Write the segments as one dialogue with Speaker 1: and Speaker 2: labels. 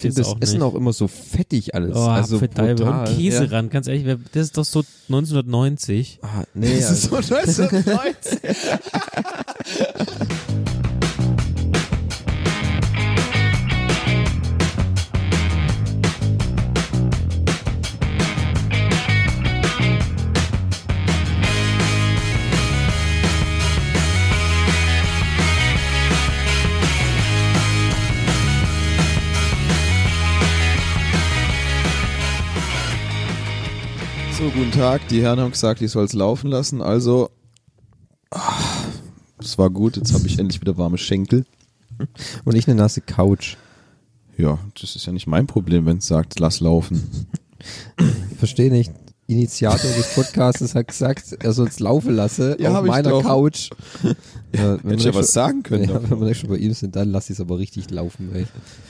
Speaker 1: finde das
Speaker 2: auch
Speaker 1: Essen
Speaker 2: nicht.
Speaker 1: auch immer so fettig alles.
Speaker 2: Oh,
Speaker 1: also
Speaker 2: Apfeldalbe und
Speaker 1: brutal.
Speaker 2: Käse
Speaker 1: Ja.
Speaker 2: ran, ganz ehrlich, wer- das ist doch so 1990.
Speaker 1: Ah, nee,
Speaker 3: Das ist so 1990. So, guten Tag. Die Herren haben gesagt, ich soll es laufen lassen. Also, ah, es war gut. Jetzt habe ich endlich wieder warme Schenkel.
Speaker 1: und ich eine nasse Couch.
Speaker 3: Ja, das ist ja nicht mein Problem, wenn es sagt, lass laufen.
Speaker 1: Verstehe nicht. Initiator des Podcasts hat gesagt, er soll es laufen lassen
Speaker 3: Ja,
Speaker 1: auf
Speaker 3: hab ich
Speaker 1: meiner
Speaker 3: doch.
Speaker 1: Couch. Ja, wenn
Speaker 3: Hätte ich ja
Speaker 1: nicht
Speaker 3: was sagen
Speaker 1: schon,
Speaker 3: können.
Speaker 1: ja,
Speaker 3: davon.
Speaker 1: wenn wir nicht schon bei ihm sind, dann lass ich es aber richtig laufen. Ey.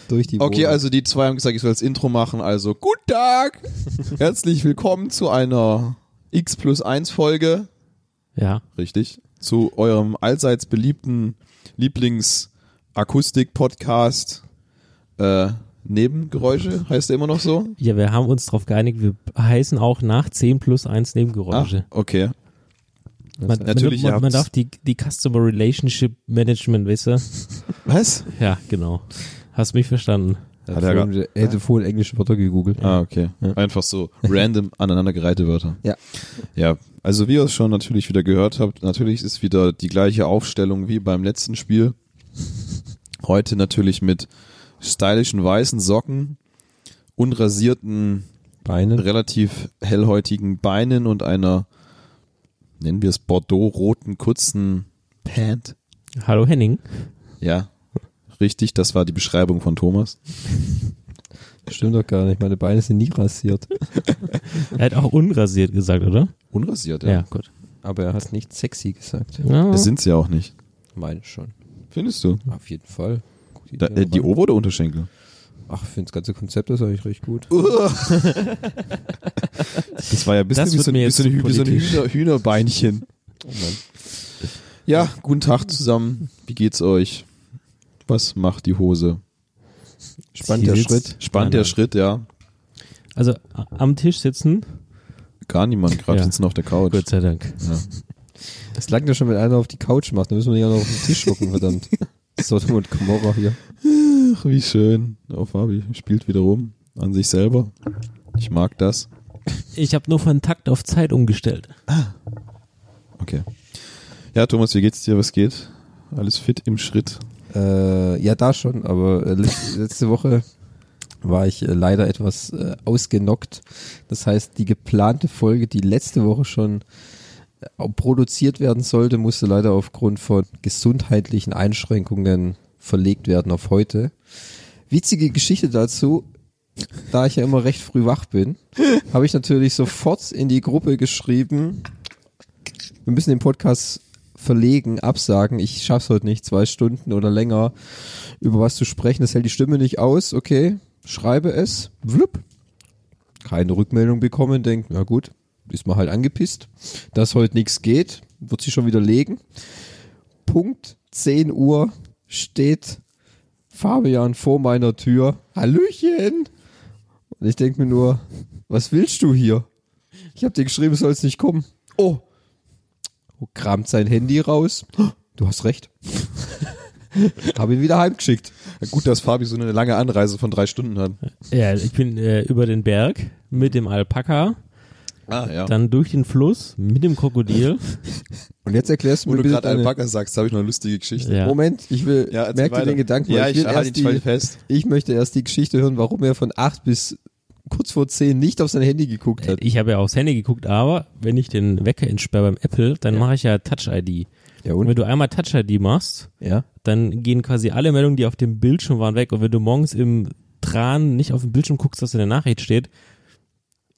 Speaker 1: Durch die
Speaker 3: Okay,
Speaker 1: Wohnung.
Speaker 3: also die zwei haben gesagt, ich soll das Intro machen. Also, guten Tag. Herzlich willkommen zu einer X plus 1 Folge.
Speaker 2: Ja.
Speaker 3: Richtig. Zu eurem allseits beliebten Lieblings-Akustik-Podcast. Äh, Nebengeräusche heißt er immer noch so?
Speaker 2: Ja, wir haben uns darauf geeinigt, wir heißen auch nach 10 plus 1 Nebengeräusche.
Speaker 3: Ach, Ah, okay.
Speaker 2: man,
Speaker 3: natürlich,
Speaker 2: man,
Speaker 3: ihr
Speaker 2: man, man
Speaker 3: habt's.
Speaker 2: darf die, die Customer Relationship Management, weißt du?
Speaker 3: Was?
Speaker 2: Ja, genau. Hast mich verstanden.
Speaker 1: Er
Speaker 3: Hat er
Speaker 1: vorhin- er hätte vorhin englische Wörter gegoogelt.
Speaker 3: Ah, okay. Einfach so random aneinandergereihte Wörter.
Speaker 1: Ja.
Speaker 3: Ja, also wie ihr es schon natürlich wieder gehört habt, natürlich ist wieder die gleiche Aufstellung wie beim letzten Spiel. Heute natürlich mit stylischen weißen Socken, unrasierten,
Speaker 1: Beine.
Speaker 3: relativ hellhäutigen Beinen und einer, nennen wir es Bordeaux-roten, kurzen Pant.
Speaker 2: Hallo Henning.
Speaker 3: Ja, richtig, das war die Beschreibung von Thomas.
Speaker 1: Stimmt doch gar nicht. Meine Beine sind nie rasiert.
Speaker 2: Er hat auch unrasiert gesagt, oder?
Speaker 3: Unrasiert,
Speaker 2: Ja,
Speaker 3: ja.
Speaker 2: gut.
Speaker 1: Aber er hat nicht sexy gesagt.
Speaker 2: Ja.
Speaker 3: Das sind sie ja auch nicht.
Speaker 1: Meine schon.
Speaker 3: Findest du?
Speaker 1: Auf jeden Fall. Guck
Speaker 3: Da, äh, die
Speaker 1: an.
Speaker 3: Ober- oder Unterschenkel?
Speaker 1: Ach, ich finde das ganze Konzept ist eigentlich recht gut.
Speaker 3: Das war ja ein bisschen
Speaker 2: Das
Speaker 3: wie
Speaker 2: wird
Speaker 3: so, ein-
Speaker 2: mir
Speaker 3: wie
Speaker 2: jetzt
Speaker 3: so, ein
Speaker 2: zu
Speaker 3: Hü- wie so ein
Speaker 2: politisch. Oh
Speaker 3: Hühner, Hühnerbeinchen. Ja, guten Tag zusammen. Wie geht's euch? Was macht die Hose?
Speaker 1: Spannend, der
Speaker 2: Sie sitzt-
Speaker 1: Schritt.
Speaker 3: Spannend
Speaker 2: Nein,
Speaker 3: der
Speaker 2: nein.
Speaker 3: Schritt, ja.
Speaker 2: Also a- am Tisch sitzen.
Speaker 3: Gar niemand, gerade
Speaker 2: Ja.
Speaker 3: sitzen auf der Couch.
Speaker 2: Gott sei Dank.
Speaker 1: Es langt ja schon, wenn einer auf die Couch macht. Dann müssen wir ja noch auf den Tisch gucken, verdammt. Sodom und Gomorra hier.
Speaker 3: Ach, wie schön. Oh, Fabi spielt wieder rum an sich selber. Ich mag das.
Speaker 2: Ich habe nur von Takt auf Zeit umgestellt.
Speaker 3: Okay. Ja, Thomas, wie geht's dir? Was geht? Alles fit im Schritt.
Speaker 1: Äh, ja, da schon, aber äh, letz- letzte Woche war ich äh, leider etwas äh, ausgenockt. Das heißt, die geplante Folge, die letzte Woche schon äh, produziert werden sollte, musste leider aufgrund von gesundheitlichen Einschränkungen verlegt werden auf heute. Witzige Geschichte dazu, da ich ja immer recht früh wach bin, habe ich natürlich sofort in die Gruppe geschrieben, wir müssen den Podcast verlegen, absagen. Ich schaff's heute nicht, zwei Stunden oder länger über was zu sprechen. Das hält die Stimme nicht aus. Okay, schreibe es. Wlupp. Keine Rückmeldung bekommen, denkt, na gut, ist mal halt angepisst, dass heute nichts geht, wird sie schon wieder legen. Punkt 10 Uhr steht Fabian vor meiner Tür. Hallöchen! Und ich denke mir nur, was willst du hier? Ich habe dir geschrieben, du sollst nicht kommen. Oh, kramt sein Handy raus. Du hast recht. Habe ihn wieder heimgeschickt.
Speaker 3: Gut, dass Fabi so eine lange Anreise von drei Stunden hat.
Speaker 2: Ja, ich bin äh, über den Berg mit dem Alpaka,
Speaker 3: Ah, ja.
Speaker 2: dann durch den Fluss mit dem Krokodil.
Speaker 1: Und jetzt erklärst du
Speaker 3: Wo
Speaker 1: mir
Speaker 3: du
Speaker 1: bitte
Speaker 3: gerade
Speaker 1: deine,
Speaker 3: Alpaka sagst, habe ich noch eine lustige Geschichte.
Speaker 2: Ja.
Speaker 1: Moment, ich will
Speaker 3: Ja, erzähl
Speaker 1: merk dir
Speaker 3: weiter.
Speaker 1: den Gedanken.
Speaker 3: Ja,
Speaker 1: weil
Speaker 3: ich
Speaker 1: will
Speaker 3: halte
Speaker 1: erst
Speaker 3: ihn voll
Speaker 1: die-
Speaker 3: fest.
Speaker 1: Ich möchte erst die Geschichte hören, warum er von 8 bis kurz vor 10 nicht auf sein Handy geguckt hat.
Speaker 2: Ich habe ja aufs Handy geguckt, aber wenn ich den Wecker entsperre beim Apple, dann mache ich ja Touch-ID.
Speaker 1: Ja,
Speaker 2: Und wenn du einmal Touch-ID machst,
Speaker 1: Ja.
Speaker 2: dann gehen quasi alle Meldungen, die auf dem Bildschirm waren, weg. Und wenn du morgens im Tran nicht auf den Bildschirm guckst, dass in der Nachricht steht,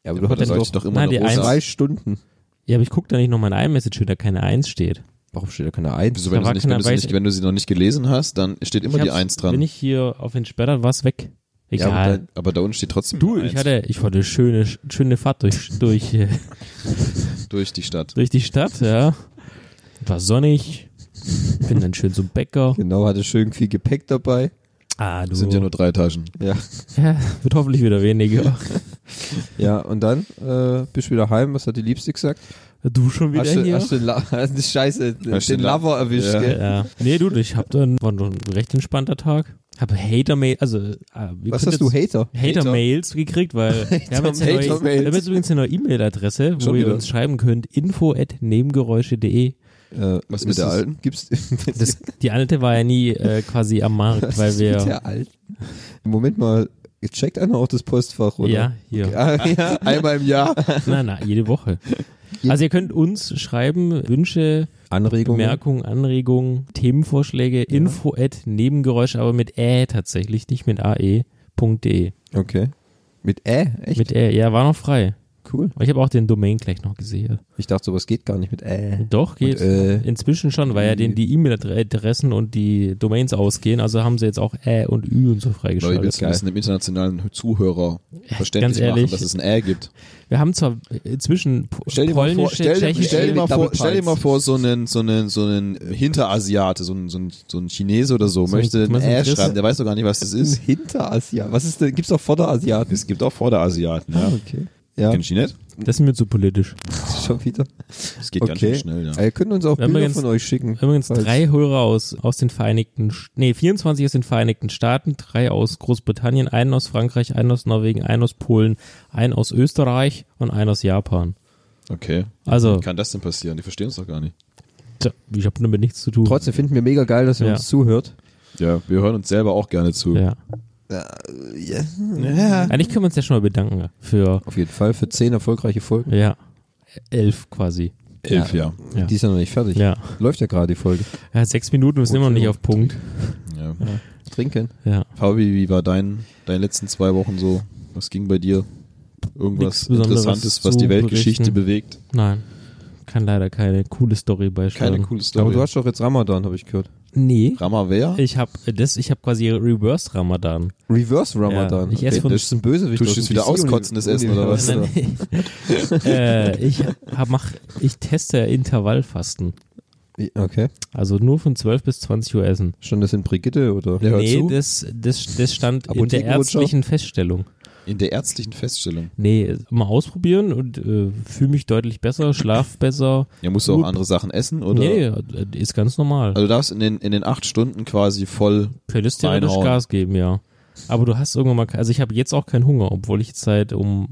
Speaker 1: ja aber
Speaker 3: Du
Speaker 1: du hattest
Speaker 3: hattest
Speaker 1: doch
Speaker 3: euch doch immer
Speaker 2: Nein,
Speaker 3: eine
Speaker 2: die
Speaker 3: rosa.
Speaker 2: eins-
Speaker 1: drei Stunden.
Speaker 2: ja, aber ich gucke da nicht noch mein iMessage, wenn da keine Eins steht.
Speaker 1: Warum steht da keine 1?
Speaker 3: Wieso, wenn,
Speaker 2: Da war
Speaker 3: du sie nicht, wenn,
Speaker 2: keiner
Speaker 3: du sie
Speaker 2: weiß-
Speaker 3: nicht, wenn du sie noch nicht gelesen hast, dann steht immer
Speaker 2: Ich
Speaker 3: die
Speaker 2: hab's-
Speaker 3: Eins dran.
Speaker 2: Wenn ich hier auf den Sperrer war es weg.
Speaker 3: ja,
Speaker 2: Egal.
Speaker 3: aber, da, aber da unten steht trotzdem
Speaker 2: du,
Speaker 3: eine
Speaker 2: ich
Speaker 3: Eins
Speaker 2: hatte, ich hatte schöne, schöne Fahrt durch, durch, äh,
Speaker 3: durch die Stadt.
Speaker 2: durch die Stadt, ja. War sonnig. Bin dann schön zum Bäcker.
Speaker 1: Genau, hatte schön viel Gepäck dabei.
Speaker 2: Ah, du.
Speaker 3: Sind ja nur drei Taschen.
Speaker 1: Ja.
Speaker 2: ja, wird hoffentlich wieder weniger.
Speaker 1: Ja, und dann äh, bist du wieder heim. Was hat die Liebste gesagt?
Speaker 2: Du schon wieder
Speaker 1: Hast du,
Speaker 2: hier?
Speaker 1: hast du den La hast du Scheiße, den,
Speaker 3: Hast du
Speaker 1: den
Speaker 3: den La-
Speaker 1: Lover erwischt,
Speaker 3: Ja.
Speaker 1: gell?
Speaker 2: ja. Nee, du, ich hab dann, war ein recht entspannter Tag. Hab Hater-Mail, also, äh, wir
Speaker 1: Was
Speaker 2: können
Speaker 1: hast du,
Speaker 2: jetzt-
Speaker 1: Hater?
Speaker 2: Hater-Mails gekriegt, weil wir haben jetzt, eine neue,
Speaker 1: Hater-Mails.
Speaker 2: wir haben jetzt übrigens eine neue E-Mail-Adresse, wo
Speaker 3: Schon
Speaker 2: ihr
Speaker 3: wieder?
Speaker 2: uns schreiben könnt, info.nebengeräusche.de.
Speaker 1: Äh,
Speaker 3: Was
Speaker 1: ist
Speaker 3: mit der
Speaker 1: das-
Speaker 3: alten?
Speaker 1: Gibt's,
Speaker 2: Das, die alte war ja nie äh, quasi am Markt, weil
Speaker 1: ist mit
Speaker 2: wir,
Speaker 1: der alten? Moment mal, checkt einer auch das Postfach, oder?
Speaker 2: ja, hier.
Speaker 1: Ah, ja, einmal im Jahr.
Speaker 2: Nein, nein, jede Woche.
Speaker 1: Je-
Speaker 2: Also ihr könnt uns schreiben, Wünsche,
Speaker 1: Anregungen.
Speaker 2: Bemerkungen, Anregungen, Themenvorschläge, info at Nebengeräusche, aber mit ä tatsächlich, nicht mit ae.de.
Speaker 1: Okay. Mit Ä, echt?
Speaker 2: Mit ä, ja, war noch frei.
Speaker 1: cool.
Speaker 2: Ich habe auch den Domain gleich noch gesehen.
Speaker 1: Ich dachte, sowas geht gar nicht mit Ä.
Speaker 2: Doch, geht.
Speaker 1: Und, äh,
Speaker 2: Inzwischen schon, weil ja den, die E-Mail-Adressen und die Domains ausgehen, also haben sie jetzt auch ä und ü und so
Speaker 3: Leute,
Speaker 2: freigeschaltet.
Speaker 3: willst du das einem internationalen Zuhörer verständlich
Speaker 2: ehrlich.
Speaker 3: machen, dass es ein Ä gibt?
Speaker 2: Wir haben zwar inzwischen po-
Speaker 3: Stell dir mal vor,
Speaker 2: polnische,
Speaker 3: stell, dir-
Speaker 2: tschechische,
Speaker 3: stell, dir, mal
Speaker 1: Double
Speaker 3: vor,
Speaker 1: Pints.
Speaker 3: stell dir mal vor, so einen, so einen, so einen Hinterasiate, so ein, so ein, so ein Chinese oder so,
Speaker 2: So ein-
Speaker 3: möchte ein
Speaker 2: was ein
Speaker 3: Ä
Speaker 2: Christ-
Speaker 3: schreiben, der weiß doch gar nicht, was das
Speaker 1: Das ist
Speaker 3: ist.
Speaker 1: Hinterasiat. Was ist denn? Gibt's auch Vorderasiaten?
Speaker 3: Es gibt auch Vorderasiaten, ja.
Speaker 1: Okay. Ja,
Speaker 3: Kennst du die nicht?
Speaker 2: das ist mir zu politisch.
Speaker 1: schon wieder.
Speaker 3: Das geht ganz
Speaker 1: Okay.
Speaker 3: schön schnell, ja.
Speaker 1: Äh, Ihr könnt uns auch
Speaker 2: Wir haben
Speaker 1: Bilder
Speaker 2: übrigens-
Speaker 1: von euch schicken.
Speaker 2: Übrigens
Speaker 1: falls-
Speaker 2: drei Hörer aus, aus den Vereinigten, Sch- nee, 24 aus den Vereinigten Staaten, drei aus Großbritannien, einen aus Frankreich, einen aus Norwegen, einen aus Polen, einen aus Österreich und einen aus Japan.
Speaker 3: Okay.
Speaker 2: Also,
Speaker 3: Wie kann das denn passieren? Die verstehen es doch gar nicht.
Speaker 2: tja, ich habe damit nichts zu tun.
Speaker 1: Trotzdem finden wir mega geil, dass ihr
Speaker 2: Ja.
Speaker 1: uns zuhört.
Speaker 3: Ja, wir hören uns selber auch gerne zu.
Speaker 2: Ja. Eigentlich können wir uns ja schon mal bedanken für,
Speaker 1: Auf jeden Fall für zehn erfolgreiche Folgen.
Speaker 2: ja, elf quasi.
Speaker 3: Elf, ja.
Speaker 2: Ja.
Speaker 1: Die ist ja noch nicht fertig.
Speaker 2: Ja.
Speaker 1: Läuft ja gerade die Folge.
Speaker 2: ja sechs Minuten, wir sind immer noch nicht auf Punkt.
Speaker 3: ja.
Speaker 1: Trinken.
Speaker 2: Ja.
Speaker 3: Fabi, wie war dein, deine letzten zwei Wochen so? Was ging bei dir?
Speaker 2: Nichts
Speaker 3: Irgendwas
Speaker 2: Besonderes
Speaker 3: Interessantes, was
Speaker 2: zu
Speaker 3: die Weltgeschichte
Speaker 2: berichten.
Speaker 3: bewegt?
Speaker 2: Nein. Kann leider keine coole Story beischauen.
Speaker 3: Keine coole Story.
Speaker 1: Aber du hast doch jetzt Ramadan, habe ich gehört.
Speaker 2: Nee.
Speaker 3: Rama wer?
Speaker 2: Ich habe das, ich habe quasi Reverse Ramadan.
Speaker 1: Reverse Ramadan.
Speaker 2: Ja, ich esse von-
Speaker 1: das ist ein Bösewicht.
Speaker 3: Du tust
Speaker 1: aus dem
Speaker 3: wieder
Speaker 1: DC
Speaker 3: auskotzendes Essen, oder was?
Speaker 1: Universum.
Speaker 2: Nein, nein. äh, ich hab, mach, ich teste Intervallfasten.
Speaker 1: Okay.
Speaker 2: Also nur von 12 bis 20 Uhr essen.
Speaker 1: Schon das in Brigitte oder?
Speaker 3: Ja, hör
Speaker 2: nee,
Speaker 3: zu.
Speaker 2: das, das, das stand in der
Speaker 1: Apothekenbotschaft?
Speaker 2: ärztlichen Feststellung.
Speaker 3: In der ärztlichen Feststellung.
Speaker 2: Nee, mal ausprobieren und äh, fühle mich deutlich besser, schlaf besser.
Speaker 3: Ja, musst du auch
Speaker 2: Gut.
Speaker 3: andere Sachen essen, oder?
Speaker 2: Nee, äh, ist ganz normal.
Speaker 3: Also du darfst in den, in den acht Stunden quasi voll.
Speaker 2: Könntest theoretisch
Speaker 3: reinhauen.
Speaker 2: Gas geben, ja. Aber du hast irgendwann mal, ke- also ich habe jetzt auch keinen Hunger, obwohl ich jetzt seit um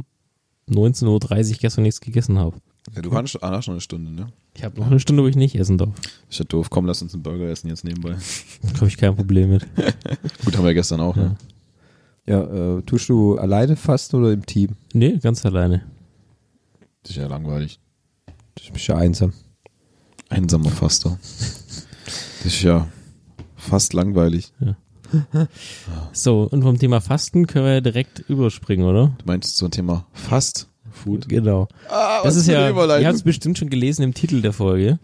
Speaker 2: 19.30 Uhr gestern nichts gegessen habe.
Speaker 3: Ja, du kannst ah, noch eine Stunde, ne?
Speaker 2: Ich habe noch eine Stunde, wo ich nicht essen darf.
Speaker 3: Ist ja doof. Komm, lass uns einen Burger essen jetzt nebenbei.
Speaker 2: Da habe ich kein Problem mit.
Speaker 3: Gut, haben wir gestern auch, ne?
Speaker 1: Ja, äh, tust du alleine fasten oder im Team?
Speaker 2: Nee, ganz alleine.
Speaker 3: Das ist ja langweilig.
Speaker 1: Du bist ja einsam.
Speaker 3: Einsamer Faster. Das ist ja fast langweilig.
Speaker 2: So, und vom Thema Fasten können wir ja direkt überspringen, oder?
Speaker 3: Du meinst so ein Thema Fast Food?
Speaker 2: Genau.
Speaker 3: Ah,
Speaker 2: das ist ja, ihr habt es bestimmt schon gelesen im Titel der Folge.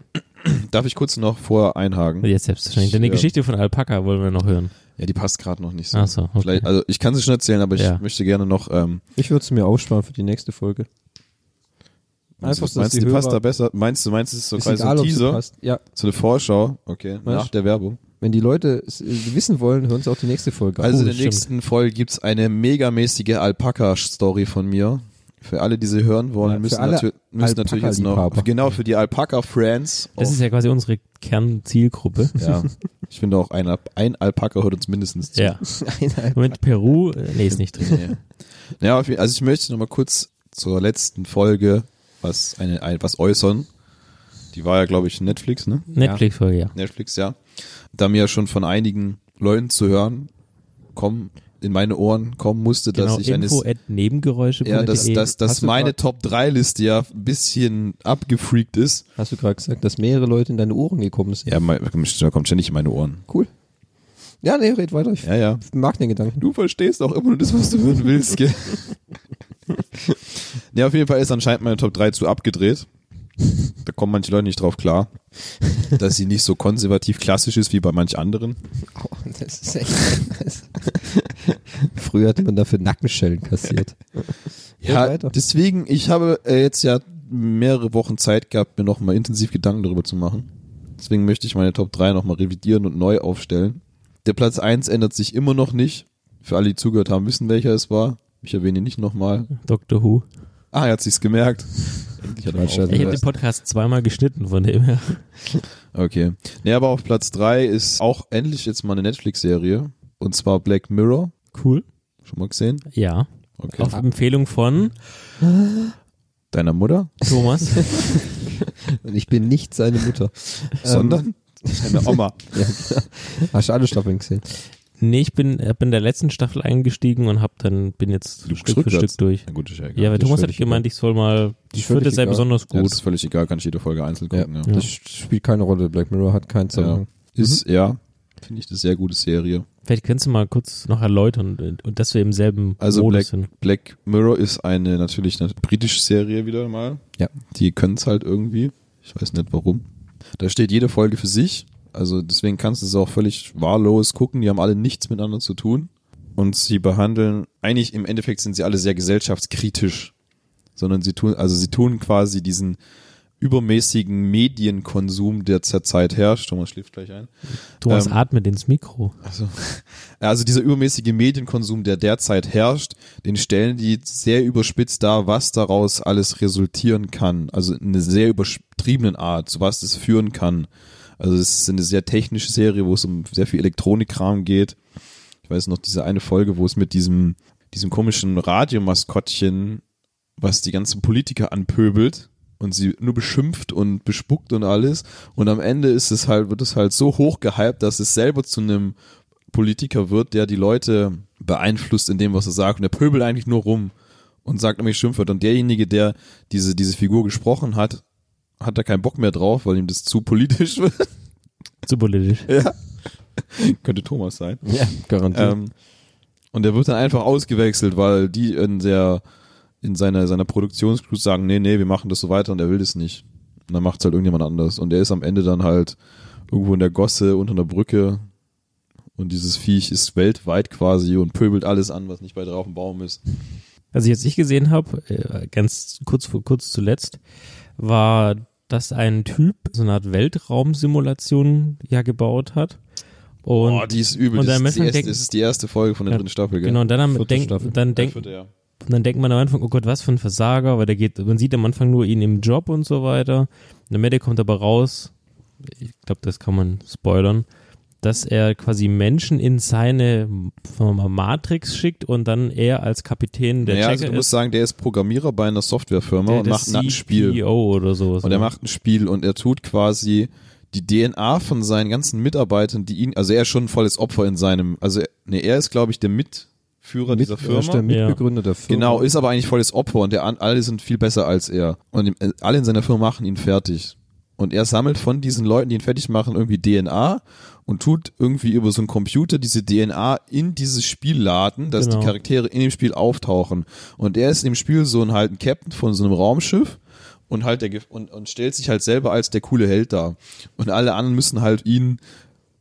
Speaker 3: Darf ich kurz noch vorher einhaken?
Speaker 2: Jetzt selbstverständlich. Denn die
Speaker 3: Ja.
Speaker 2: Geschichte von Alpaka wollen wir noch hören.
Speaker 3: Ja, die passt gerade noch nicht so.
Speaker 2: Ach so, okay.
Speaker 3: Vielleicht, also ich kann sie schon erzählen, aber ich
Speaker 2: Ja.
Speaker 3: möchte gerne noch. Ähm,
Speaker 1: Ich würde es mir aufsparen für die nächste Folge. Einfach, dass
Speaker 3: meinst du,
Speaker 1: die
Speaker 3: die passt
Speaker 1: Hörer-
Speaker 3: da besser? Meinst du, meinst du, es ist so
Speaker 1: Ist
Speaker 3: quasi so
Speaker 1: egal,
Speaker 3: ein
Speaker 1: ob sie
Speaker 3: Teaser?
Speaker 1: passt. Ja,
Speaker 3: So eine Vorschau, okay, nach
Speaker 1: Weißt-
Speaker 3: der Werbung.
Speaker 1: wenn die Leute es, äh, wissen wollen, hören sie auch die nächste Folge. Oh, an.
Speaker 3: Also in
Speaker 2: das
Speaker 3: der
Speaker 2: Oh, stimmt.
Speaker 3: nächsten Folge gibt's eine megamäßige Alpaka-Story von mir. Für alle, die sie hören wollen,
Speaker 1: Ja, für
Speaker 3: müssen,
Speaker 1: alle
Speaker 3: natür müssen natürlich jetzt noch.
Speaker 1: Alpaka-Liebhaber.
Speaker 3: Genau, für die Alpaka-Friends. Oh,
Speaker 2: Das ist ja quasi unsere Kernzielgruppe.
Speaker 3: ja. Ich finde auch, ein, Alp- ein Alpaka hört uns mindestens zu.
Speaker 2: ja.
Speaker 1: Eineinhalb.
Speaker 2: Moment, Peru, äh, nee, ist nicht drin.
Speaker 3: Nee. Naja, auf jeden- also ich möchte nochmal kurz zur letzten Folge was, eine, ein, was äußern. Die war ja, glaube ich, Netflix, ne?
Speaker 2: Netflix-Folge, ja.
Speaker 3: Netflix, ja. Da mir ja schon von einigen Leuten zu hören kommen, in meine Ohren kommen musste,
Speaker 2: Genau,
Speaker 3: dass ich eine
Speaker 2: info at nebengeräusche.
Speaker 3: Ja, dass, dass, dass
Speaker 1: Hast du
Speaker 3: meine Top-3-Liste ja ein bisschen abgefreakt ist.
Speaker 1: Hast du gerade gesagt, dass mehrere Leute in deine Ohren gekommen sind?
Speaker 3: Ja, mein, kommt ständig in meine Ohren.
Speaker 1: Cool. Ja, nee, red weiter. Ich
Speaker 3: Ja, ja.
Speaker 1: mag den Gedanken.
Speaker 3: Du verstehst auch immer nur das, was du hören willst, gell? ja, auf jeden Fall ist anscheinend meine Top 3 zu abgedreht. Da kommen manche Leute nicht drauf klar, dass sie nicht so konservativ klassisch ist wie bei manch anderen.
Speaker 1: Oh, das ist echt. Früher hat man dafür Nackenschellen kassiert.
Speaker 3: Ja,
Speaker 1: weiter.
Speaker 3: deswegen, ich habe äh, jetzt ja mehrere Wochen Zeit gehabt, mir nochmal intensiv Gedanken darüber zu machen. Deswegen möchte ich meine Top 3 nochmal revidieren und neu aufstellen. Der Platz 1 ändert sich immer noch nicht. Für alle, die zugehört haben, wissen, welcher es war. Ich erwähne ihn nicht nochmal.
Speaker 2: Dr. Who.
Speaker 3: Ah, er hat sich's gemerkt. Endlich hat er mal
Speaker 1: Quatsch,
Speaker 2: Ich
Speaker 1: also-
Speaker 2: habe den
Speaker 3: aufgepasst.
Speaker 2: Podcast zweimal geschnitten von dem her.
Speaker 3: Okay. Nee, aber auf Platz 3 ist auch endlich jetzt mal eine Netflix-Serie. Und zwar Black Mirror.
Speaker 2: Cool.
Speaker 3: Schon mal gesehen?
Speaker 2: Ja.
Speaker 3: Okay.
Speaker 2: Auf Empfehlung von
Speaker 3: Deiner Mutter?
Speaker 2: Thomas.
Speaker 1: Und ich bin nicht seine Mutter.
Speaker 3: Sondern? Ähm. Deine Oma.
Speaker 1: Ähm. Ja, hast du alle Staffeln gesehen?
Speaker 2: nee, ich bin, hab in der letzten Staffel eingestiegen und hab dann bin jetzt
Speaker 3: Du
Speaker 2: Stück für
Speaker 3: rückwärts.
Speaker 2: Stück durch.
Speaker 3: Na gut, ist ja egal.
Speaker 2: Ja, weil
Speaker 1: das ist
Speaker 2: Thomas hat
Speaker 1: völlig
Speaker 2: gemeint, ich soll mal.
Speaker 1: Das
Speaker 2: Die
Speaker 1: ist völlig
Speaker 2: vierte sei
Speaker 1: egal.
Speaker 2: besonders
Speaker 3: Ja, das
Speaker 2: gut.
Speaker 3: ist völlig egal, kann ich jede Folge einzeln
Speaker 1: Ja.
Speaker 3: gucken. Ja.
Speaker 1: Das spielt keine Rolle. Black Mirror hat keinen Zusammenhang.
Speaker 3: Ist, ja, Mhm. finde ich eine sehr gute Serie.
Speaker 2: Vielleicht kannst du mal kurz noch erläutern äh, und, und dass wir im selben
Speaker 3: Also
Speaker 2: Modus
Speaker 3: Black,
Speaker 2: sind.
Speaker 3: Black Mirror ist eine natürlich eine britische Serie wieder mal.
Speaker 1: Ja.
Speaker 3: Die können es halt irgendwie. Ich weiß nicht warum. Da steht jede Folge für sich. Also deswegen kannst du es auch völlig wahllos gucken. Die haben alle nichts miteinander zu tun. Und sie behandeln, eigentlich im Endeffekt sind sie alle sehr gesellschaftskritisch. Sondern sie tun, also sie tun quasi diesen übermäßigen Medienkonsum, der zurzeit herrscht. Thomas schläft gleich ein.
Speaker 2: Thomas
Speaker 3: ähm,
Speaker 2: atmet ins Mikro.
Speaker 3: Also, also dieser übermäßige Medienkonsum, der derzeit herrscht, den stellen die sehr überspitzt dar, was daraus alles resultieren kann. Also in einer sehr übertriebenen Art, zu was das führen kann. Also es ist eine sehr technische Serie, wo es um sehr viel Elektronikkram geht. Ich weiß noch, diese eine Folge, wo es mit diesem, diesem komischen Radiomaskottchen, was die ganzen Politiker anpöbelt und sie nur beschimpft und bespuckt und alles. Und am Ende ist es halt, wird es halt so hoch gehypt, dass es selber zu einem Politiker wird, der die Leute beeinflusst in dem, was er sagt. Und der pöbelt eigentlich nur rum und sagt nämlich Schimpfwörter. Und derjenige, der diese, diese Figur gesprochen hat, hat da keinen Bock mehr drauf, weil ihm das zu politisch wird.
Speaker 2: Zu politisch.
Speaker 3: Könnte Thomas sein.
Speaker 1: Ja, garantiert.
Speaker 3: Ähm, und er wird dann einfach ausgewechselt, weil die in der in seiner seiner Produktionscrew sagen, nee, nee, wir machen das so weiter und er will das nicht. Und dann macht es halt irgendjemand anders. Und er ist am Ende dann halt irgendwo in der Gosse unter einer Brücke und dieses Viech ist weltweit quasi und pöbelt alles an, was nicht weiter auf dem Baum ist.
Speaker 2: Also jetzt ich gesehen habe, äh, ganz kurz vor- kurz zuletzt, war, dass ein Typ so eine Art Weltraumsimulation ja gebaut hat. Und
Speaker 3: oh, die ist übel.
Speaker 2: und
Speaker 3: das,
Speaker 2: am
Speaker 3: ist die
Speaker 2: Anfang
Speaker 3: erste,
Speaker 2: denk-
Speaker 3: das ist die erste Folge von der
Speaker 2: Ja,
Speaker 3: dritten Staffel, gell?
Speaker 2: genau, und dann, am,
Speaker 1: Vierte
Speaker 2: denk,
Speaker 1: Staffel.
Speaker 2: dann, denk,
Speaker 3: Ja, vierte, ja.
Speaker 2: Und dann denkt man am Anfang, oh Gott, was für ein Versager, weil der geht, man sieht am Anfang nur ihn im Job und so weiter. Und am Ende kommt aber raus, ich glaube, das kann man spoilern, dass er quasi Menschen in seine sagen wir mal, Matrix schickt und dann er als Kapitän der
Speaker 3: Naja, also
Speaker 2: Checker
Speaker 3: du musst
Speaker 2: ist,
Speaker 3: sagen, der ist Programmierer bei einer Softwarefirma
Speaker 2: der,
Speaker 3: und
Speaker 2: der
Speaker 3: macht ein Spiel.
Speaker 2: CEO oder sowas.
Speaker 3: Und er
Speaker 2: ne?
Speaker 3: macht ein Spiel und er tut quasi die DNA von seinen ganzen Mitarbeitern, die ihn, also er ist schon ein volles Opfer in seinem, also er- nee, er ist glaube ich der Mitführer dieser
Speaker 1: er ist der
Speaker 3: Firma.
Speaker 1: Mitbegründer der Firma.
Speaker 3: Genau, ist aber eigentlich volles Opfer und der, an- alle sind viel besser als er. Und ihm- äh, alle in seiner Firma machen ihn fertig. Und er sammelt von diesen Leuten, die ihn fertig machen, irgendwie DNA und tut irgendwie über so einen Computer diese DNA in dieses Spiel laden, dass
Speaker 2: Genau.
Speaker 3: die Charaktere in dem Spiel auftauchen. Und er ist im Spiel so ein halt ein Captain von so einem Raumschiff und halt der Ge- und, und stellt sich halt selber als der coole Held dar. Und alle anderen müssen halt ihn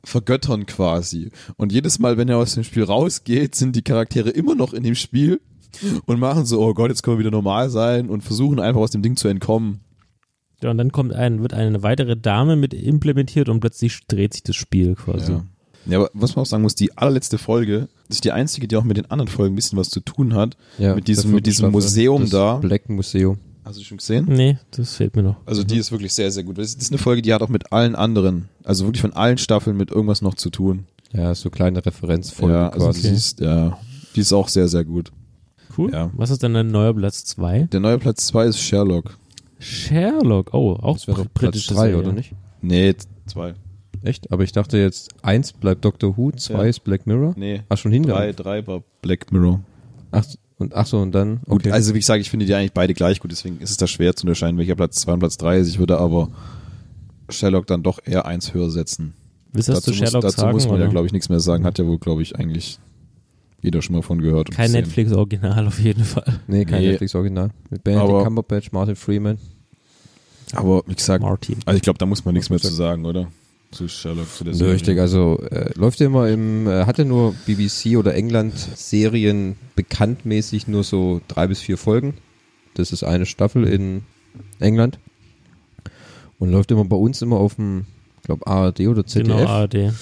Speaker 3: vergöttern quasi. Und jedes Mal, wenn er aus dem Spiel rausgeht, sind die Charaktere immer noch in dem Spiel und machen so, oh Gott, jetzt können wir wieder normal sein und versuchen einfach aus dem Ding zu entkommen.
Speaker 2: Ja, und dann kommt ein, wird eine weitere Dame mit implementiert und plötzlich dreht sich das Spiel quasi.
Speaker 3: Ja. ja, aber was man auch sagen muss, die allerletzte Folge ist die einzige, die auch mit den anderen Folgen ein bisschen was zu tun hat.
Speaker 1: Ja,
Speaker 3: mit
Speaker 1: der
Speaker 3: diesem,
Speaker 1: vierten
Speaker 3: mit diesem
Speaker 1: Staffel,
Speaker 3: Museum
Speaker 1: das Mhm.
Speaker 3: da.
Speaker 1: Black Museum.
Speaker 3: Hast du schon gesehen?
Speaker 2: Nee, das fehlt mir noch.
Speaker 3: Also
Speaker 1: Mhm.
Speaker 3: die ist wirklich sehr, sehr gut. Das ist eine Folge, die hat auch mit allen anderen, also wirklich von allen Staffeln mit irgendwas noch zu tun.
Speaker 1: Ja, so kleine Referenzfolgen
Speaker 3: ja, also
Speaker 1: quasi.
Speaker 3: die ist, ja, die ist auch sehr, sehr gut.
Speaker 2: Cool.
Speaker 3: Ja.
Speaker 2: Was ist denn ein neuer Platz 2?
Speaker 3: Der neue Platz 2 ist Sherlock.
Speaker 2: Sherlock, oh, auch
Speaker 1: Das wäre doch Platz
Speaker 2: britische
Speaker 1: 3,
Speaker 2: Serie.
Speaker 1: oder nicht?
Speaker 3: Nee, 2.
Speaker 1: Echt? Aber ich dachte jetzt, eins bleibt Doctor Who, zwei
Speaker 3: Ja.
Speaker 1: ist Black Mirror.
Speaker 3: Nee,
Speaker 1: Ach, schon hinter.
Speaker 3: 3 drei war Black Mirror.
Speaker 1: Ach, und, ach so, und dann?
Speaker 3: Gut,
Speaker 1: Okay.
Speaker 3: also wie ich sage, ich finde die eigentlich beide gleich gut, deswegen ist es da schwer zu unterscheiden, welcher Platz 2 und Platz 3 ist. Ich würde aber Sherlock dann doch eher eins höher setzen.
Speaker 2: Willst du das zu
Speaker 3: muss,
Speaker 2: Sherlock
Speaker 3: dazu
Speaker 2: sagen?
Speaker 3: muss man
Speaker 2: oder?
Speaker 3: ja, glaube ich, nichts mehr sagen. Hat ja wohl, glaube ich, eigentlich jeder schon mal von gehört. und
Speaker 2: Kein
Speaker 3: gesehen.
Speaker 2: Netflix-Original auf jeden Fall.
Speaker 1: nee, kein
Speaker 3: nee.
Speaker 1: Netflix-Original. Mit Benedict
Speaker 3: Aber-
Speaker 1: Cumberbatch, Martin Freeman.
Speaker 3: Aber wie gesagt,
Speaker 2: Martin.
Speaker 3: also ich glaube, da muss man nichts mehr zu sagen, oder? Zu Sherlock, zu der
Speaker 1: Nö, richtig, also äh, läuft ja immer im, äh, hat ja nur BBC oder England Serien bekanntmäßig nur so drei bis vier Folgen. Das ist eine Staffel in England.
Speaker 3: Genau,
Speaker 1: Und läuft immer bei uns immer auf dem, ich glaube, ARD oder ZDF.
Speaker 2: Genau, ARD.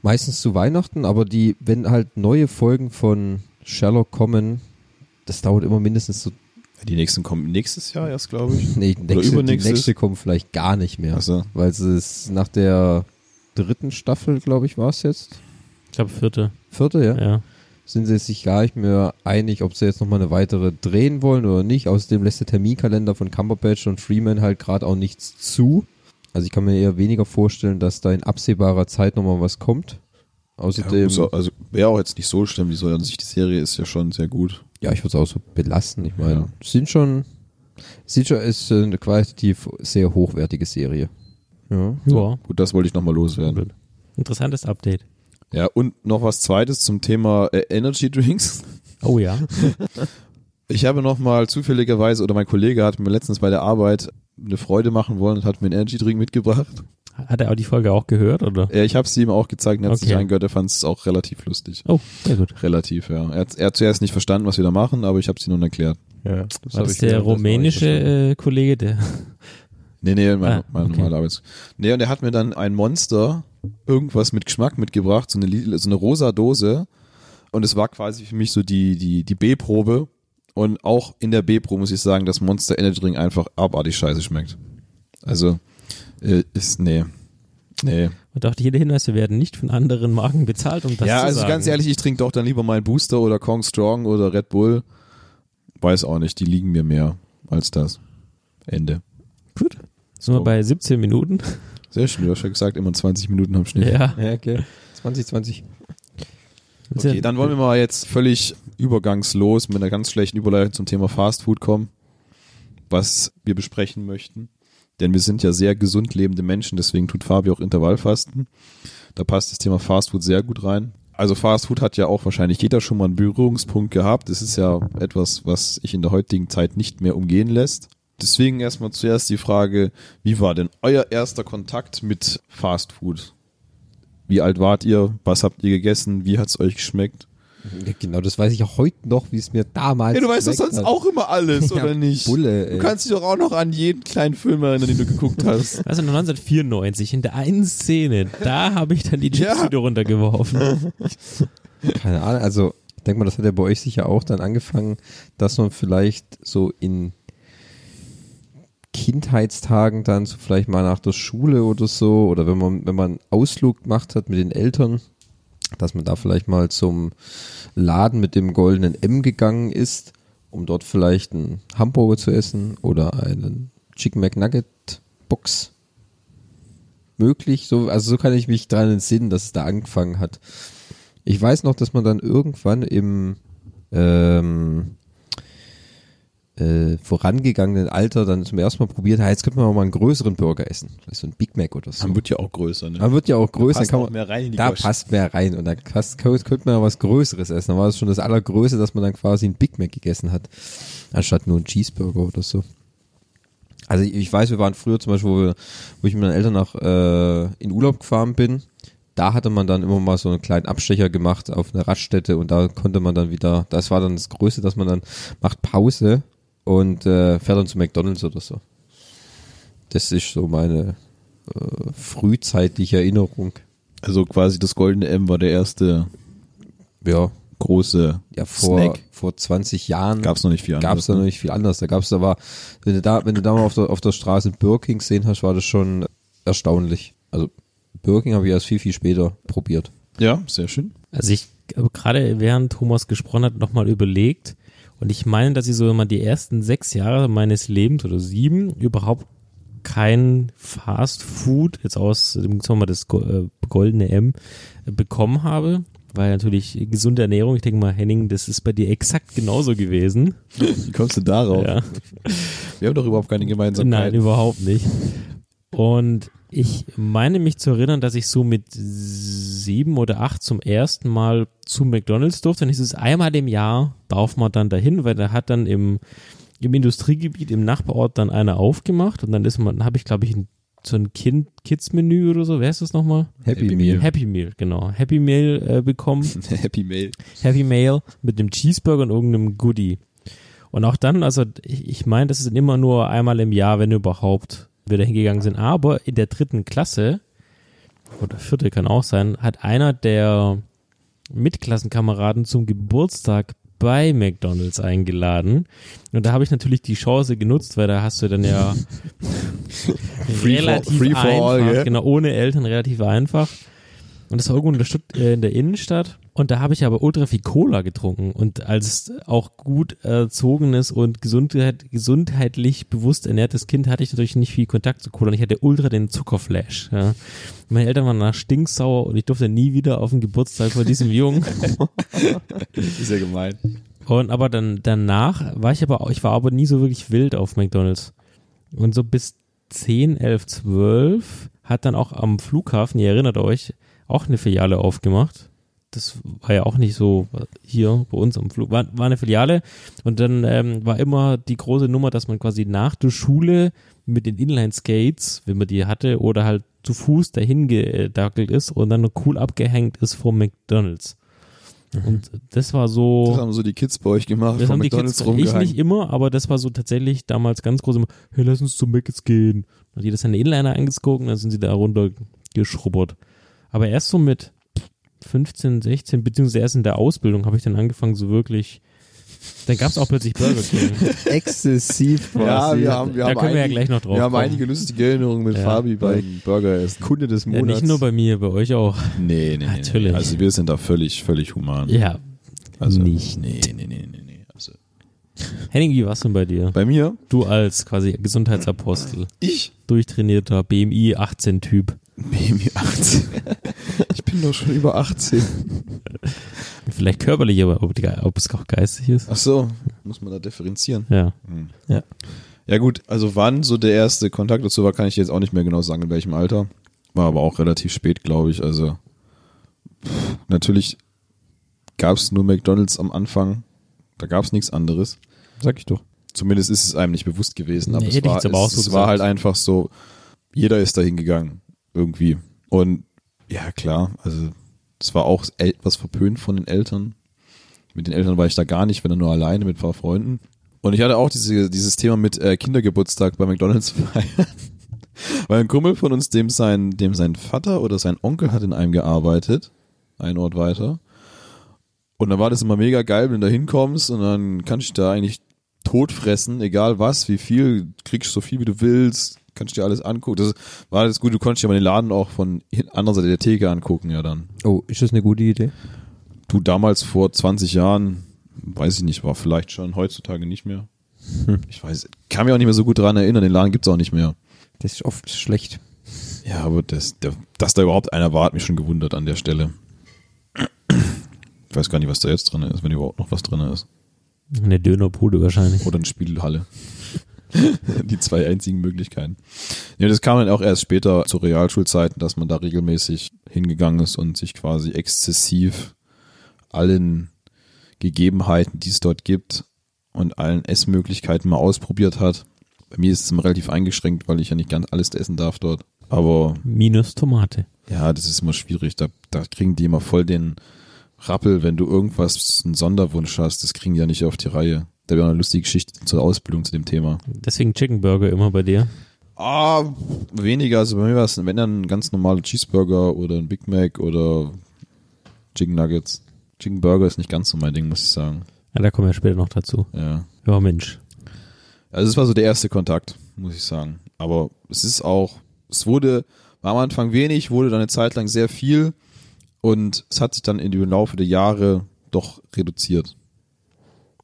Speaker 1: Meistens zu Weihnachten, aber die, wenn halt neue Folgen von Sherlock kommen, das dauert immer mindestens so,
Speaker 3: Die nächsten kommen nächstes Jahr erst, glaube ich. Also,
Speaker 1: nee, nächste, die
Speaker 3: übernächstes?
Speaker 1: nächste kommen vielleicht gar nicht mehr.
Speaker 3: Ach so.
Speaker 1: Weil es ist nach der dritten Staffel, glaube ich, war es jetzt,
Speaker 2: Ich glaube, vierte.
Speaker 1: vierte, ja,
Speaker 2: Ja.
Speaker 1: sind sie sich gar nicht mehr einig, ob sie jetzt nochmal eine weitere drehen wollen oder nicht. Außerdem lässt der Terminkalender von Cumberbatch und Freeman halt gerade auch nichts zu. Also ich kann mir eher weniger vorstellen, dass da in absehbarer Zeit nochmal was kommt.
Speaker 3: Ja,
Speaker 1: Außerdem,
Speaker 3: muss auch- also wäre auch jetzt nicht so schlimm, die soll an sich, die Serie ist ja schon sehr gut.
Speaker 1: ja, ich würde es auch so belassen. Ich meine,
Speaker 3: Ja.
Speaker 1: es sind schon, sind schon ist äh, eine qualitativ sehr hochwertige Serie. Ja.
Speaker 2: Ja.
Speaker 3: Gut, das wollte ich nochmal loswerden.
Speaker 2: Interessantes Update.
Speaker 3: Ja, und noch was zweites zum Thema äh, Energy Drinks.
Speaker 2: Oh ja.
Speaker 3: Ich habe nochmal zufälligerweise, oder mein Kollege hat mir letztens bei der Arbeit eine Freude machen wollen und hat mir einen Energy Drink mitgebracht.
Speaker 2: Hat er auch die Folge auch gehört, oder?
Speaker 3: Äh, Ich habe es ihm auch gezeigt, und er hat sich
Speaker 2: Okay.
Speaker 3: angehört, er fand es auch relativ lustig.
Speaker 2: Oh, sehr gut.
Speaker 3: Relativ, ja. Er hat, er hat zuerst nicht verstanden, was wir da machen, aber ich habe es ihm nun erklärt.
Speaker 1: Ja, das
Speaker 2: War
Speaker 1: hab
Speaker 2: das
Speaker 1: ich
Speaker 2: der
Speaker 1: mir- verstanden.
Speaker 2: rumänische äh, Kollege, der.
Speaker 3: Nee, nee, mein,
Speaker 2: Ah,
Speaker 3: mein
Speaker 2: okay.
Speaker 3: normaler Arbeits. Nee, und er hat mir dann ein Monster, irgendwas mit Geschmack mitgebracht, so eine, li- so eine rosa Dose. Und es war quasi für mich so die, die, die B-Probe. Und auch in der B-Probe muss ich sagen, dass Monster Energy Drink einfach abartig scheiße schmeckt. Also, äh, ist, nee. Nee.
Speaker 2: Man dachte, jede Hinweise werden nicht von anderen Marken bezahlt, um das
Speaker 3: ja,
Speaker 2: zu
Speaker 3: also
Speaker 2: sagen.
Speaker 3: ganz ehrlich, ich trinke doch dann lieber meinen Booster oder Kong Strong oder Red Bull. Weiß auch nicht, die liegen mir mehr als das. Ende.
Speaker 2: Gut. Sind wir bei 17 Minuten?
Speaker 3: Sehr schön, du hast ja gesagt, immer 20 Minuten am Schnitt.
Speaker 2: Ja.
Speaker 1: Ja, okay. 2020.
Speaker 3: Okay, dann wollen wir mal jetzt völlig übergangslos mit einer ganz schlechten Überleitung zum Thema Fast Food kommen, was wir besprechen möchten. Denn wir sind ja sehr gesund lebende Menschen, deswegen tut Fabio auch Intervallfasten. Da passt das Thema Fast Food sehr gut rein. Also Fast Food hat ja auch wahrscheinlich jeder schon mal einen Berührungspunkt gehabt. Es ist ja etwas, was sich in der heutigen Zeit nicht mehr umgehen lässt. Deswegen erstmal zuerst die Frage, wie war denn euer erster Kontakt mit Fast Food? Wie alt wart ihr? Was habt ihr gegessen? Wie hat's euch geschmeckt?
Speaker 1: Ja, genau, das weiß ich auch heute noch, wie es mir damals.
Speaker 3: Ja, du weißt doch
Speaker 1: geschmeckt
Speaker 3: sonst
Speaker 1: hat.
Speaker 3: auch immer alles,
Speaker 1: Ja,
Speaker 3: oder nicht?
Speaker 1: Bulle,
Speaker 3: du
Speaker 1: ey.
Speaker 3: kannst dich doch auch noch an jeden kleinen Film erinnern, den du geguckt hast.
Speaker 2: Also 1994, in der einen Szene, da habe ich dann die Chips
Speaker 3: Ja.
Speaker 2: wieder runtergeworfen.
Speaker 1: Keine Ahnung, also ich denke mal, das hat ja bei euch sicher auch dann angefangen, dass man vielleicht so in Kindheitstagen dann so vielleicht mal nach der Schule oder so oder wenn man wenn man einen Ausflug gemacht hat mit den Eltern, dass man da vielleicht mal zum Laden mit dem goldenen M gegangen ist, um dort vielleicht einen Hamburger zu essen oder einen Chicken McNugget Box möglich, so also so kann ich mich dran entsinnen, dass es da angefangen hat. Ich weiß noch, dass man dann irgendwann im ähm, äh, vorangegangenen Alter dann zum ersten Mal probiert, ah, jetzt könnte man auch mal einen größeren Burger essen. Vielleicht so ein Big Mac oder so.
Speaker 3: Dann wird ja auch größer, ne?
Speaker 1: Man wird ja auch größer,
Speaker 3: passt
Speaker 1: kann
Speaker 3: auch
Speaker 1: man,
Speaker 3: mehr rein in die
Speaker 1: da
Speaker 3: Kost.
Speaker 1: passt mehr rein und dann passt, könnte man ja was Größeres essen. Dann war es schon das Allergrößte, dass man dann quasi ein Big Mac gegessen hat, anstatt nur einen Cheeseburger oder so. Also ich, ich weiß, wir waren früher zum Beispiel, wo, wir, wo ich mit meinen Eltern nach äh, in Urlaub gefahren bin, da hatte man dann immer mal so einen kleinen Abstecher gemacht auf eine Raststätte und da konnte man dann wieder, das war dann das Größte, dass man dann macht Pause und äh, fährt dann zu McDonalds oder so. Das ist so meine äh, frühzeitliche Erinnerung.
Speaker 3: Also quasi das goldene M war der erste
Speaker 1: Ja,
Speaker 3: große
Speaker 1: ja vor,
Speaker 3: Snack.
Speaker 1: vor 20 Jahren
Speaker 3: Gab's noch nicht viel
Speaker 1: gab's
Speaker 3: anderes.
Speaker 1: da noch
Speaker 3: ne?
Speaker 1: nicht viel anders. Da gab's da war, wenn du da, wenn du da mal auf der, auf der Straße Birking gesehen hast, war das schon erstaunlich. Also Birking habe ich erst viel, viel später probiert.
Speaker 3: Ja, sehr schön.
Speaker 2: Also ich habe gerade, während Thomas gesprochen hat, nochmal überlegt. Und ich meine, dass ich so immer die ersten sechs Jahre meines Lebens oder sieben überhaupt kein Fast Food, jetzt aus dem sagen wir mal das Go- äh, goldene M, äh, bekommen habe. Weil natürlich gesunde Ernährung, ich denke mal, Henning, das ist bei dir exakt genauso gewesen.
Speaker 3: Wie kommst du darauf?
Speaker 2: Ja.
Speaker 3: Wir haben doch überhaupt keine Gemeinsamkeit.
Speaker 2: Nein, überhaupt nicht. Und ich meine mich zu erinnern, dass ich so mit sieben oder acht zum ersten Mal zu McDonalds durfte. Und es ist einmal im Jahr, darf man dann dahin, weil da hat dann im, im Industriegebiet, im Nachbarort dann einer aufgemacht. Und dann ist man, habe ich glaube ich ein, so ein kind, Kids-Menü oder so. Wer ist das nochmal?
Speaker 1: Happy,
Speaker 3: Happy
Speaker 1: Meal.
Speaker 3: Meal.
Speaker 2: Happy Meal, genau. Happy Meal äh, bekommen.
Speaker 3: Happy Mail.
Speaker 2: Heavy Mail mit einem Cheeseburger und irgendeinem Goodie. Und auch dann, also ich, ich meine, das ist immer nur einmal im Jahr, wenn überhaupt, wir da hingegangen sind. Aber in der dritten Klasse oder vierte kann auch sein, hat einer der Mitklassenkameraden zum Geburtstag bei McDonalds eingeladen. Und da habe ich natürlich die Chance genutzt, weil da hast du dann ja
Speaker 3: Free for-
Speaker 2: relativ
Speaker 3: free for
Speaker 2: einfach,
Speaker 3: all, gell?
Speaker 2: genau, ohne Eltern relativ einfach. Und das war irgendwo in der, Stutt äh, in der Innenstadt. Und da habe ich aber ultra viel Cola getrunken. Und als auch gut erzogenes und gesundheit gesundheitlich bewusst ernährtes Kind hatte ich natürlich nicht viel Kontakt zu Cola. Und ich hatte ultra den Zuckerflash. Ja. Meine Eltern waren danach stinksauer und ich durfte nie wieder auf den Geburtstag von diesem Jungen.
Speaker 3: Ist ja gemein.
Speaker 2: Und aber dann danach war ich aber auch- ich war aber nie so wirklich wild auf McDonald's. Und so bis 10, 11, 12 hat dann auch am Flughafen, ihr erinnert euch, auch eine Filiale aufgemacht. Das war ja auch nicht so hier bei uns am Flug. War, war eine Filiale und dann ähm, war immer die große Nummer, dass man quasi nach der Schule mit den Inline-Skates, wenn man die hatte, oder halt zu Fuß dahin gedackelt ist und dann cool abgehängt ist vor McDonalds. Und das war so.
Speaker 3: Das haben so die Kids bei euch gemacht,
Speaker 2: Das
Speaker 3: von
Speaker 2: haben die
Speaker 3: McDonalds
Speaker 2: Kids ich
Speaker 3: rumgehangen.
Speaker 2: nicht immer, aber das war so tatsächlich damals ganz groß immer, hey, lass uns zum Mc's gehen. Dann Hat jeder seine Inliner angezogen, dann sind sie da runter geschrubbert. Aber erst so mit 15, 16, beziehungsweise erst in der Ausbildung habe ich dann angefangen, so wirklich. Dann gab es auch plötzlich Burger King.
Speaker 1: Exzessiv
Speaker 3: Ja,
Speaker 1: quasi.
Speaker 3: wir haben, wir
Speaker 2: da
Speaker 3: haben
Speaker 2: können wir ja
Speaker 3: einige-
Speaker 2: gleich noch drauf.
Speaker 3: Wir haben
Speaker 2: kommen.
Speaker 3: einige lustige Erinnerungen mit
Speaker 2: Ja.
Speaker 3: Fabi beim Burgeressen. Kunde des
Speaker 2: ja,
Speaker 3: Monats.
Speaker 2: nicht nur bei mir, bei euch auch.
Speaker 3: nee, nee, nee, nee.
Speaker 2: Natürlich.
Speaker 3: Also wir sind da völlig, völlig human.
Speaker 2: Ja.
Speaker 3: also,
Speaker 2: nicht.
Speaker 3: Nee, nee, nee, nee, nee. Also,
Speaker 2: Henning, wie war's denn bei dir?
Speaker 3: bei mir,
Speaker 2: Du als quasi Gesundheitsapostel,
Speaker 3: ich
Speaker 2: durchtrainierter BMI 18 Typ.
Speaker 3: BMI 18. ich bin doch schon über 18.
Speaker 2: Vielleicht körperlich, aber ob, ob es auch geistig ist.
Speaker 3: Ach so, muss man da differenzieren.
Speaker 2: Ja.
Speaker 3: Ja gut, also wann so der erste Kontakt dazu war, kann ich jetzt auch nicht mehr genau sagen, in welchem Alter. War aber auch relativ spät, glaube ich. Also pff, natürlich gab es nur McDonald's am Anfang. Da gab es nichts anderes.
Speaker 1: Sag ich doch.
Speaker 3: Zumindest ist es einem nicht bewusst gewesen. Aber
Speaker 2: Nee,
Speaker 3: es,
Speaker 2: hätte ich
Speaker 3: war,
Speaker 2: jetzt aber auch
Speaker 3: es,
Speaker 2: so
Speaker 3: es war
Speaker 2: gesagt.
Speaker 3: halt einfach so, jeder ist da hingegangen irgendwie. Und ja, klar, also es war auch etwas verpönt von den Eltern. Mit den Eltern war ich da gar nicht, wenn dann nur alleine mit ein paar Freunden. Und ich hatte auch diese, dieses Thema mit äh, Kindergeburtstag bei McDonalds feiern. Weil ein Kumpel von uns, dem sein, dem sein Vater oder sein Onkel hat in einem gearbeitet, einen Ort weiter. Und dann war das immer mega geil, wenn du da hinkommst und dann kannst du da eigentlich tot fressen, egal was, wie viel, kriegst so viel wie du willst, kannst dir alles angucken. Das war das Gute, du konntest dir mal den Laden auch von hin- anderer Seite der Theke angucken, ja dann.
Speaker 1: Oh, ist das eine gute Idee?
Speaker 3: Du damals vor 20 Jahren, weiß ich nicht, war vielleicht schon, heutzutage nicht mehr. Ich weiß, kann mich auch nicht mehr so gut dran erinnern, den Laden gibt's auch nicht mehr.
Speaker 1: Das ist oft schlecht.
Speaker 3: Ja, aber das, der, dass da überhaupt einer war, hat mich schon gewundert an der Stelle. Ich weiß gar nicht, was da jetzt drin ist, wenn überhaupt noch was drin ist.
Speaker 2: Eine Dönerbude wahrscheinlich.
Speaker 3: Oder eine Spielhalle. Die zwei einzigen Möglichkeiten. Ja, das kam dann auch erst später zu Realschulzeiten, dass man da regelmäßig hingegangen ist und sich quasi exzessiv allen Gegebenheiten, die es dort gibt und allen Essmöglichkeiten mal ausprobiert hat. Bei mir ist es immer relativ eingeschränkt, weil ich ja nicht ganz alles essen darf dort. Aber
Speaker 2: Minus Tomate.
Speaker 3: ja, das ist immer schwierig. Da, da kriegen die immer voll den Rappel, wenn du irgendwas, einen Sonderwunsch hast. Das kriegen die ja nicht auf die Reihe. Da wäre eine lustige Geschichte zur Ausbildung zu dem Thema.
Speaker 2: Deswegen Chicken Burger immer bei dir.
Speaker 3: Ah, weniger. Also bei mir war es, wenn dann ein ganz normaler Cheeseburger oder ein Big Mac oder Chicken Nuggets. Chicken Burger ist nicht ganz so mein Ding, muss ich sagen.
Speaker 2: Ja, da kommen wir später noch dazu.
Speaker 3: Ja.
Speaker 2: Ja, Mensch.
Speaker 3: Also es war so der erste Kontakt, muss ich sagen. Aber es ist auch, es wurde war am Anfang wenig, wurde dann eine Zeit lang sehr viel und es hat sich dann in dem Laufe der Jahre doch reduziert.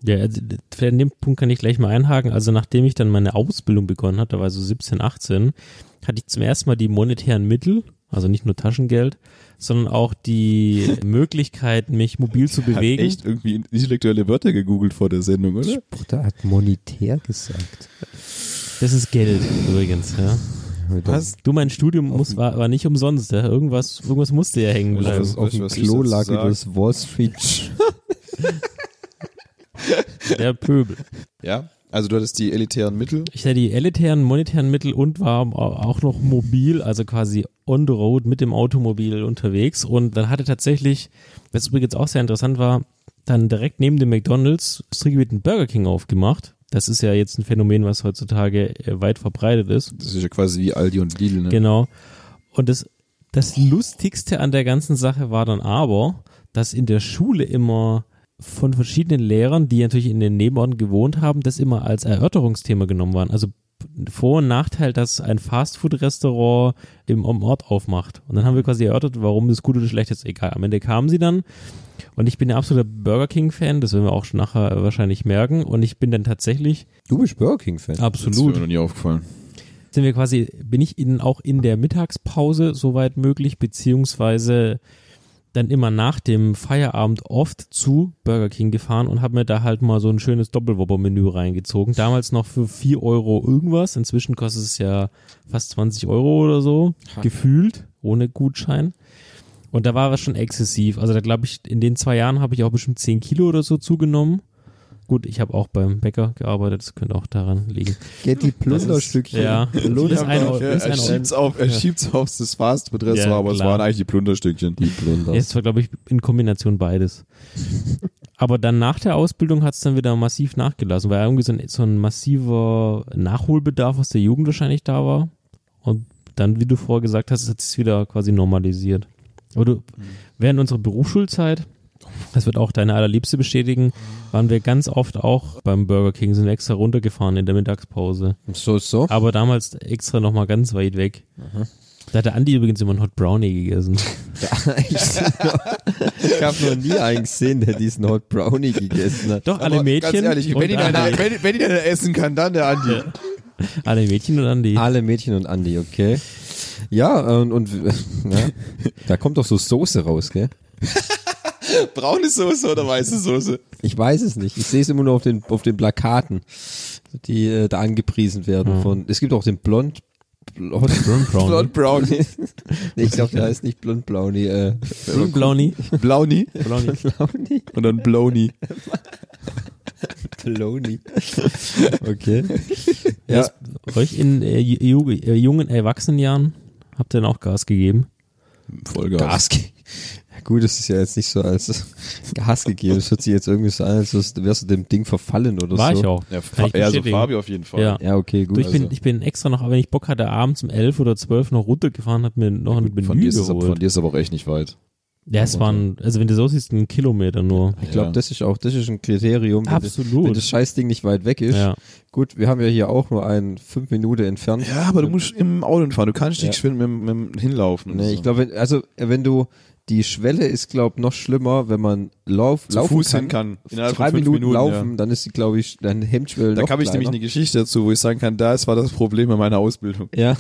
Speaker 2: Ja, also, vielleicht an dem Punkt kann ich gleich mal einhaken. Also nachdem ich dann meine Ausbildung begonnen hatte, da war ich so 17, 18, hatte ich zum ersten Mal die monetären Mittel, also nicht nur Taschengeld, sondern auch die Möglichkeit, mich mobil zu bewegen.
Speaker 3: Hat echt irgendwie intellektuelle Wörter gegoogelt vor der Sendung, oder?
Speaker 1: Bruder hat monetär gesagt.
Speaker 2: Das ist Geld übrigens, ja.
Speaker 3: Was?
Speaker 2: Du, mein Studium muss, war, war nicht umsonst. Ja. Irgendwas, irgendwas musste ja hängen
Speaker 3: Also,
Speaker 2: bleiben.
Speaker 3: was-
Speaker 1: Auf dem
Speaker 3: was ich
Speaker 1: Klo
Speaker 3: dazu
Speaker 1: lag
Speaker 3: sag.
Speaker 1: über das Wall Street.
Speaker 2: Der Pöbel.
Speaker 3: Ja, also du hattest die elitären Mittel.
Speaker 2: Ich hatte die elitären, monetären Mittel und war auch noch mobil, also quasi on the road mit dem Automobil unterwegs. Und dann hatte tatsächlich, was übrigens auch sehr interessant war, dann direkt neben dem McDonalds Industriegebiet ein Burger King aufgemacht. Das ist ja jetzt ein Phänomen, was heutzutage äh, weit verbreitet ist.
Speaker 3: Das ist ja quasi wie Aldi und Lidl, ne?
Speaker 2: Genau. Und das Das Lustigste an der ganzen Sache war dann aber, dass in der Schule immer von verschiedenen Lehrern, die natürlich in den Nebenorten gewohnt haben, das immer als Erörterungsthema genommen waren. Also Vor- und Nachteil, dass ein Fastfood-Restaurant im im Ort aufmacht. Und dann haben wir quasi erörtert, warum das gut oder schlecht ist. Egal. Am Ende kamen sie dann und ich bin ein absoluter Burger King-Fan, das werden wir auch schon nachher wahrscheinlich merken. Und ich bin dann tatsächlich
Speaker 1: Du bist Burger King-Fan.
Speaker 3: Das ist mir
Speaker 2: absolut
Speaker 3: noch nie aufgefallen.
Speaker 2: sind wir quasi, bin ich Ihnen auch in der Mittagspause soweit möglich, beziehungsweise dann immer nach dem Feierabend oft zu Burger King gefahren und habe mir da halt mal so ein schönes Doppelwopper-Menü reingezogen. Damals noch für 4 Euro irgendwas, inzwischen kostet es ja fast 20 Euro oder so, gefühlt, ohne Gutschein. Und da war was schon exzessiv. Also da glaube ich, in den zwei Jahren habe ich auch bestimmt 10 Kilo oder so zugenommen. Gut, ich habe auch beim Bäcker gearbeitet, das könnte auch daran liegen.
Speaker 1: Get die
Speaker 2: Plunderstückchen. Ja. Lohnt es ein Euro- ist ein
Speaker 3: er
Speaker 2: Euro.
Speaker 3: schiebt's auf, er schiebt's auf das Fastfood-Restaurant,
Speaker 2: Ja,
Speaker 3: aber es
Speaker 2: klar.
Speaker 3: waren eigentlich die Plunderstückchen. Die Plunder.
Speaker 2: Jetzt war, glaube ich, in Kombination beides. Aber dann nach der Ausbildung hat es dann wieder massiv nachgelassen, weil irgendwie so ein, so ein massiver Nachholbedarf aus der Jugend wahrscheinlich da war. Und dann, wie du vorher gesagt hast, hat es wieder quasi normalisiert. Aber du, während unserer Berufsschulzeit, das wird auch deine allerliebste bestätigen, waren wir ganz oft auch beim Burger King, sind extra runtergefahren in der Mittagspause.
Speaker 1: So, so.
Speaker 2: Aber damals extra nochmal ganz weit weg. Da hat der Andi übrigens immer einen Hot Brownie gegessen.
Speaker 1: ich habe noch nie einen gesehen, der diesen Hot Brownie gegessen hat.
Speaker 2: Doch, alle Mädchen.
Speaker 3: Ganz ehrlich,
Speaker 2: und
Speaker 3: wenn ihn,
Speaker 2: alle-
Speaker 3: einer, wenn, wenn ihn einer essen kann, dann der Andi.
Speaker 2: Alle Mädchen und Andi.
Speaker 3: Ah,
Speaker 1: Alle Mädchen und Andi, okay. Ja, und, und ja, da kommt doch so Soße raus, gell?
Speaker 3: Braune Soße oder weiße Soße?
Speaker 1: Ich weiß es nicht. Ich sehe es immer nur auf den, auf den Plakaten, die äh, da angepriesen werden. Von, es gibt auch den Blond. Blond
Speaker 2: Brun Brownie.
Speaker 3: Blond Brownie.
Speaker 1: nee, ich glaube, der heißt nicht Blond Brownie. Äh,
Speaker 2: Brun Brownie.
Speaker 3: Blaunie
Speaker 2: Brownie.
Speaker 1: Blownie?
Speaker 3: und dann Blownie.
Speaker 1: Blownie. Okay. Ja,
Speaker 2: Ja. Euch in äh, ju äh, jungen Erwachsenenjahren habt ihr dann auch Gas gegeben?
Speaker 3: Vollgas.
Speaker 1: Gas ge- Ja, gut, das ist ja jetzt nicht so als Gas gegeben. Das hört sich jetzt irgendwie so an, als wärst wärst du dem Ding verfallen oder
Speaker 2: War
Speaker 1: so.
Speaker 2: ich auch.
Speaker 3: Ja,
Speaker 2: Kann
Speaker 3: Fa
Speaker 2: ich
Speaker 3: ja also
Speaker 2: bestätigen.
Speaker 3: Fabio also- auf jeden Fall.
Speaker 2: Ja.
Speaker 1: Ja, okay,
Speaker 2: Du,
Speaker 1: gut. also,
Speaker 2: ich, bin, ich bin extra noch, wenn ich Bock hatte, abends um 11 oder 12 noch runtergefahren, hab mir noch ein
Speaker 3: Von,
Speaker 2: Menü
Speaker 3: dir ist es, aber- von
Speaker 2: geholt.
Speaker 3: dir ist es aber auch echt nicht weit.
Speaker 2: Ja, es waren, also wenn du so siehst, ein Kilometer nur.
Speaker 1: Ich glaube,
Speaker 3: Ja.
Speaker 1: das ist auch, das ist ein Kriterium, wenn, das-
Speaker 2: Absolut.
Speaker 1: wenn das Scheißding nicht weit weg ist.
Speaker 2: Ja.
Speaker 1: Gut, wir haben ja hier auch nur einen fünf Minuten entfernt.
Speaker 3: Ja, aber du musst im Auto fahren. Du kannst
Speaker 1: Ja.
Speaker 3: nicht geschwind mit, dem- mit dem Hinlaufen.
Speaker 1: Nee, ich glaube, wenn- also äh, wenn du die Schwelle ist, glaube noch schlimmer, wenn man lauf,
Speaker 3: Zu
Speaker 1: laufen
Speaker 3: Fuß
Speaker 1: kann,
Speaker 3: hin kann. Innerhalb
Speaker 1: drei
Speaker 3: von fünf
Speaker 1: Minuten,
Speaker 3: Minuten,
Speaker 1: laufen, dann ist die, glaube ich, dann Hemmschwelle
Speaker 3: Da
Speaker 1: noch
Speaker 3: habe ich nämlich
Speaker 1: kleiner.
Speaker 3: eine Geschichte dazu, wo ich sagen kann, das war das Problem in meiner Ausbildung.
Speaker 1: Ja.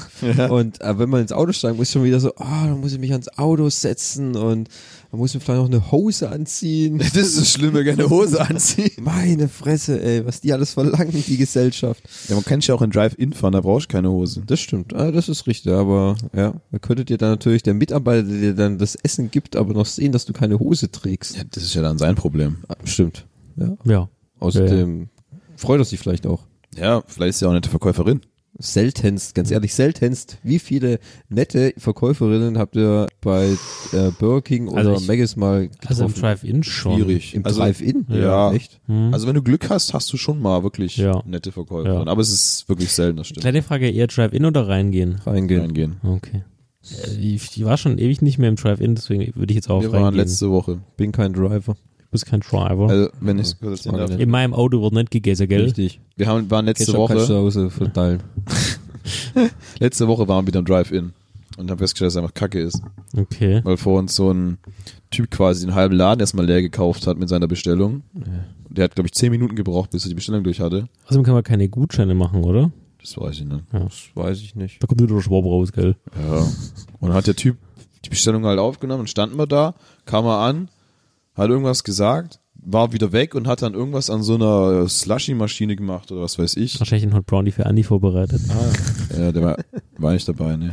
Speaker 1: Und äh, wenn man ins Auto steigen muss, schon wieder so, ah, dann muss ich mich ans Auto setzen und dann muss ich vielleicht noch eine Hose anziehen.
Speaker 3: Das ist das Schlimme, gerne Hose anziehen.
Speaker 1: Meine Fresse, ey, was die alles verlangen, die Gesellschaft.
Speaker 3: Ja, man kann ja auch in Drive-In fahren, da brauchst du keine Hose.
Speaker 1: Das stimmt, ah, das ist richtig, aber ja, da könntet ihr dann natürlich der Mitarbeiter, der dir dann das Essen gibt, aber noch sehen, dass du keine Hose trägst.
Speaker 3: Ja, das ist ja dann sein Problem.
Speaker 1: Ah, stimmt, ja.
Speaker 2: ja.
Speaker 1: Außerdem freut er sich vielleicht auch.
Speaker 3: Ja, vielleicht ist sie auch eine nette Verkäuferin.
Speaker 1: Seltenst, ganz ehrlich, seltenst. Wie viele nette Verkäuferinnen habt ihr bei äh, Burger King oder
Speaker 2: Also ich-
Speaker 1: Megis mal getroffen?
Speaker 2: Also im Drive-In schon.
Speaker 3: Schwierig.
Speaker 1: Im
Speaker 3: also,
Speaker 1: Drive-In?
Speaker 3: Ja.
Speaker 1: Echt?
Speaker 3: Also wenn du Glück hast, hast du schon mal wirklich
Speaker 2: Hm. Ja.
Speaker 3: nette Verkäuferin.
Speaker 2: Ja.
Speaker 3: Aber es ist wirklich selten, das stimmt.
Speaker 2: Kleine Frage, eher Drive-In oder reingehen?
Speaker 1: Reingehen.
Speaker 3: Reingehen.
Speaker 2: Okay. Äh, Ich ich war schon ewig nicht mehr im Drive-In, deswegen würde ich jetzt auch
Speaker 3: Wir waren
Speaker 2: reingehen.
Speaker 3: letzte Woche.
Speaker 1: Bin kein Driver.
Speaker 2: Du bist kein Driver.
Speaker 3: Also, wenn ich kurz erzählen darf.
Speaker 2: In meinem Auto wurde nicht gegessen, gell?
Speaker 1: Richtig.
Speaker 3: Wir haben, waren letzte
Speaker 1: Ketchup kannst du zu
Speaker 3: Woche,
Speaker 1: Hause verteilen.
Speaker 3: letzte Woche waren wir wieder im Drive-In und haben festgestellt, dass es einfach Kacke ist.
Speaker 2: Okay.
Speaker 3: Weil vor uns so ein Typ quasi den halben Laden erstmal leer gekauft hat mit seiner Bestellung. Der hat, glaube ich, zehn Minuten gebraucht, bis er die Bestellung durch hatte.
Speaker 2: Außerdem kann man keine Gutscheine machen, oder?
Speaker 3: Das weiß ich nicht.
Speaker 1: Das weiß ich nicht.
Speaker 2: Da kommt nur der Schwab raus, gell?
Speaker 3: Ja. Und dann hat der Typ die Bestellung halt aufgenommen und standen wir da, kam er an, hat irgendwas gesagt, war wieder weg und hat dann irgendwas an so einer Slushy-Maschine gemacht oder was weiß ich.
Speaker 2: Wahrscheinlich einen Hot Brownie für Andi vorbereitet.
Speaker 3: Ah, Ja, der war, war nicht dabei, ne.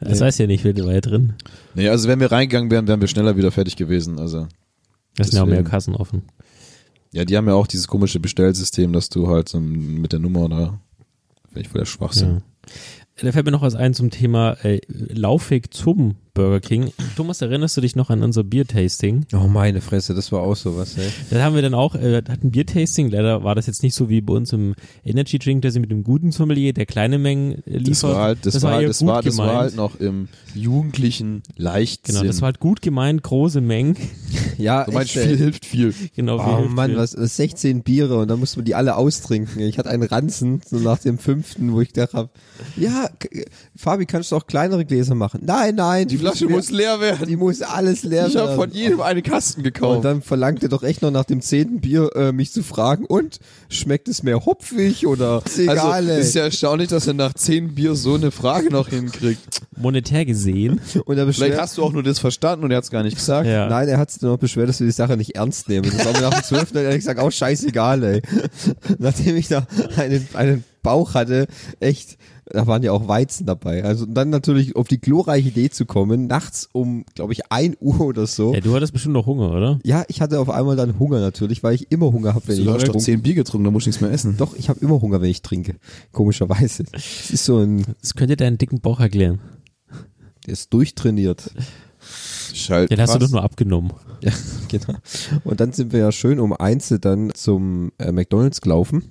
Speaker 2: Das weiß ja nicht, wer da war ja drin.
Speaker 3: Nee, also wenn wir reingegangen wären, wären wir schneller wieder fertig gewesen. Also,
Speaker 2: Es sind ja auch mehr
Speaker 3: Deswegen.
Speaker 2: Kassen offen.
Speaker 3: ja, die haben ja auch dieses komische Bestellsystem, dass du halt so mit der Nummer da, finde ich voll der Schwachsinn.
Speaker 2: Ja. Da fällt mir noch was ein zum Thema äh, Laufweg zum Burger King. Thomas, erinnerst du dich noch an unser Biertasting?
Speaker 1: Oh meine Fresse, das war auch sowas, ey.
Speaker 2: Dann haben wir dann auch, äh, hatten Biertasting, leider war das jetzt nicht so wie bei uns im Energy Drink, dass sie mit dem guten Sommelier, der kleine Mengen äh, liefert.
Speaker 3: Das war halt, das, war,
Speaker 2: eher
Speaker 3: halt, das,
Speaker 2: gut
Speaker 3: war, das war
Speaker 2: gemeint.
Speaker 3: halt noch im jugendlichen Leichtsinn.
Speaker 2: Genau, das war halt gut gemeint, große Mengen.
Speaker 1: Ja,
Speaker 3: du
Speaker 1: echt,
Speaker 3: meinst,
Speaker 1: ey.
Speaker 3: viel hilft viel.
Speaker 2: Genau, wie
Speaker 1: Oh
Speaker 2: hilft
Speaker 1: Mann,
Speaker 2: mir.
Speaker 1: was, was 16 Biere und dann musste man die alle austrinken. Ich hatte einen Ranzen so nach dem fünften, wo ich gedacht habe, ja, K- Fabi, kannst du auch kleinere Gläser machen? Nein, nein.
Speaker 3: Die Flasche muss leer werden.
Speaker 1: die muss alles leer
Speaker 3: Ich habe
Speaker 1: werden.
Speaker 3: von jedem einen Kasten gekauft.
Speaker 1: Und dann verlangt er doch echt noch nach dem zehnten Bier äh, mich zu fragen, und schmeckt es mehr hopfig oder ist egal,
Speaker 3: also,
Speaker 1: ey.
Speaker 3: ist ja erstaunlich, dass er nach zehn Bier so eine Frage noch hinkriegt.
Speaker 2: monetär gesehen.
Speaker 1: Und er
Speaker 3: Vielleicht
Speaker 1: beschwert,
Speaker 3: hast du auch nur das verstanden und er hat's gar nicht gesagt.
Speaker 2: Ja.
Speaker 1: nein, er hat sich dann noch beschwert, dass wir die Sache nicht ernst nehmen. Das war mir nach dem zwölften ehrlich gesagt auch scheißegal, ey. Nachdem ich da einen, einen Bauch hatte, echt, da waren ja auch Weizen dabei. Also und dann natürlich auf die glorreiche Idee zu kommen, nachts um, glaube ich, 1 Uhr oder so.
Speaker 2: Ja, du hattest bestimmt noch Hunger, oder?
Speaker 1: Ja, ich hatte auf einmal dann Hunger natürlich, weil ich immer Hunger habe, wenn ich
Speaker 3: Du hast doch
Speaker 1: trinke.
Speaker 3: zehn Bier getrunken, da musst du nichts mehr essen.
Speaker 1: Doch, ich habe immer Hunger, wenn ich trinke. Komischerweise. Es ist so ein,
Speaker 2: Das könnte deinen dicken Bauch erklären.
Speaker 1: der ist durchtrainiert.
Speaker 3: Schalt.
Speaker 2: Den hast du
Speaker 3: Was?
Speaker 2: doch nur abgenommen.
Speaker 1: Ja, genau. Und dann sind wir ja schön um eins dann zum äh, McDonalds gelaufen.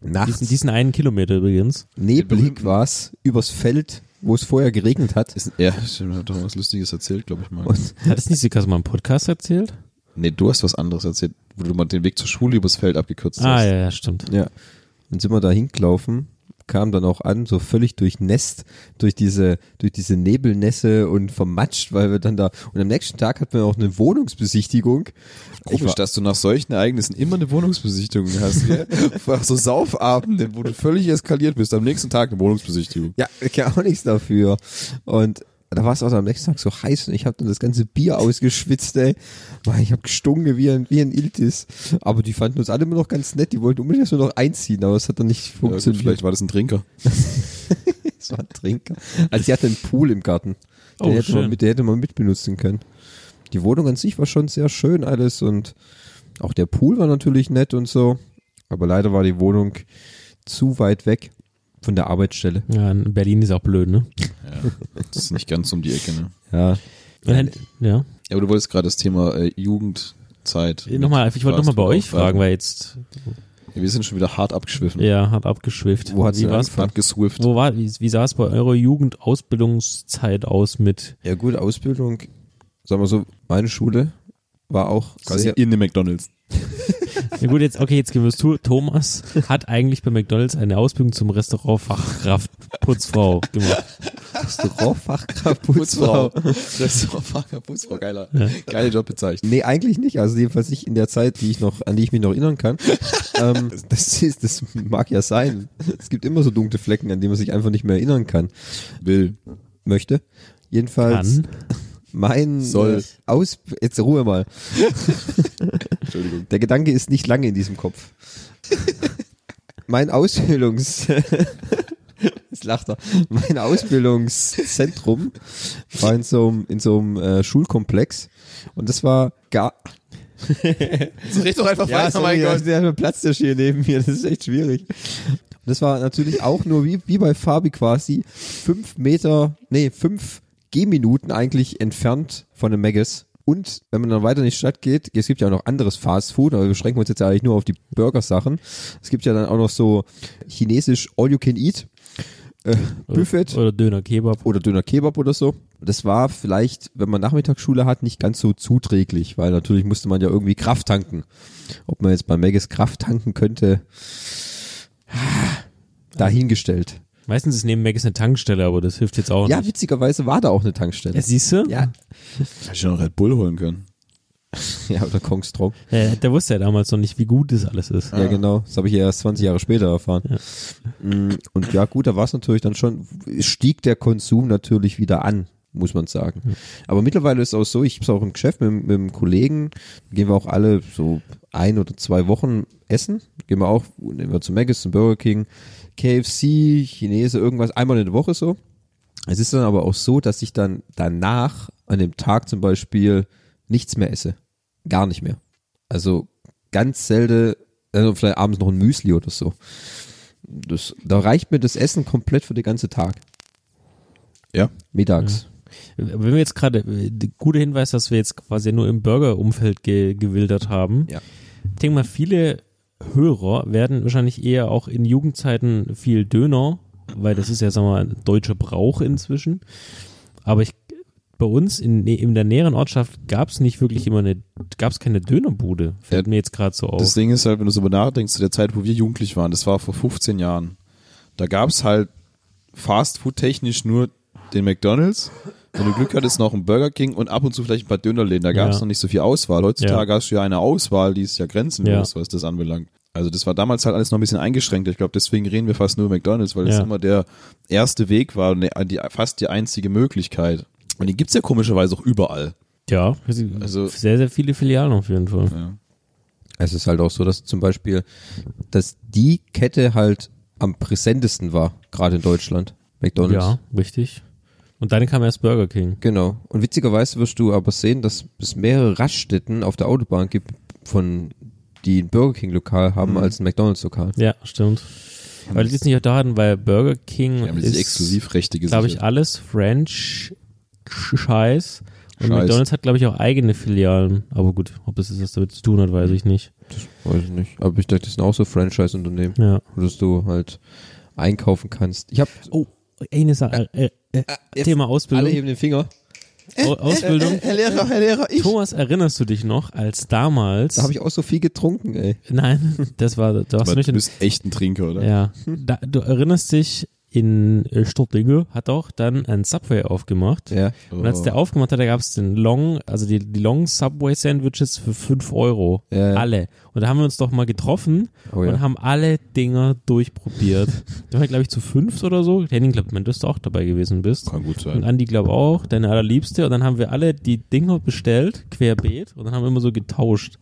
Speaker 2: Diesen,
Speaker 1: Nachts,
Speaker 2: diesen einen Kilometer übrigens.
Speaker 1: neblig war es, übers Feld, wo es vorher geregnet hat.
Speaker 3: Ist- Ja, stimmt, hat doch was Lustiges erzählt, glaube ich mal.
Speaker 1: Und
Speaker 2: Hat das nicht Sikas mal im Podcast erzählt?
Speaker 3: nee, du hast was anderes erzählt, wo du mal den Weg zur Schule übers Feld abgekürzt
Speaker 2: Ah,
Speaker 3: hast.
Speaker 2: ja, ja, stimmt.
Speaker 1: ja, dann sind wir da hingelaufen, kam dann auch an, so völlig durchnässt, durch diese, durch diese Nebelnässe und vermatscht, weil wir dann da, und am nächsten Tag hatten wir auch eine Wohnungsbesichtigung. Ich
Speaker 3: Komisch,
Speaker 1: war-
Speaker 3: dass du nach solchen Ereignissen immer eine Wohnungsbesichtigung hast. gell? Nach so Saufabenden, wo du völlig eskaliert bist, am nächsten Tag eine Wohnungsbesichtigung.
Speaker 1: Ja, ich kann auch nichts dafür. Und da war es auch am nächsten Tag so heiß und ich habe dann das ganze Bier ausgeschwitzt, ey. Mann, ich habe gestunken wie ein, wie ein Iltis. Aber die fanden uns alle immer noch ganz nett. Die wollten unbedingt erst nur noch einziehen, aber es hat dann nicht
Speaker 3: Ja, gut,
Speaker 1: funktioniert.
Speaker 3: vielleicht war das ein Trinker.
Speaker 1: es war ein Trinker. Also sie hatte einen Pool im Garten. Den,
Speaker 2: Oh,
Speaker 1: hätte man
Speaker 2: schön.
Speaker 1: mit, den hätte man mitbenutzen können. Die Wohnung an sich war schon sehr schön alles und auch der Pool war natürlich nett und so. Aber leider war die Wohnung zu weit weg von der Arbeitsstelle.
Speaker 2: Ja, in Berlin ist auch blöd, ne?
Speaker 3: Das ist nicht ganz um die Ecke, ne?
Speaker 1: Ja,
Speaker 2: Und dann, ja.
Speaker 3: Ja, aber du wolltest gerade das Thema äh, Jugendzeit. mit
Speaker 2: Nochmal, Äh, ich wollte nochmal bei
Speaker 3: Fast-
Speaker 2: euch fragen, weil jetzt,
Speaker 3: Ja, wir sind schon wieder hart abgeschwiffen.
Speaker 2: ja, hat abgeschwifft.
Speaker 1: Wo hat's
Speaker 2: wie
Speaker 1: denn
Speaker 2: war's?
Speaker 1: angefangen?
Speaker 3: Abgeswifft.
Speaker 2: Wo war, wie, wie sah es bei eurer Jugendausbildungszeit aus mit,
Speaker 1: Ja, gut, Ausbildung, sagen wir so, meine Schule war auch
Speaker 3: Quasi
Speaker 1: sehr,
Speaker 3: in den McDonalds.
Speaker 2: ja gut, jetzt, okay, jetzt gehen wir es zu. Thomas hat eigentlich bei McDonalds eine Ausbildung zum Restaurantfachkraft Putzfrau gemacht.
Speaker 1: Restaurantfachkraft,
Speaker 3: Putzfrau.
Speaker 1: Putzfrau.
Speaker 3: Restaurantfahrer, Putzfrau, geiler. Geile Jobbezeichnung.
Speaker 1: Nee, eigentlich nicht. Also jedenfalls nicht in der Zeit, die ich noch, an die ich mich noch erinnern kann. ähm, das, ist, das mag ja sein. Es gibt immer so dunkle Flecken, an die man sich einfach nicht mehr erinnern kann,
Speaker 3: Will.
Speaker 1: möchte. Jedenfalls
Speaker 2: Dann,
Speaker 1: mein
Speaker 3: Soll.
Speaker 1: äh, Aus... Jetzt Ruhe mal.
Speaker 3: Entschuldigung.
Speaker 1: Der Gedanke ist nicht lange in diesem Kopf. mein Ausbildungs... Jetzt lacht er. Mein Ausbildungszentrum war in so einem, in so einem äh, Schulkomplex und das war gar...
Speaker 3: Red doch einfach
Speaker 1: Ja, sorry, Der hat einen Platz der hier neben mir, das ist echt schwierig. Und das war natürlich auch nur wie, wie bei Fabi quasi fünf Meter, nee, fünf Gehminuten eigentlich entfernt von einem Megas. Und wenn man dann weiter in die Stadt geht, es gibt ja auch noch anderes Fast Food, aber wir beschränken uns jetzt ja eigentlich nur auf die Burgersachen. Es gibt ja dann auch noch so chinesisch All You Can Eat, äh, Buffet
Speaker 2: oder Döner Kebab.
Speaker 1: oder Döner Kebab oder so. Das war vielleicht, wenn man Nachmittagsschule hat, nicht ganz so zuträglich, weil natürlich musste man ja irgendwie Kraft tanken. Ob man jetzt bei Megas Kraft tanken könnte, dahingestellt.
Speaker 2: Meistens ist neben Mac ist eine Tankstelle, aber das hilft jetzt auch
Speaker 1: Ja,
Speaker 2: nicht.
Speaker 1: witzigerweise war da auch eine Tankstelle.
Speaker 2: Ja, siehst du?
Speaker 1: Ja,
Speaker 3: Hätte ich noch Red Bull holen können.
Speaker 1: ja oder Kongstrom.
Speaker 2: Äh, der wusste ja damals noch nicht, wie gut das alles ist.
Speaker 1: Ja, genau. Das habe ich ja erst 20 Jahre später erfahren. Mm, Und ja, gut, da war es natürlich dann schon, stieg der Konsum natürlich wieder an, muss man sagen. Aber mittlerweile ist es auch so, ich habe es auch im Geschäft mit, mit einem Kollegen, gehen wir auch alle so ein oder zwei Wochen essen. Gehen wir auch, nehmen wir zu Maggis, zum Burger King, KFC, Chinese, irgendwas, einmal in der Woche so. Es ist dann aber auch so, dass ich dann danach, an dem Tag zum Beispiel, nichts mehr esse. Gar nicht mehr. Also ganz selten, also vielleicht abends noch ein Müsli oder so. Das, da reicht mir das Essen komplett für den ganzen Tag.
Speaker 3: Ja.
Speaker 1: Mittags.
Speaker 2: Wenn wir jetzt gerade, äh, guter Hinweis, dass wir jetzt quasi nur im Burger-Umfeld ge gewildert haben.
Speaker 1: Ja.
Speaker 2: Ich denke mal, viele Hörer werden wahrscheinlich eher auch in Jugendzeiten viel Döner, weil das ist ja, sagen wir mal, deutscher Brauch inzwischen. Aber ich, bei uns in, in der näheren Ortschaft gab es nicht wirklich immer eine, gab es keine Dönerbude. Fällt
Speaker 3: Ja,
Speaker 2: mir jetzt gerade so auf.
Speaker 3: Das Ding ist halt, wenn du so nachdenkst, zu der Zeit, wo wir jugendlich waren, das war vor 15 Jahren, da gab's halt Fastfood-technisch nur den McDonalds. Wenn du Glück hattest, noch einen Burger King und ab und zu vielleicht ein paar Dönerläden. Da gab's
Speaker 2: Ja.
Speaker 3: noch nicht so viel Auswahl. Heutzutage hast du ja eine Auswahl, die ist ja grenzenlos, was das anbelangt. Also das war damals halt alles noch ein bisschen eingeschränkt. Ich glaube, deswegen reden wir fast nur über McDonalds, weil
Speaker 2: Ja.
Speaker 3: das immer der erste Weg war und die, die, fast die einzige Möglichkeit. Und die gibt's ja komischerweise auch überall.
Speaker 2: Ja, also
Speaker 3: Also-
Speaker 2: sehr, sehr viele Filialen auf jeden Fall.
Speaker 3: Ja.
Speaker 1: Es ist halt auch so, dass zum Beispiel, dass die Kette halt am präsentesten war, gerade in Deutschland. McDonalds.
Speaker 2: Ja, richtig. Und dann kam erst Burger King.
Speaker 1: Genau. Und witzigerweise wirst du aber sehen, dass es mehrere Raststätten auf der Autobahn gibt, von die ein Burger King Lokal haben als ein McDonalds Lokal.
Speaker 2: Mhm. Ja, stimmt. Weil die es nicht auch da hatten, weil Burger King
Speaker 3: Die haben diese
Speaker 2: ist,
Speaker 3: Exklusivrechte gesichert.
Speaker 2: glaube ich, alles French Scheiß. Und
Speaker 3: Scheiß.
Speaker 2: McDonalds hat, glaube ich, auch eigene Filialen. Aber gut, ob das jetzt was damit zu tun hat,
Speaker 1: Hm.
Speaker 2: weiß ich nicht.
Speaker 1: Weiß ich nicht. Aber ich dachte, das sind auch so Franchise-Unternehmen,
Speaker 2: Ja.
Speaker 1: wo dass du halt einkaufen kannst. Ich habe
Speaker 2: Oh, eine Sache. Äh, äh,
Speaker 1: jetzt
Speaker 2: Thema
Speaker 1: alle
Speaker 2: Ausbildung.
Speaker 1: heben den Finger.
Speaker 2: Au- Ausbildung.
Speaker 1: Herr Lehrer, Herr Lehrer, ich.
Speaker 2: Thomas, erinnerst du dich noch, als damals.
Speaker 1: Da habe ich auch so viel getrunken, ey.
Speaker 2: nein, das war, da warst du
Speaker 3: Aber
Speaker 2: nicht
Speaker 3: du
Speaker 2: in
Speaker 3: bist echt ein Trinker, oder?
Speaker 2: Ja, da, du erinnerst dich, in äh, Stuttgart hat auch dann ein Subway aufgemacht.
Speaker 1: Ja.
Speaker 2: Und als
Speaker 1: Oh.
Speaker 2: der aufgemacht hat, da gab's den Long, also die, die Long Subway Sandwiches für 5 Euro.
Speaker 1: Ja.
Speaker 2: Alle. Und da haben wir uns doch mal getroffen
Speaker 1: Oh ja.
Speaker 2: und haben alle Dinger durchprobiert. da waren wir, glaube ich, zu fünf oder so. Henning, glaubt man, dass du auch dabei gewesen bist.
Speaker 3: Kann gut
Speaker 2: Und
Speaker 3: sein.
Speaker 2: Andi, glaube auch, deine allerliebste. Und dann haben wir alle die Dinger bestellt, querbeet. Und dann haben wir immer so getauscht.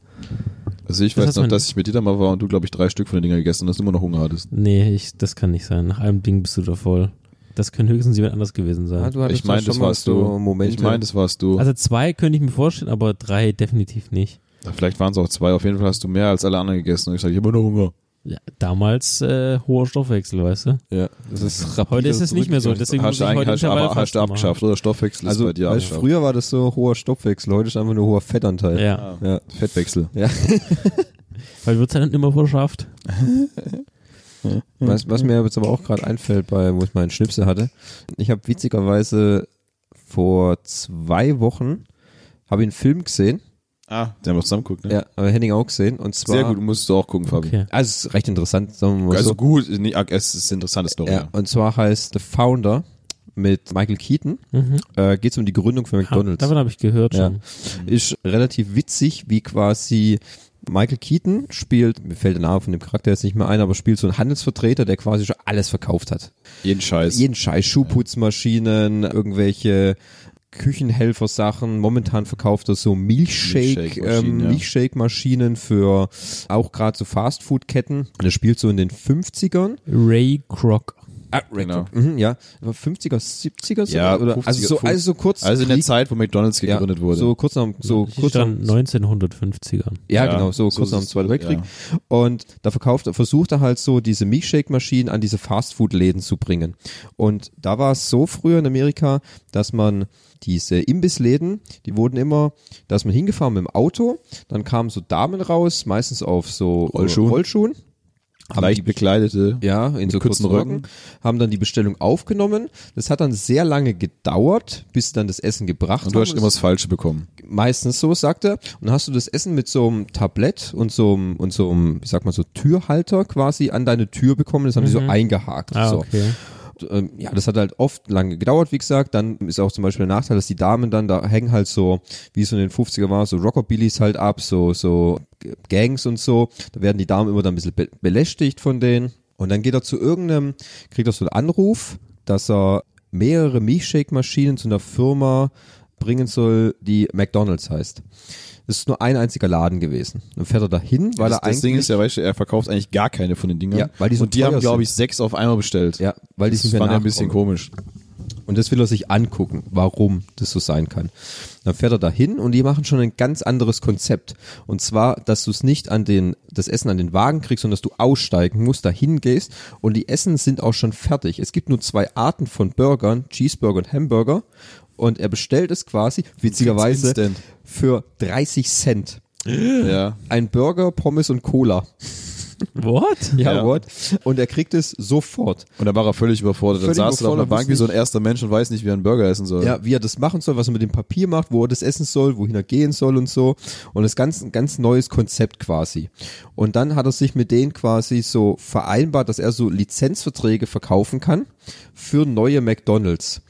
Speaker 3: Also ich
Speaker 2: Das
Speaker 3: weiß
Speaker 2: hast
Speaker 3: noch,
Speaker 2: man-
Speaker 3: dass ich mit dir da mal war und du, glaube ich, drei Stück von den Dingern gegessen und dass du immer noch Hunger hattest.
Speaker 2: Nee, ich, das kann nicht sein. Nach einem Ding bist du da voll. Das können höchstens jemand anders gewesen sein.
Speaker 1: Ah, du hattest
Speaker 3: ich meine,
Speaker 1: da
Speaker 3: das
Speaker 1: schon mal
Speaker 3: warst
Speaker 1: so
Speaker 3: du.
Speaker 1: Momente.
Speaker 3: Ich meine, das warst du.
Speaker 2: Also zwei könnte ich mir vorstellen, aber drei definitiv nicht.
Speaker 3: Vielleicht waren es auch zwei. Auf jeden Fall hast du mehr als alle anderen gegessen. Und ich sage, ich habe immer noch Hunger.
Speaker 2: Ja, damals äh, hoher Stoffwechsel, weißt du?
Speaker 3: Ja, das ist
Speaker 2: Heute ist es nicht mehr so, deswegen
Speaker 3: hast
Speaker 2: muss
Speaker 3: du
Speaker 2: ich
Speaker 3: eigentlich
Speaker 2: heute
Speaker 3: hast, du aber, hast
Speaker 2: Intervallfasten
Speaker 3: du abgeschafft, oder? Stoffwechsel ist
Speaker 1: also
Speaker 3: bei dir
Speaker 1: weißt,
Speaker 3: abgeschafft.
Speaker 1: früher war das so hoher Stoffwechsel, heute ist einfach nur hoher Fettanteil.
Speaker 2: Ja,
Speaker 1: Ja.
Speaker 3: Fettwechsel.
Speaker 2: weil wird's ja dann immer verschafft.
Speaker 1: Was, was mir jetzt aber auch gerade einfällt, bei, wo ich meinen Schnipsel hatte, ich habe witzigerweise vor zwei Wochen habe ich einen Film gesehen,
Speaker 3: Ah, den haben wir zusammen geguckt, ne?
Speaker 1: ja, aber Henning auch gesehen, und zwar
Speaker 3: Sehr gut, musst du auch gucken, Fabi.
Speaker 2: Okay.
Speaker 1: Also es ist recht interessant, sagen wir mal
Speaker 3: Also
Speaker 1: so.
Speaker 3: gut, ist nicht, es ist eine interessante Story.
Speaker 1: Ja,
Speaker 3: Ja.
Speaker 1: und zwar heißt The Founder mit Michael Keaton.
Speaker 3: Mhm.
Speaker 1: Äh, Geht es um die Gründung von McDonald's.
Speaker 2: Ah, Davon habe ich gehört
Speaker 1: Ja.
Speaker 2: schon.
Speaker 3: Mhm.
Speaker 1: Ist relativ witzig, wie quasi Michael Keaton spielt, mir fällt der Name von dem Charakter jetzt nicht mehr ein, aber spielt so einen Handelsvertreter, der quasi schon alles verkauft hat.
Speaker 3: Jeden Scheiß.
Speaker 1: Jeden Scheiß, Schuhputzmaschinen, irgendwelche Küchenhelfersachen. Momentan verkauft er so Milchshake,
Speaker 3: Milchshake-Maschinen,
Speaker 1: ähm,
Speaker 3: ja.
Speaker 1: Milchshake-Maschinen für auch gerade so Fastfood-Ketten. Und er spielt so in den 50ern.
Speaker 2: Ray Kroc.
Speaker 1: Ah,
Speaker 3: Genau.
Speaker 1: Mhm, ja, Aber 50er, 70er
Speaker 3: Ja,
Speaker 1: sogar, oder?
Speaker 3: 50er,
Speaker 1: also so, also so kurz.
Speaker 3: Also in der
Speaker 1: Krieg-
Speaker 3: Zeit, wo McDonalds
Speaker 1: ja,
Speaker 3: gegründet wurde.
Speaker 1: So kurz nach, dem- so
Speaker 2: Ich
Speaker 1: kurz nach,
Speaker 2: stand 1950ern.
Speaker 1: ja,
Speaker 3: Ja,
Speaker 1: genau, so
Speaker 3: so
Speaker 1: kurz nach
Speaker 3: ist
Speaker 1: dem
Speaker 3: es,
Speaker 1: Zweiten Weltkrieg. Und da verkauft, versucht er halt so diese Milkshake-Maschinen an diese Fastfood-Läden zu bringen. Und da war es so früher in Amerika, dass man diese Imbissläden, die wurden immer, da ist man hingefahren mit dem Auto, dann kamen so Damen raus, meistens auf so
Speaker 3: Rollschuhen.
Speaker 1: Rollschuhen haben
Speaker 3: Leicht
Speaker 1: die-
Speaker 3: bekleidete.
Speaker 1: ja, in so kurzen
Speaker 3: kurzen
Speaker 1: Röcken.
Speaker 3: Röcken.
Speaker 1: Haben dann die Bestellung aufgenommen. Das hat dann sehr lange gedauert, bis dann das Essen gebracht
Speaker 3: Und du hast
Speaker 1: haben.
Speaker 3: immer das Falsche bekommen.
Speaker 1: meistens so, sagt er. Und dann hast du das Essen mit so einem Tablett und so einem, und so einem, ich sag mal so, Türhalter quasi an deine Tür bekommen. Das haben
Speaker 3: Mhm.
Speaker 1: die so eingehakt.
Speaker 2: Ah,
Speaker 1: so.
Speaker 2: okay.
Speaker 1: Und, ähm, ja, das hat halt oft lange gedauert, wie gesagt. Dann ist auch zum Beispiel der Nachteil, dass die Damen dann da hängen halt so, wie es in den 50er war, so Rockabillys halt ab, so, so G- Gangs und so. Da werden die Damen immer dann ein bisschen be belästigt von denen. Und dann geht er zu irgendeinem, kriegt er so einen Anruf, dass er mehrere Milchshake-Maschinen zu einer Firma bringen soll, die McDonalds heißt. Das ist nur ein einziger Laden gewesen. Dann fährt er dahin, weil
Speaker 3: das,
Speaker 1: er eigentlich
Speaker 3: das Ding ist ja, weißt du, er verkauft eigentlich gar keine von den Dingern.
Speaker 1: Ja, weil die so
Speaker 3: und die
Speaker 1: teuer
Speaker 3: haben, glaube ich, sechs auf einmal bestellt.
Speaker 1: Ja, weil die
Speaker 3: das
Speaker 1: nicht mehr
Speaker 3: fand er ein bisschen
Speaker 1: nachkommen.
Speaker 3: komisch.
Speaker 1: Und das will er sich angucken, warum das so sein kann. Dann fährt er dahin und die machen schon ein ganz anderes Konzept. Und zwar, dass du es nicht an den, das Essen an den Wagen kriegst, sondern dass du aussteigen musst, dahin gehst und die Essen sind auch schon fertig. Es gibt nur zwei Arten von Burgern, Cheeseburger und Hamburger. und er bestellt es quasi, witzigerweise,
Speaker 3: Instant.
Speaker 1: für 30 Cent.
Speaker 3: Ja.
Speaker 1: Ein Burger, Pommes und Cola.
Speaker 2: What?
Speaker 1: Ja,
Speaker 3: Ja.
Speaker 1: what? Und er kriegt es sofort.
Speaker 3: Und da war er völlig überfordert. Dann
Speaker 1: Völlig
Speaker 3: saß er da auf einer
Speaker 1: überfordert,
Speaker 3: Bank wie so ein erster Mensch und weiß nicht, wie er einen Burger essen soll.
Speaker 1: Ja, wie er das machen soll, was er mit dem Papier macht, wo er das essen soll, wohin er gehen soll und so. Und das ganz, ein ganz neues Konzept quasi. Und dann hat er sich mit denen quasi so vereinbart, dass er so Lizenzverträge verkaufen kann für neue McDonalds.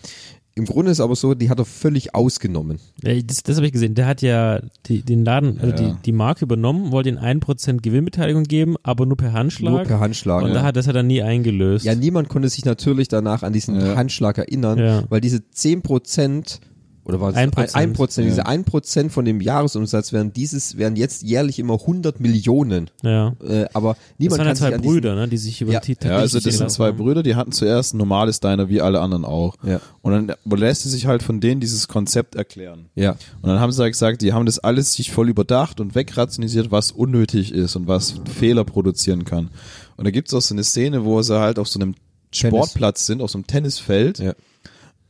Speaker 1: Im Grunde ist aber so, die hat er völlig ausgenommen.
Speaker 2: Ey, Das, das habe ich gesehen. Der hat ja die, den Laden, also
Speaker 3: Ja.
Speaker 2: die, die Marke übernommen, wollte ihnen 1% Gewinnbeteiligung geben, aber nur per Handschlag.
Speaker 1: Nur per Handschlag.
Speaker 2: Und
Speaker 1: ja.
Speaker 2: da hat, das hat er nie eingelöst.
Speaker 1: Ja, niemand konnte sich natürlich danach an diesen
Speaker 3: Ja.
Speaker 1: Handschlag erinnern,
Speaker 2: Ja.
Speaker 1: weil diese 10% oder war es
Speaker 2: 1%?
Speaker 1: 1%,
Speaker 3: Ja.
Speaker 1: diese 1% von dem Jahresumsatz wären dieses, wären jetzt jährlich immer 100 Millionen.
Speaker 2: ja.
Speaker 1: Äh, aber
Speaker 2: Das
Speaker 1: niemand
Speaker 2: waren ja
Speaker 1: kann sich
Speaker 2: zwei
Speaker 1: an
Speaker 2: Brüder, ne, die sich über
Speaker 1: Ja.
Speaker 2: den Titel
Speaker 3: Ja, also das
Speaker 2: richtig
Speaker 1: genau.
Speaker 3: sind zwei
Speaker 2: gelaufen
Speaker 3: Brüder, die hatten zuerst ein normales Diner wie alle anderen auch.
Speaker 1: Ja.
Speaker 3: Und dann lässt sie sich halt von denen dieses Konzept erklären.
Speaker 1: Diesen, ja,
Speaker 3: Und dann haben sie halt gesagt, die haben das alles sich voll überdacht und wegrationalisiert, was unnötig ist und was Fehler produzieren kann. Und da gibt's auch so eine Szene, wo sie halt auf so einem
Speaker 1: Tennis.
Speaker 3: Sportplatz sind, auf so einem Tennisfeld
Speaker 1: Ja.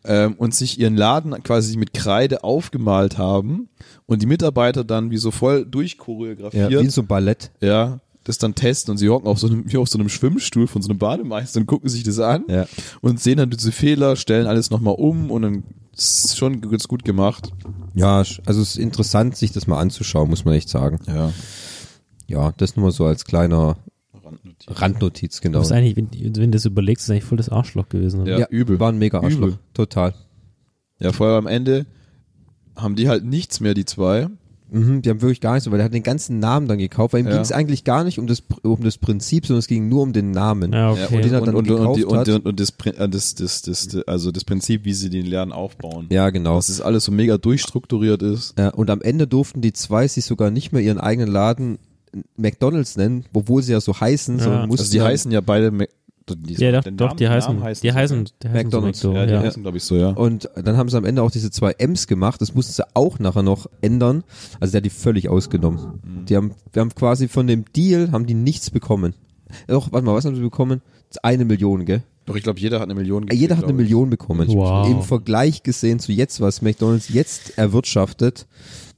Speaker 3: ähm, und sich ihren Laden quasi mit Kreide aufgemalt haben und die Mitarbeiter dann wie so voll
Speaker 1: ja
Speaker 3: durchchoreografiert
Speaker 1: wie in so ein Ballett.
Speaker 3: ja, das dann testen und sie hocken auf so einem, wie auf so einem Schwimmstuhl von so einem Bademeister und gucken sich das an
Speaker 1: Ja.
Speaker 3: und sehen dann diese Fehler, stellen alles nochmal um und dann ist schon ganz gut gemacht.
Speaker 1: Ja, sch- also es ist interessant, sich das mal anzuschauen, muss man echt sagen.
Speaker 3: Ja.
Speaker 1: Ja, das nur mal so als kleiner Randnotiz, genau.
Speaker 2: Das ist eigentlich, wenn, wenn du das überlegst, ist eigentlich voll das Arschloch gewesen. oder?
Speaker 3: Ja, übel.
Speaker 1: War ein mega Arschloch.
Speaker 3: Übel.
Speaker 1: Total.
Speaker 3: Ja, vorher am Ende haben die halt nichts mehr, die zwei.
Speaker 1: Mhm, die haben wirklich gar nichts, weil er hat den ganzen Namen dann gekauft, weil ihm
Speaker 3: Ja.
Speaker 1: ging es eigentlich gar nicht um das, um das Prinzip, sondern es ging nur um den Namen.
Speaker 2: Ja,
Speaker 3: Ja,
Speaker 2: okay.
Speaker 1: und den hat-
Speaker 3: und,
Speaker 1: dann
Speaker 3: und, und, die-
Speaker 1: gekauft
Speaker 3: und,
Speaker 1: hat.
Speaker 3: und, und das, Pri- äh, das, das, das, das, also das Prinzip, wie sie den Lernen aufbauen.
Speaker 1: Ja, genau.
Speaker 3: Dass das alles so mega durchstrukturiert ist.
Speaker 1: Ja, und am Ende durften die zwei sich sogar nicht mehr ihren eigenen Laden McDonalds nennen, obwohl sie ja so heißen,
Speaker 2: Ja.
Speaker 1: sondern mussten
Speaker 3: Also die
Speaker 1: ja-
Speaker 3: heißen ja beide. Mac- die-
Speaker 2: ja, doch,
Speaker 3: den
Speaker 2: doch
Speaker 3: Namen-
Speaker 2: die,
Speaker 3: den
Speaker 2: heißen,
Speaker 3: Namen
Speaker 2: die
Speaker 3: so,
Speaker 2: heißen, die heißen
Speaker 1: McDonald's.
Speaker 2: so
Speaker 3: Ja,
Speaker 2: McDo,
Speaker 3: die
Speaker 2: ja.
Speaker 3: heißen, glaube ich, so, ja.
Speaker 1: Und dann haben sie am Ende auch diese zwei M's gemacht. Das mussten sie auch nachher noch ändern. Also der hat die völlig ausgenommen. Die haben, wir haben quasi von dem Deal haben die nichts bekommen. Doch, warte mal, was haben sie bekommen? Eine Million, gell?
Speaker 3: Doch, ich glaube, jeder hat eine Million gekriegt,
Speaker 1: Jeder hat eine
Speaker 3: glaub ich.
Speaker 1: Million bekommen.
Speaker 2: Wow.
Speaker 1: Im Vergleich gesehen zu jetzt, was McDonalds jetzt erwirtschaftet,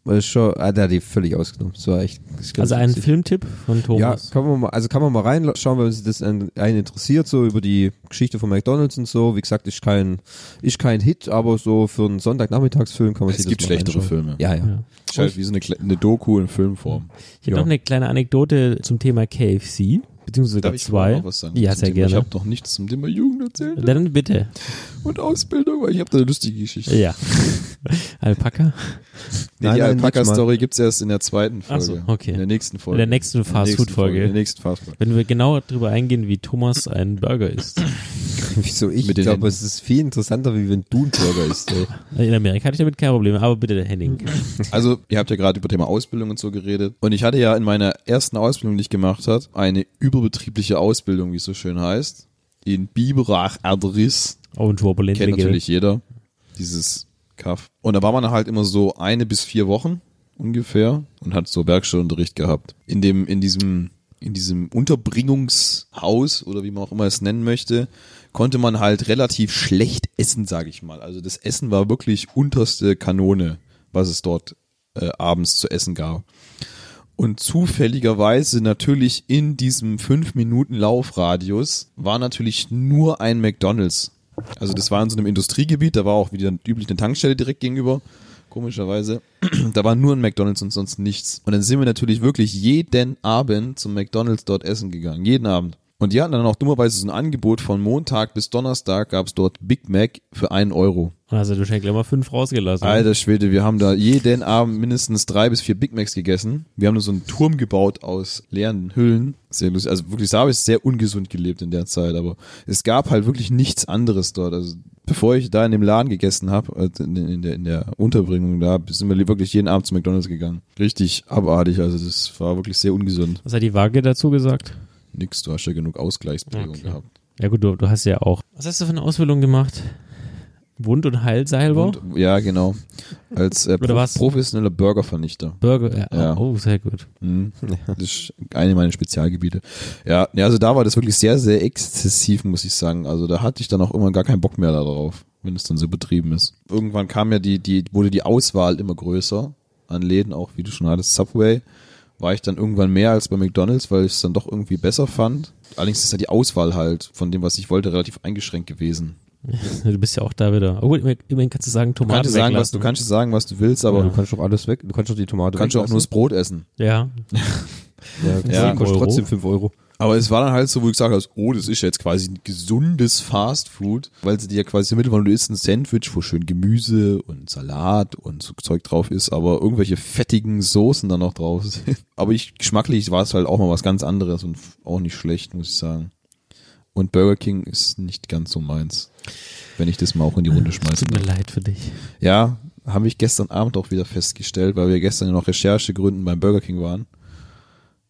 Speaker 1: war das schon, ah, der hat die völlig ausgenommen. Das war echt, das
Speaker 2: Also ein
Speaker 1: ein
Speaker 2: Filmtipp von Thomas.
Speaker 1: Ja, kann man mal, also kann man mal reinschauen, wenn sich das einen, einen interessiert, so über die Geschichte von McDonalds und so. Wie gesagt, ist kein, ist kein Hit, aber so für einen Sonntagnachmittagsfilm kann man
Speaker 3: Es
Speaker 1: sich das
Speaker 3: gibt
Speaker 1: mal
Speaker 3: schlechtere
Speaker 1: reinschauen.
Speaker 3: Filme.
Speaker 1: Ja, ja.
Speaker 2: Ja.
Speaker 3: Ist halt wie so eine, kle- eine Doku in Filmform.
Speaker 2: Ich habe
Speaker 1: Ja.
Speaker 2: noch eine kleine Anekdote zum Thema KFC, beziehungsweise sogar zwei.
Speaker 3: noch was sagen?
Speaker 2: Ja,
Speaker 3: Zum
Speaker 2: sehr
Speaker 3: Thema- Ich
Speaker 2: gerne.
Speaker 3: habe doch nichts zum Thema Jugend erzählt
Speaker 2: Dann bitte.
Speaker 3: und Ausbildung, weil ich habe da eine lustige Geschichte.
Speaker 2: Ja. Alpaka.
Speaker 3: Nee,
Speaker 1: Nein,
Speaker 3: die
Speaker 1: nein,
Speaker 3: Alpaka-Story gibt's erst in der zweiten
Speaker 2: Ach
Speaker 3: Folge.
Speaker 2: so, okay.
Speaker 3: In der nächsten Folge.
Speaker 2: In der nächsten
Speaker 3: In der nächsten
Speaker 2: Fast-Food-Folge.
Speaker 3: In der nächsten Fast-Food.
Speaker 2: Wenn wir genau darüber eingehen, wie Thomas einen Burger isst.
Speaker 1: Wieso ich?
Speaker 3: Mit den
Speaker 1: glaube,
Speaker 3: Händen.
Speaker 1: es ist viel interessanter, wie wenn du ein Burger isst. Ey.
Speaker 2: In Amerika hatte ich damit kein Problem, aber bitte der Henning.
Speaker 3: Also, ihr habt ja gerade über Thema Ausbildung und so geredet. Und ich hatte ja in meiner ersten Ausbildung, die ich gemacht hat, eine überbetriebliche Ausbildung, wie es so schön heißt, in Biberach Adris.
Speaker 2: Oh, und turbulent
Speaker 3: Kennt natürlich jeder, dieses Kaff. Und da war man halt immer so eine bis vier Wochen ungefähr und hat so Werkstattunterricht gehabt. In dem, in diesem, in diesem Unterbringungshaus oder wie man auch immer es nennen möchte, konnte man halt relativ schlecht essen, sage ich mal. Also das Essen war wirklich unterste Kanone, was es dort äh, abends zu essen gab. Und zufälligerweise natürlich in diesem 5-Minuten-Laufradius war natürlich nur ein McDonalds. Also das war in so einem Industriegebiet, da war auch wieder üblich eine Tankstelle direkt gegenüber, komischerweise. Da war nur ein McDonalds und sonst nichts. Und dann sind wir natürlich wirklich jeden Abend zum McDonalds dort essen gegangen, jeden Abend. Und die hatten dann auch dummerweise so ein Angebot von Montag bis Donnerstag gab es dort Big Mac für einen Euro.
Speaker 2: Also du hast ja gleich mal fünf rausgelassen.
Speaker 3: Alter Schwede, wir haben da jeden Abend mindestens drei bis vier Big Macs gegessen. Wir haben da so einen Turm gebaut aus leeren Hüllen. Sehr lustig. Also wirklich, da habe ich sehr ungesund gelebt in der Zeit, aber es gab halt wirklich nichts anderes dort. Also bevor ich da in dem Laden gegessen habe, also in, in, der, in der Unterbringung da, sind wir wirklich jeden Abend zu McDonalds gegangen. Richtig abartig, also das war wirklich sehr ungesund.
Speaker 2: Was hat die Waage dazu gesagt?
Speaker 3: Nix, du hast ja genug Ausgleichsbewegung
Speaker 2: Okay.
Speaker 3: gehabt.
Speaker 2: Ja gut, du, du hast ja auch. Was hast du für eine Ausbildung gemacht? Wund- und Heilseilbau?
Speaker 3: Und, ja, genau. Als äh,
Speaker 2: Oder was?
Speaker 3: professioneller Burgervernichter.
Speaker 2: Burger, ja.
Speaker 3: Ja.
Speaker 2: Oh, sehr gut.
Speaker 3: Mhm. Das ist eine meiner Spezialgebiete. Ja, ja, also da war das wirklich sehr, sehr exzessiv, muss ich sagen. Also da hatte ich dann auch immer gar keinen Bock mehr darauf. wenn es dann so betrieben ist. Irgendwann kam ja die, die, wurde die Auswahl immer größer an Läden, auch wie du schon hattest, Subway. War ich dann irgendwann mehr als bei McDonalds, weil ich es dann doch irgendwie besser fand. Allerdings ist ja die Auswahl halt von dem, was ich wollte, relativ eingeschränkt gewesen.
Speaker 2: Du bist ja auch da wieder. Oh, gut, immerhin kannst du sagen,
Speaker 3: Du
Speaker 2: Tomaten
Speaker 3: kannst, sagen, was,
Speaker 2: weglassen.
Speaker 3: du kannst sagen, was du willst, aber
Speaker 2: Ja.
Speaker 3: du
Speaker 1: Du kannst doch alles weg, du kannst doch die Tomate
Speaker 3: kannst ja auch nur das
Speaker 1: weglassen.
Speaker 3: Brot essen.
Speaker 2: Ja,
Speaker 1: Ja,
Speaker 3: Ja.
Speaker 1: kostet
Speaker 2: Euro.
Speaker 1: trotzdem 5 Euro.
Speaker 3: Aber es war dann halt so, wo ich gesagt habe, oh, das ist ja jetzt quasi ein gesundes Fast Food, weil sie dir ja quasi vermitteln wollen, du isst ein Sandwich, wo schön Gemüse und Salat und so Zeug drauf ist, aber irgendwelche fettigen Soßen dann noch drauf sind. Aber ich, geschmacklich war es halt auch mal was ganz anderes und auch nicht schlecht, muss ich sagen. Und Burger King ist nicht ganz so meins, wenn ich das mal auch in die Runde schmeiße.
Speaker 2: tut mir leid für dich.
Speaker 3: Ja, habe ich gestern Abend auch wieder festgestellt, weil wir gestern ja noch Recherchegründen beim Burger King waren,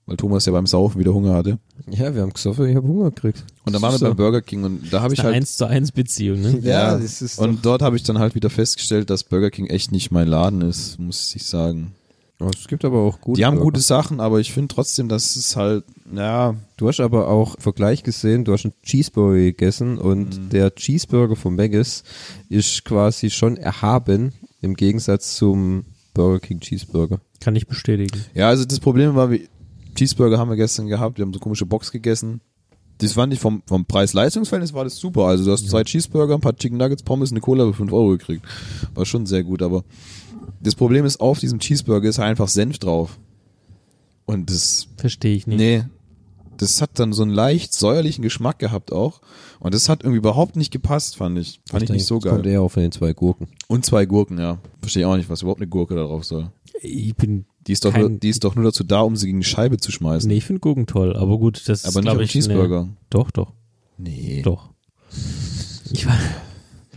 Speaker 3: weil Thomas ja beim Saufen wieder Hunger hatte.
Speaker 1: Ja, wir haben gesoffen, ich habe Hunger gekriegt.
Speaker 3: Und dann waren wir
Speaker 2: So.
Speaker 3: bei Burger King und da habe ich
Speaker 2: Eine
Speaker 3: halt.
Speaker 2: 1 zu 1 Beziehung, ne?
Speaker 1: Ja, das ist doch-
Speaker 3: und dort habe ich dann halt wieder festgestellt, dass Burger King echt nicht mein Laden ist, muss ich sagen.
Speaker 1: Oh, es gibt aber auch gute.
Speaker 3: Die haben
Speaker 1: Burger.
Speaker 3: gute Sachen, aber ich finde trotzdem, dass es halt, ja,
Speaker 1: Du hast aber auch Vergleich gesehen, du hast einen Cheeseburger gegessen und der Cheeseburger von Maggis ist quasi schon erhaben im Gegensatz zum Burger King Cheeseburger.
Speaker 2: Kann ich bestätigen.
Speaker 3: ja, also das Problem war, wir, Cheeseburger haben wir gestern gehabt, wir haben so komische Box gegessen. Das fand ich vom, vom Preis-Leistungsverhältnis war das super. Also du hast zwei Cheeseburger, ein paar Chicken Nuggets, Pommes, eine Cola für 5 Euro gekriegt. War schon sehr gut, aber das Problem ist, auf diesem Cheeseburger ist halt einfach Senf drauf. Und das
Speaker 2: Verstehe ich nicht.
Speaker 3: Nee. Das hat dann so einen leicht säuerlichen Geschmack gehabt auch. Und das hat irgendwie überhaupt nicht gepasst, fand ich. Fand ich,
Speaker 1: denke,
Speaker 3: nicht so
Speaker 1: das Kommt
Speaker 3: geil.
Speaker 1: eher auf von den zwei Gurken.
Speaker 3: Und zwei Gurken, ja. Verstehe ich auch nicht, was überhaupt eine Gurke da drauf soll.
Speaker 2: Ich bin,
Speaker 3: Die ist, doch
Speaker 2: Kein-
Speaker 3: nur, die ist doch nur dazu da, um sie gegen die Scheibe zu schmeißen.
Speaker 2: nee, ich finde Gurken toll, aber gut, das
Speaker 3: Aber
Speaker 2: ist,
Speaker 3: nicht auf
Speaker 2: glaube
Speaker 3: den
Speaker 2: ich, eine-
Speaker 3: Cheeseburger.
Speaker 2: Doch, doch,
Speaker 3: Nee.
Speaker 2: doch. Ich, war,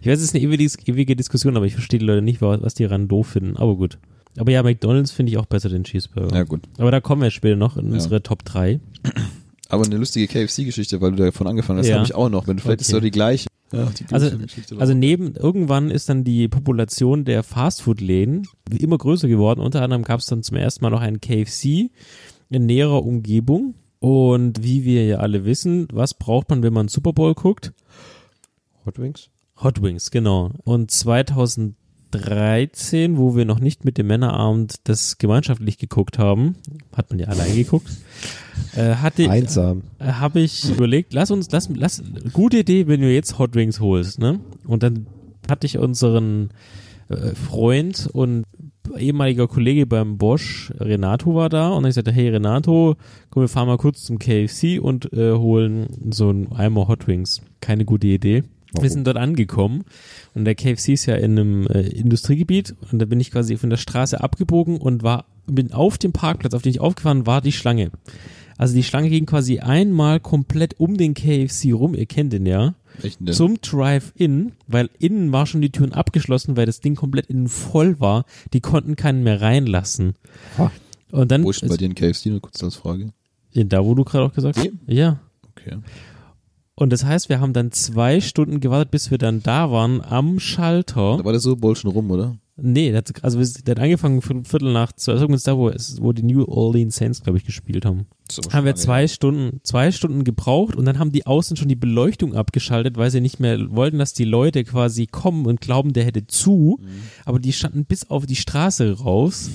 Speaker 2: ich weiß, es ist eine ewige, ewige Diskussion, aber ich verstehe die Leute nicht, wa- was die ran doof finden, aber gut. Aber ja, McDonalds finde ich auch besser den Cheeseburger.
Speaker 3: Ja, gut.
Speaker 2: Aber da kommen wir später noch in
Speaker 3: Ja.
Speaker 2: unsere Top 3.
Speaker 3: Aber eine lustige KFC-Geschichte, weil du davon angefangen hast,
Speaker 2: Ja.
Speaker 3: habe ich auch noch. Wenn du vielleicht ist
Speaker 2: Okay.
Speaker 3: doch die gleiche. Ja, die gleiche
Speaker 2: Also,
Speaker 3: Geschichte war-
Speaker 2: also neben, irgendwann ist dann die Population der Fastfood-Läden immer größer geworden. Unter anderem gab es dann zum ersten Mal noch einen KFC in näherer Umgebung. Und wie wir ja alle wissen, was braucht man, wenn man Super Bowl guckt?
Speaker 1: Hot Wings?
Speaker 2: Hot Wings, genau. Und 2013, wo wir noch nicht mit dem Männerabend das gemeinschaftlich geguckt haben, hat man ja allein geguckt, äh, hatte,
Speaker 1: Einsam.
Speaker 2: habe Äh, ich überlegt, lass uns, lass, lass, gute Idee, wenn du jetzt Hot Wings holst, ne? Und dann hatte ich unseren äh, Freund und ehemaliger Kollege beim Bosch, Renato war da und ich sagte, hey Renato, komm, wir fahren mal kurz zum KFC und äh, holen so einen Eimer Hot Wings. Keine gute Idee. Wir sind dort angekommen und der KFC ist ja in einem äh, Industriegebiet und da bin ich quasi von der Straße abgebogen und war bin auf dem Parkplatz, auf den ich aufgefahren war, die Schlange. Also die Schlange ging quasi einmal komplett um den KFC rum, ihr kennt den ja,
Speaker 3: Echt denn?
Speaker 2: zum Drive-In, weil innen war schon die Türen abgeschlossen, weil das Ding komplett innen voll war. Die konnten keinen mehr reinlassen.
Speaker 1: Ha.
Speaker 2: Und dann
Speaker 3: Wo ist denn bei dir ein KFC? Nur kurz als Frage.
Speaker 2: Ja, da, wo du gerade auch gesagt hast.
Speaker 3: Hier?
Speaker 2: Ja.
Speaker 3: Okay.
Speaker 2: Und das heißt, wir haben dann zwei Stunden gewartet, bis wir dann da waren am Schalter.
Speaker 3: Da war der so Bowl schon rum, oder?
Speaker 2: Nee, das, also wir sind- der hat angefangen Viertel Viertel nach zwei, also übrigens da, wo, es- wo die New Orleans Saints, glaube ich, gespielt haben.
Speaker 3: So
Speaker 2: haben wir zwei Stunden, zwei Stunden gebraucht und dann haben die außen schon die Beleuchtung abgeschaltet, weil sie nicht mehr wollten, dass die Leute quasi kommen und glauben, der hätte zu. Aber die standen bis auf die Straße raus.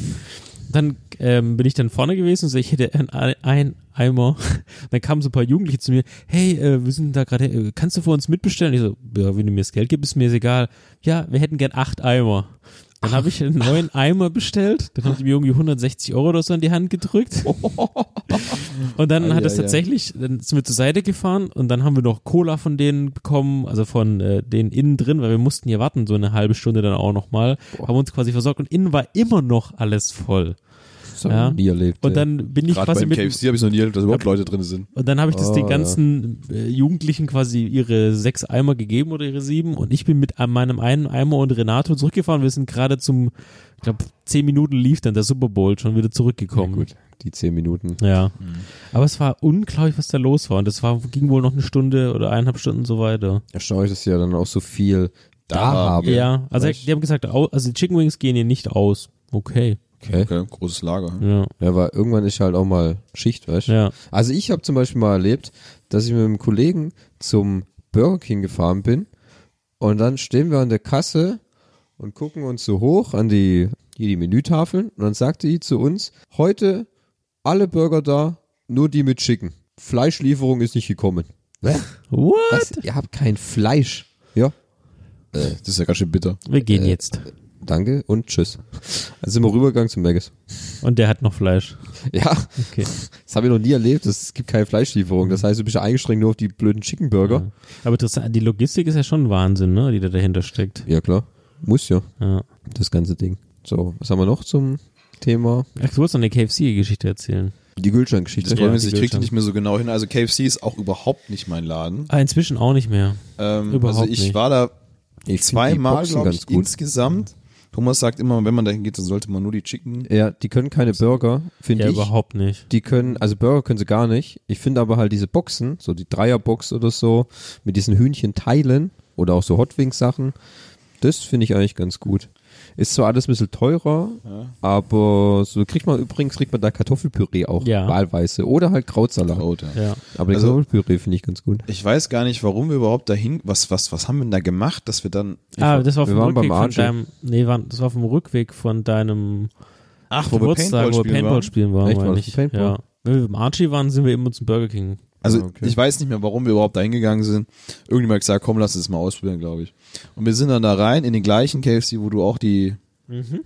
Speaker 2: Dann ähm, bin ich dann vorne gewesen und so, ich hätte ein, ein Eimer. Dann kamen so ein paar Jugendliche zu mir, hey, äh, wir sind da gerade, äh, kannst du für uns mitbestellen? Ich so, ja, wenn du mir das Geld gibst, ist mir egal. Ja, wir hätten gern acht Eimer. Dann habe ich einen neuen Eimer bestellt. Dann haben die mir irgendwie 160 Euro oder so in die Hand gedrückt. Und dann
Speaker 3: Ei,
Speaker 2: hat es
Speaker 3: ei, ei.
Speaker 2: tatsächlich, dann sind wir zur Seite gefahren und dann haben wir noch Cola von denen bekommen, also von äh, denen innen drin, weil wir mussten hier warten, so eine halbe Stunde dann auch nochmal. Haben uns quasi versorgt und innen war immer noch alles voll.
Speaker 1: Das hab
Speaker 2: Ja.
Speaker 1: ich nie erlebt.
Speaker 2: Und
Speaker 1: ey.
Speaker 2: dann bin ich
Speaker 3: Gerade
Speaker 2: quasi
Speaker 3: beim
Speaker 2: mit,
Speaker 3: KFC habe ich noch nie erlebt, dass überhaupt Leute drin sind.
Speaker 2: und dann habe ich das
Speaker 1: Oh,
Speaker 2: den
Speaker 1: ja.
Speaker 2: ganzen äh, Jugendlichen quasi ihre sechs Eimer gegeben oder ihre sieben und ich bin mit an meinem einen Eimer und Renato zurückgefahren. Wir sind gerade zum, ich glaube, zehn Minuten lief dann der Super Bowl schon wieder
Speaker 1: Ja,
Speaker 2: zurückgekommen.
Speaker 1: gut, Mhm. die zehn Minuten.
Speaker 2: Ja. Aber es war unglaublich, was da los war und das war, ging wohl noch eine Stunde oder eineinhalb Stunden so weiter.
Speaker 1: Erstaunlich, dass sie ja dann auch so viel da,
Speaker 3: Da haben.
Speaker 1: haben.
Speaker 2: Ja, also
Speaker 3: Weißt-
Speaker 2: die haben gesagt, au- also die Chicken Wings gehen hier nicht aus. Okay.
Speaker 1: Okay.
Speaker 3: Okay, großes Lager. hm?
Speaker 2: Ja.
Speaker 1: Ja, weil irgendwann ist halt auch mal Schicht, weißt du?
Speaker 2: Ja.
Speaker 1: Also ich habe zum Beispiel mal erlebt, dass ich mit einem Kollegen zum Burger King gefahren bin Und dann stehen wir an der Kasse und gucken uns so hoch an die, hier die Menütafeln. Und dann sagte die zu uns, heute alle Burger da, nur die mit Chicken. Fleischlieferung ist nicht gekommen. Hä?
Speaker 2: What?
Speaker 1: Was? Ihr habt kein Fleisch. Ja,
Speaker 3: Das ist ja ganz schön bitter.
Speaker 2: Wir
Speaker 1: Äh,
Speaker 2: gehen jetzt.
Speaker 1: danke und tschüss. Dann sind wir rübergegangen zum Maggis.
Speaker 2: Und der hat noch Fleisch.
Speaker 1: Ja,
Speaker 2: Okay. Mhm.
Speaker 1: das habe ich noch nie erlebt. Es gibt keine Fleischlieferung. Das heißt, du bist ja eingeschränkt nur auf die blöden Chicken Burger.
Speaker 2: Aber interessant, die Logistik ist ja schon Wahnsinn, ne, die da dahinter steckt.
Speaker 1: Ja, klar. Muss ja,
Speaker 2: Ja.
Speaker 1: das ganze Ding. So, was haben wir noch zum Thema?
Speaker 2: Ach, du wolltest noch eine KFC-Geschichte erzählen.
Speaker 1: Die Gültschein-Geschichte.
Speaker 3: Das Problem
Speaker 2: Ja,
Speaker 3: ist,
Speaker 2: die
Speaker 3: ich kriege die
Speaker 2: Bildschirm.
Speaker 3: nicht mehr so genau hin. Also KFC ist auch überhaupt nicht mein Laden.
Speaker 2: Ah, inzwischen auch nicht mehr.
Speaker 3: Ähm,
Speaker 2: Überhaupt
Speaker 3: also ich
Speaker 2: nicht.
Speaker 3: war da
Speaker 1: Ich find die
Speaker 3: zweimal,
Speaker 1: Boxen
Speaker 3: glaube
Speaker 1: ganz
Speaker 3: ich,
Speaker 1: gut.
Speaker 3: insgesamt. Thomas sagt immer, wenn man dahin geht, dann sollte man nur die Chicken.
Speaker 1: Ja, die können keine Burger, finde
Speaker 2: Ja,
Speaker 1: ich.
Speaker 2: überhaupt nicht.
Speaker 1: Die können, also Burger können sie gar nicht. Ich finde aber halt diese Boxen, so die Dreierbox oder so, mit diesen Hühnchenteilen oder auch so Hot Wings Sachen, das finde ich eigentlich ganz gut. Ist zwar alles ein bisschen teurer, aber so kriegt man übrigens, kriegt man da Kartoffelpüree auch
Speaker 2: Ja.
Speaker 1: wahlweise oder halt Krautsalat.
Speaker 3: Oh, da.
Speaker 2: Ja.
Speaker 1: Aber den
Speaker 3: Also-
Speaker 1: Kartoffelpüree finde ich ganz gut.
Speaker 3: Ich weiß gar nicht, warum wir überhaupt dahin. Was, was, was haben wir denn da gemacht, dass wir dann.
Speaker 2: ah, das war auf
Speaker 1: wir
Speaker 2: dem
Speaker 1: waren beim
Speaker 2: Rückweg von
Speaker 1: Archie.
Speaker 2: deinem, nee, waren, das war auf dem Rückweg von deinem
Speaker 3: Ach,
Speaker 2: Geburtstag, wo wir Paintball spielen waren,
Speaker 1: Echt, war
Speaker 2: meine
Speaker 1: das
Speaker 2: ich.
Speaker 1: Paintball?
Speaker 2: Ja. Wenn wir beim Archie waren, sind wir immer zum Burger King.
Speaker 3: Also
Speaker 1: Ah, okay.
Speaker 3: ich weiß nicht mehr, warum wir überhaupt da hingegangen sind. Irgendjemand hat gesagt, komm, lass es mal ausprobieren, glaube ich. Und wir sind dann da rein in den gleichen KFC, wo du auch die.
Speaker 1: Mhm.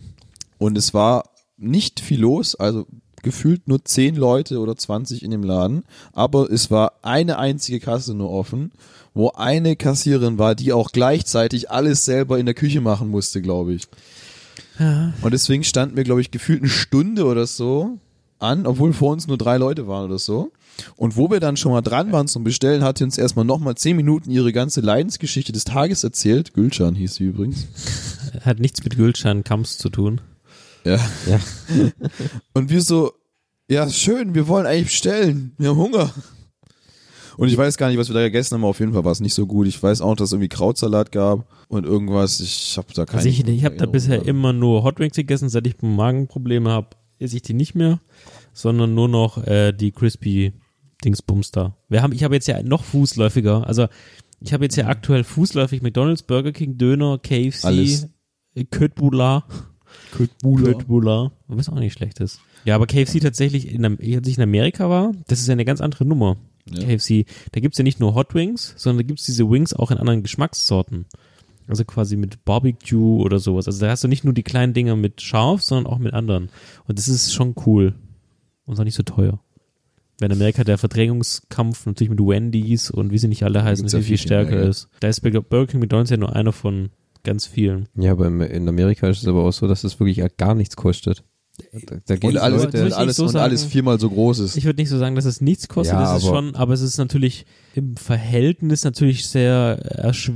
Speaker 3: Und es war nicht viel los, also gefühlt nur 10 Leute oder 20 in dem Laden. Aber es war eine einzige Kasse nur offen, wo eine Kassierin war, die auch gleichzeitig alles selber in der Küche machen musste, glaube ich. Und deswegen standen wir, glaube ich, gefühlt eine Stunde oder so an, obwohl vor uns nur drei Leute waren oder so. Und wo wir dann schon mal dran waren zum Bestellen, hat die uns erstmal nochmal zehn Minuten ihre ganze Leidensgeschichte des Tages erzählt. Gülcan hieß sie übrigens.
Speaker 2: Hat nichts mit Gültschein Kamps zu tun.
Speaker 3: Ja. Und wir so, ja, schön, wir wollen eigentlich bestellen. Wir haben Hunger. Und ich weiß gar nicht, was wir da gegessen haben, aber auf jeden Fall war es nicht so gut. Ich weiß auch, dass es irgendwie Krautsalat gab und irgendwas. Ich habe da keine.
Speaker 2: Also ich, ich habe da
Speaker 3: Erinnerung
Speaker 2: bisher
Speaker 3: dran.
Speaker 2: immer nur Hot Wings gegessen, seit ich Magenprobleme habe, esse ich die nicht mehr, sondern nur noch äh, die Crispy Dingsbums da. Wir haben, ich habe jetzt ja noch fußläufiger, also ich habe jetzt
Speaker 3: Mhm.
Speaker 2: ja aktuell fußläufig McDonald's, Burger King, Döner, KFC,
Speaker 3: Alles.
Speaker 2: äh, Köttbullar,
Speaker 3: Köttbullar.
Speaker 2: Köttbullar, was auch nicht schlecht ist. Ja, aber KFC tatsächlich, in, Am- als ich in Amerika war, das ist ja eine ganz andere Nummer. KFC, da gibt's ja nicht nur Hot Wings, sondern da gibt's diese Wings auch in anderen Geschmackssorten. Also quasi mit Barbecue oder sowas. Also da hast du nicht nur die kleinen Dinger mit scharf, sondern auch mit anderen. Und das ist schon cool. Und auch nicht so teuer. Weil in Amerika der Verdrängungskampf natürlich mit Wendy's und wie sie nicht alle heißen,
Speaker 3: gibt's
Speaker 2: viel,
Speaker 3: ja
Speaker 2: viel
Speaker 3: viel, viel mehr,
Speaker 2: stärker
Speaker 3: ja.
Speaker 2: ist. Da ist Burger King McDonald's ja nur einer von ganz vielen.
Speaker 1: Ja, aber im- in Amerika ist es aber auch so, dass das wirklich gar nichts kostet. Da, da gehen
Speaker 3: Und
Speaker 1: die
Speaker 3: alles,
Speaker 1: Leute,
Speaker 2: muss
Speaker 3: und
Speaker 2: ich
Speaker 3: alles,
Speaker 2: so
Speaker 3: und alles
Speaker 2: sagen.
Speaker 3: viermal so groß ist.
Speaker 2: Ich würde nicht so sagen, dass es nichts kostet,
Speaker 1: Ja,
Speaker 2: das ist
Speaker 1: aber-
Speaker 2: schon, aber es ist natürlich im Verhältnis natürlich sehr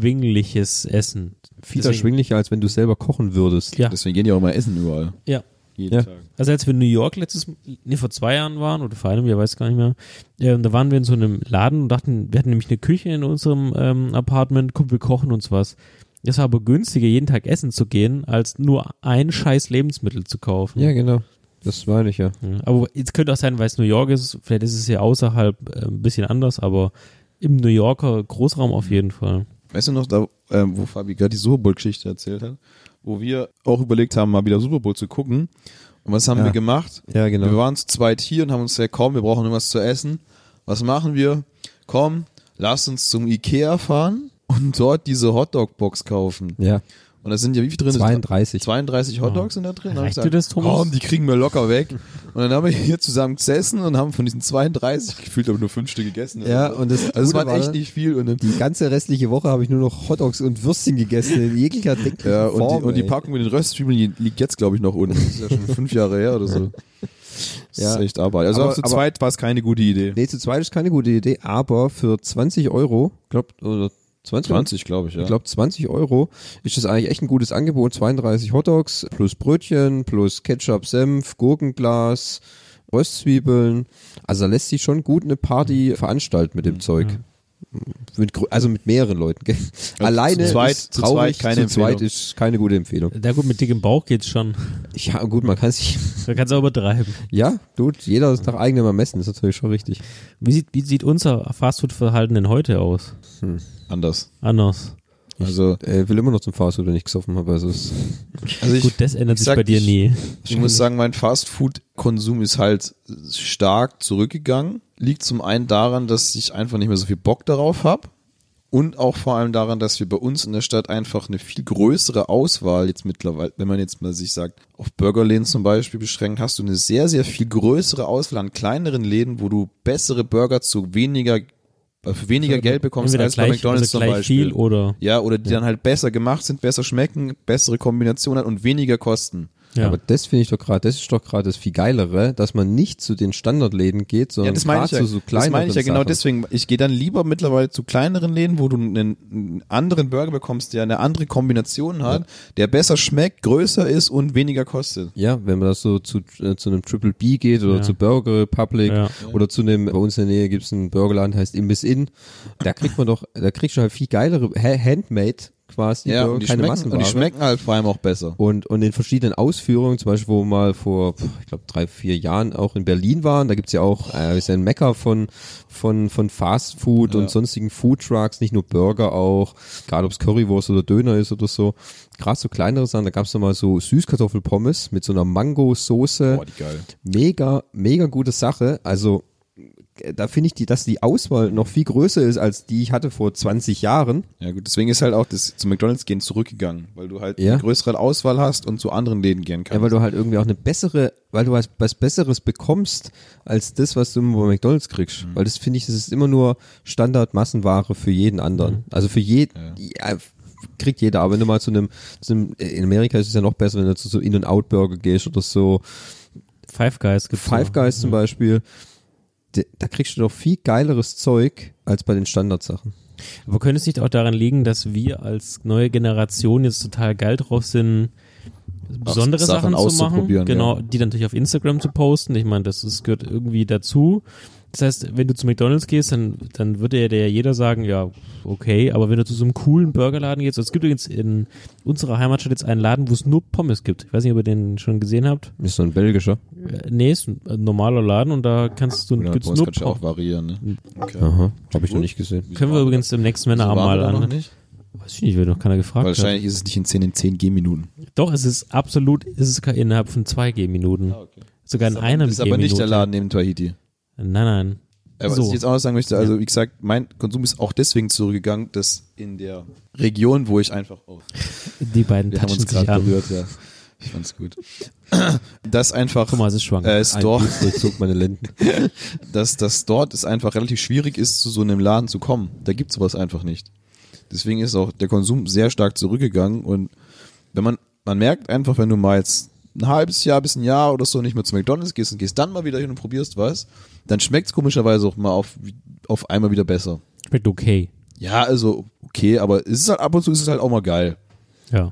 Speaker 2: erschwingliches Essen.
Speaker 1: viel
Speaker 2: Deswegen-
Speaker 1: erschwinglicher, als wenn du selber kochen würdest.
Speaker 2: Ja,
Speaker 3: Deswegen gehen die auch immer essen überall.
Speaker 2: ja.
Speaker 3: Jeden
Speaker 1: Ja.
Speaker 3: Tag.
Speaker 2: Also als wir in New York letztes, nee, vor zwei Jahren waren oder vor einem Jahr, weiß gar nicht mehr, ähm, da waren wir in so einem Laden und dachten, wir hatten nämlich eine Küche in unserem ähm, Apartment, komm, wir kochen uns was. Es war aber günstiger, jeden Tag essen zu gehen, als nur ein scheiß Lebensmittel zu kaufen.
Speaker 1: Ja, genau. Das meine ich ja.
Speaker 2: Ja, Aber jetzt könnte auch sein, weil es New York ist, vielleicht ist es ja außerhalb äh, ein bisschen anders, aber im New Yorker Großraum auf jeden Fall.
Speaker 3: Weißt du noch, da, ähm, wo Fabi gerade die Super Bowl-Geschichte erzählt hat, wo wir auch überlegt haben, mal wieder Super Bowl zu gucken. Und was haben
Speaker 1: Ja.
Speaker 3: wir gemacht?
Speaker 1: Ja, genau.
Speaker 3: Wir waren zu zweit hier und haben uns gesagt, komm, wir brauchen irgendwas zu essen. Was machen wir? Komm, lass uns zum Ikea fahren und dort diese Hotdog-Box kaufen.
Speaker 1: Ja,
Speaker 3: Und da sind ja wie viel drin?
Speaker 1: 32.
Speaker 3: 32 Hotdogs sind da drin. Dann hab ich
Speaker 2: Reicht dir das, Thomas?
Speaker 3: Komm, die kriegen wir locker weg. Und dann haben wir hier zusammen gesessen und haben von diesen 32 gefühlt aber nur fünf Stück gegessen.
Speaker 1: Ja, und das
Speaker 3: also es
Speaker 1: Gute
Speaker 3: waren
Speaker 1: war,
Speaker 3: echt nicht viel. Und dann
Speaker 1: Die ganze restliche Woche habe ich nur noch Hotdogs und Würstchen gegessen in jeglicher denklichen
Speaker 3: Ja, und,
Speaker 1: Form.
Speaker 3: die, und die
Speaker 1: ey.
Speaker 3: Packung mit den Röstzwiebeln die liegt jetzt, glaube ich, noch unten. Das ist ja schon fünf Jahre her oder so. Das
Speaker 1: Ja.
Speaker 3: ist echt Arbeit. Also
Speaker 1: Aber-
Speaker 3: auch zu
Speaker 1: aber-
Speaker 3: zweit war es keine gute Idee.
Speaker 1: Nee, zu zweit ist keine gute Idee, aber für 20 Euro, glaubt, oder 20?
Speaker 3: glaube ich, ja.
Speaker 1: Ich glaube, 20 Euro ist das eigentlich echt ein gutes Angebot. 32 Hotdogs plus Brötchen, plus Ketchup, Senf, Gurkenglas, Röstzwiebeln. Also da lässt sich schon gut eine
Speaker 3: Mhm.
Speaker 1: Party veranstalten mit dem Zeug. Mit, grö- also mit mehreren Leuten. gell? Alleine
Speaker 3: zweit-
Speaker 1: ist
Speaker 3: zu zweit
Speaker 1: traurig,
Speaker 3: keine
Speaker 1: zu zweit
Speaker 3: Empfehlung.
Speaker 1: ist keine gute Empfehlung.
Speaker 2: Na gut, mit dickem Bauch geht's schon.
Speaker 1: Ja, gut, man kann sich
Speaker 2: Da kannst du auch übertreiben.
Speaker 1: Ja, gut, jeder ist nach eigenem Ermessen, ist natürlich schon richtig.
Speaker 2: Wie sieht, wie sieht unser Fastfood-Verhalten denn heute aus?
Speaker 3: Anders.
Speaker 2: Anders.
Speaker 3: Also,
Speaker 1: Äh, will immer noch zum Fast Food, wenn ich gesoffen habe. Also es,
Speaker 3: also ich,
Speaker 2: Gut, das ändert
Speaker 3: ich
Speaker 2: sich
Speaker 3: sag,
Speaker 2: bei dir
Speaker 3: ich-
Speaker 2: nie.
Speaker 3: Ich muss sagen, mein Fast-Food-Konsum ist halt stark zurückgegangen. Liegt zum einen daran, dass ich einfach nicht mehr so viel Bock darauf habe. Und auch vor allem daran, dass wir bei uns in der Stadt einfach eine viel größere Auswahl jetzt mittlerweile, wenn man jetzt mal sich sagt, auf Burgerläden zum Beispiel beschränkt, hast du eine sehr, sehr viel größere Auswahl an kleineren Läden, wo du bessere Burger zu weniger, äh, für weniger Geld bekommst
Speaker 2: Entweder
Speaker 3: als bei
Speaker 2: gleich,
Speaker 3: McDonalds
Speaker 2: also
Speaker 3: zum
Speaker 2: gleich
Speaker 3: Beispiel.
Speaker 2: viel oder
Speaker 3: ja, oder die dann halt besser gemacht sind, besser schmecken, bessere Kombinationen hat und weniger kosten.
Speaker 2: ja.
Speaker 1: Aber das finde ich doch gerade, das ist doch gerade das viel geilere, dass man nicht zu den Standardläden geht,
Speaker 3: Ja,
Speaker 1: sondern
Speaker 3: das meine
Speaker 1: gerade
Speaker 3: ich ja.
Speaker 1: zu so
Speaker 3: das
Speaker 1: kleineren
Speaker 3: meine ich ja genau
Speaker 1: Sachen.
Speaker 3: deswegen. Ich gehe dann lieber mittlerweile zu kleineren Läden, wo du einen, einen anderen Burger bekommst, der eine andere Kombination hat, der besser schmeckt, größer ist und weniger kostet.
Speaker 1: Ja, wenn man das so zu, äh, zu einem Triple B geht oder
Speaker 2: Ja.
Speaker 1: zu Burger Republic
Speaker 2: Ja.
Speaker 1: oder zu einem, bei uns in der Nähe gibt's einen Burgerladen, heißt Imbiss Inn. Da kriegt man doch, da kriegst du halt viel geilere, ha- handmade quasi
Speaker 3: Ja,
Speaker 1: Burger,
Speaker 3: und die,
Speaker 1: keine
Speaker 3: schmecken, und die
Speaker 1: Massenware.
Speaker 3: schmecken halt vor allem auch besser.
Speaker 1: Und, und in verschiedenen Ausführungen, zum Beispiel, wo wir mal vor, pf, ich glaube, drei, vier Jahren auch in Berlin waren, da gibt's ja auch, äh, ist ja ein Mecker von, von, von Fast Food und sonstigen Food Trucks, nicht nur Burger auch, gerade ob's Currywurst oder Döner ist oder so. Gerade so kleinere Sachen, da gab's noch mal so Süßkartoffelpommes mit so einer Mango-Soße.
Speaker 3: die geil.
Speaker 1: Mega, mega gute Sache. Also, äh, da finde ich, die, dass die Auswahl noch viel größer ist, als die ich hatte vor 20 Jahren.
Speaker 3: Ja gut, deswegen ist halt auch das zu McDonalds gehen zurückgegangen, weil du halt
Speaker 1: Ja.
Speaker 3: eine größere Auswahl hast und zu anderen Läden gehen kannst.
Speaker 1: Ja, weil du halt irgendwie auch eine bessere, weil du was, was Besseres bekommst, als das, was du immer bei McDonalds kriegst. Weil das finde ich, das ist immer nur Standard-Massenware für jeden anderen. Also für jeden, ja. kriegt jeder. Aber wenn du mal zu einem, zu einem, in Amerika ist es ja noch besser, wenn du zu so In-N-Out-Burger gehst oder so.
Speaker 2: Five Guys gibt's
Speaker 1: Five
Speaker 2: noch.
Speaker 1: Guys zum Beispiel. D- Da kriegst du doch viel geileres Zeug als bei den Standardsachen.
Speaker 2: Aber könnte es nicht auch daran liegen, dass wir als neue Generation jetzt total geil drauf sind, besondere
Speaker 3: Sachen
Speaker 2: Sachen, zu
Speaker 3: auszuprobieren,
Speaker 2: machen, genau,
Speaker 3: ja.
Speaker 2: die dann natürlich auf Instagram zu posten. Ich meine, das, das gehört irgendwie dazu. Das heißt, wenn du zu McDonalds gehst, dann, dann würde ja der jeder sagen, ja, okay, aber wenn du zu so einem coolen Burgerladen gehst, es gibt übrigens in unserer Heimatstadt jetzt einen Laden, wo es nur Pommes gibt. Ich weiß nicht, ob ihr den schon gesehen habt.
Speaker 1: Ist so ein belgischer.
Speaker 2: Äh, Nee, ist ein äh, normaler Laden und da kannst du,
Speaker 3: Oder bei
Speaker 2: gibt's
Speaker 3: uns
Speaker 2: nur
Speaker 3: kannst Genau, du ja auch
Speaker 2: Pommes.
Speaker 3: variieren. Ne? Okay.
Speaker 1: Aha. Habe ich noch nicht gesehen.
Speaker 2: Können wir übrigens im nächsten
Speaker 3: Wieso
Speaker 2: Männer
Speaker 3: waren
Speaker 2: mal
Speaker 3: wir da noch
Speaker 2: an.
Speaker 3: nicht?
Speaker 2: Weiß ich nicht, wird noch keiner gefragt. hat.
Speaker 3: Wahrscheinlich ist es nicht in 10 in 10 G-Minuten.
Speaker 2: Doch, es ist absolut, es ist sogar innerhalb von zwei G-Minuten. Sogar in einer
Speaker 3: Das Ah, ist aber nicht der
Speaker 2: G-Minute.
Speaker 3: Laden neben Tahiti.
Speaker 2: Nein, nein.
Speaker 3: Aber
Speaker 2: So.
Speaker 3: was ich jetzt auch noch sagen möchte, also wie gesagt, mein Konsum ist auch deswegen zurückgegangen, dass in der Region, wo ich einfach, oh,
Speaker 2: Die beiden
Speaker 3: wir haben
Speaker 2: touchen
Speaker 3: uns
Speaker 2: sich
Speaker 3: gerade
Speaker 2: an.
Speaker 3: berührt, ja. Ich fand's gut. Dass einfach,
Speaker 2: Thomas ist schwanger.
Speaker 3: äh, es
Speaker 1: Ein
Speaker 3: dort,
Speaker 1: Dienstag zog meine Lenden.
Speaker 3: dass, dass dort es einfach relativ schwierig ist, zu so einem Laden zu kommen. Da gibt's sowas einfach nicht. Deswegen ist auch der Konsum sehr stark zurückgegangen und wenn man, man merkt einfach, wenn du mal jetzt ein halbes Jahr bis ein Jahr oder so nicht mehr zu McDonalds gehst und gehst dann mal wieder hin und probierst was, dann schmeckt's komischerweise auch mal auf, auf einmal wieder besser.
Speaker 2: Schmeckt okay.
Speaker 3: Ja, also okay, aber es ist halt ab und zu ist es halt auch mal geil,
Speaker 2: Ja.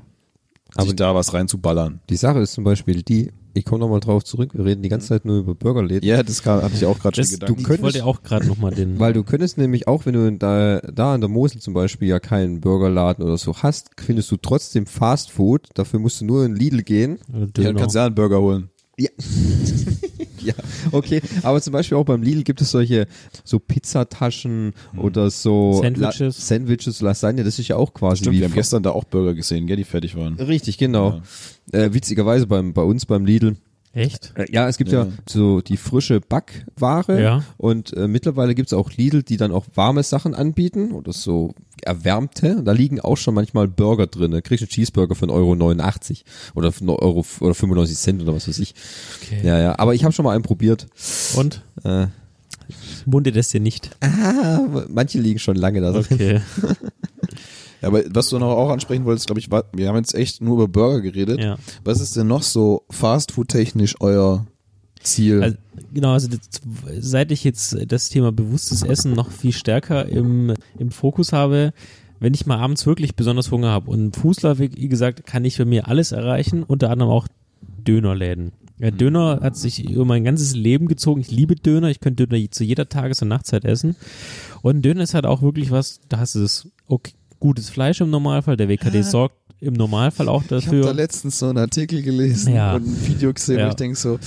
Speaker 3: sich da was reinzuballern.
Speaker 1: Die Sache ist zum Beispiel die, ich komme nochmal drauf zurück, wir reden die ganze Zeit nur über Burgerläden.
Speaker 3: Ja, das kann, hatte ich auch gerade
Speaker 2: Das,
Speaker 3: schon
Speaker 2: du
Speaker 3: gedacht.
Speaker 1: gedanklich.
Speaker 2: ich wollte auch gerade nochmal den.
Speaker 1: Weil du könntest nämlich auch, wenn du da, da an der Mosel zum Beispiel ja keinen Burgerladen oder so hast, findest du trotzdem Fast Food. Dafür musst du nur in Lidl gehen.
Speaker 2: äh,
Speaker 3: Ja,
Speaker 2: Döner.
Speaker 3: du kannst ja einen Burger holen.
Speaker 1: Ja, okay. Aber zum Beispiel auch beim Lidl gibt es solche so Pizzataschen
Speaker 3: Mhm.
Speaker 1: oder so
Speaker 2: Sandwiches.
Speaker 1: La Sandwiches, Lasagne. Das ist ja auch quasi
Speaker 3: Stimmt,
Speaker 1: wie
Speaker 3: wir haben gestern da auch Burger gesehen, gell, die fertig waren.
Speaker 1: Richtig, genau. Äh, witzigerweise beim, bei uns beim Lidl
Speaker 2: Echt?
Speaker 1: Äh, Ja, es gibt ja,
Speaker 3: Ja.
Speaker 1: so die frische Backware
Speaker 2: Ja.
Speaker 1: und äh, mittlerweile gibt's auch Lidl, die dann auch warme Sachen anbieten oder so erwärmte. Und Da liegen auch schon manchmal Burger drin. Da kriegst du einen Cheeseburger für 1,89 Euro oder für 1 Euro f- oder 95 Cent oder was weiß ich.
Speaker 2: Okay.
Speaker 1: Ja, ja, aber ich habe schon mal einen probiert.
Speaker 2: Und?
Speaker 1: Äh,
Speaker 2: Mundet es dir nicht.
Speaker 1: ah, manche liegen schon lange da. drin.
Speaker 2: Okay.
Speaker 3: Ja, aber was du noch auch ansprechen wolltest, glaube ich, war, wir haben jetzt echt nur über Burger geredet.
Speaker 2: Ja.
Speaker 3: Was ist denn noch so Fastfood-technisch euer Ziel?
Speaker 2: Also, genau, also das, seit ich jetzt das Thema bewusstes Essen noch viel stärker im, im Fokus habe, wenn ich mal abends wirklich besonders Hunger habe und im Fußlaufweg, wie gesagt, kann ich bei mir alles erreichen, unter anderem auch Dönerläden.
Speaker 3: Mhm.
Speaker 2: Ja, Döner hat sich über mein ganzes Leben gezogen. Ich liebe Döner. Ich könnte Döner zu jeder Tages- und Nachtzeit essen. Und Döner ist halt auch wirklich was, da hast du das okay, gutes Fleisch im Normalfall. Der WKD sorgt im Normalfall auch
Speaker 3: Ah. ich habe da
Speaker 2: dafür.
Speaker 3: letztens so einen Artikel gelesen
Speaker 2: Ja.
Speaker 3: und ein Video gesehen,
Speaker 2: Ja.
Speaker 3: wo ich denke so,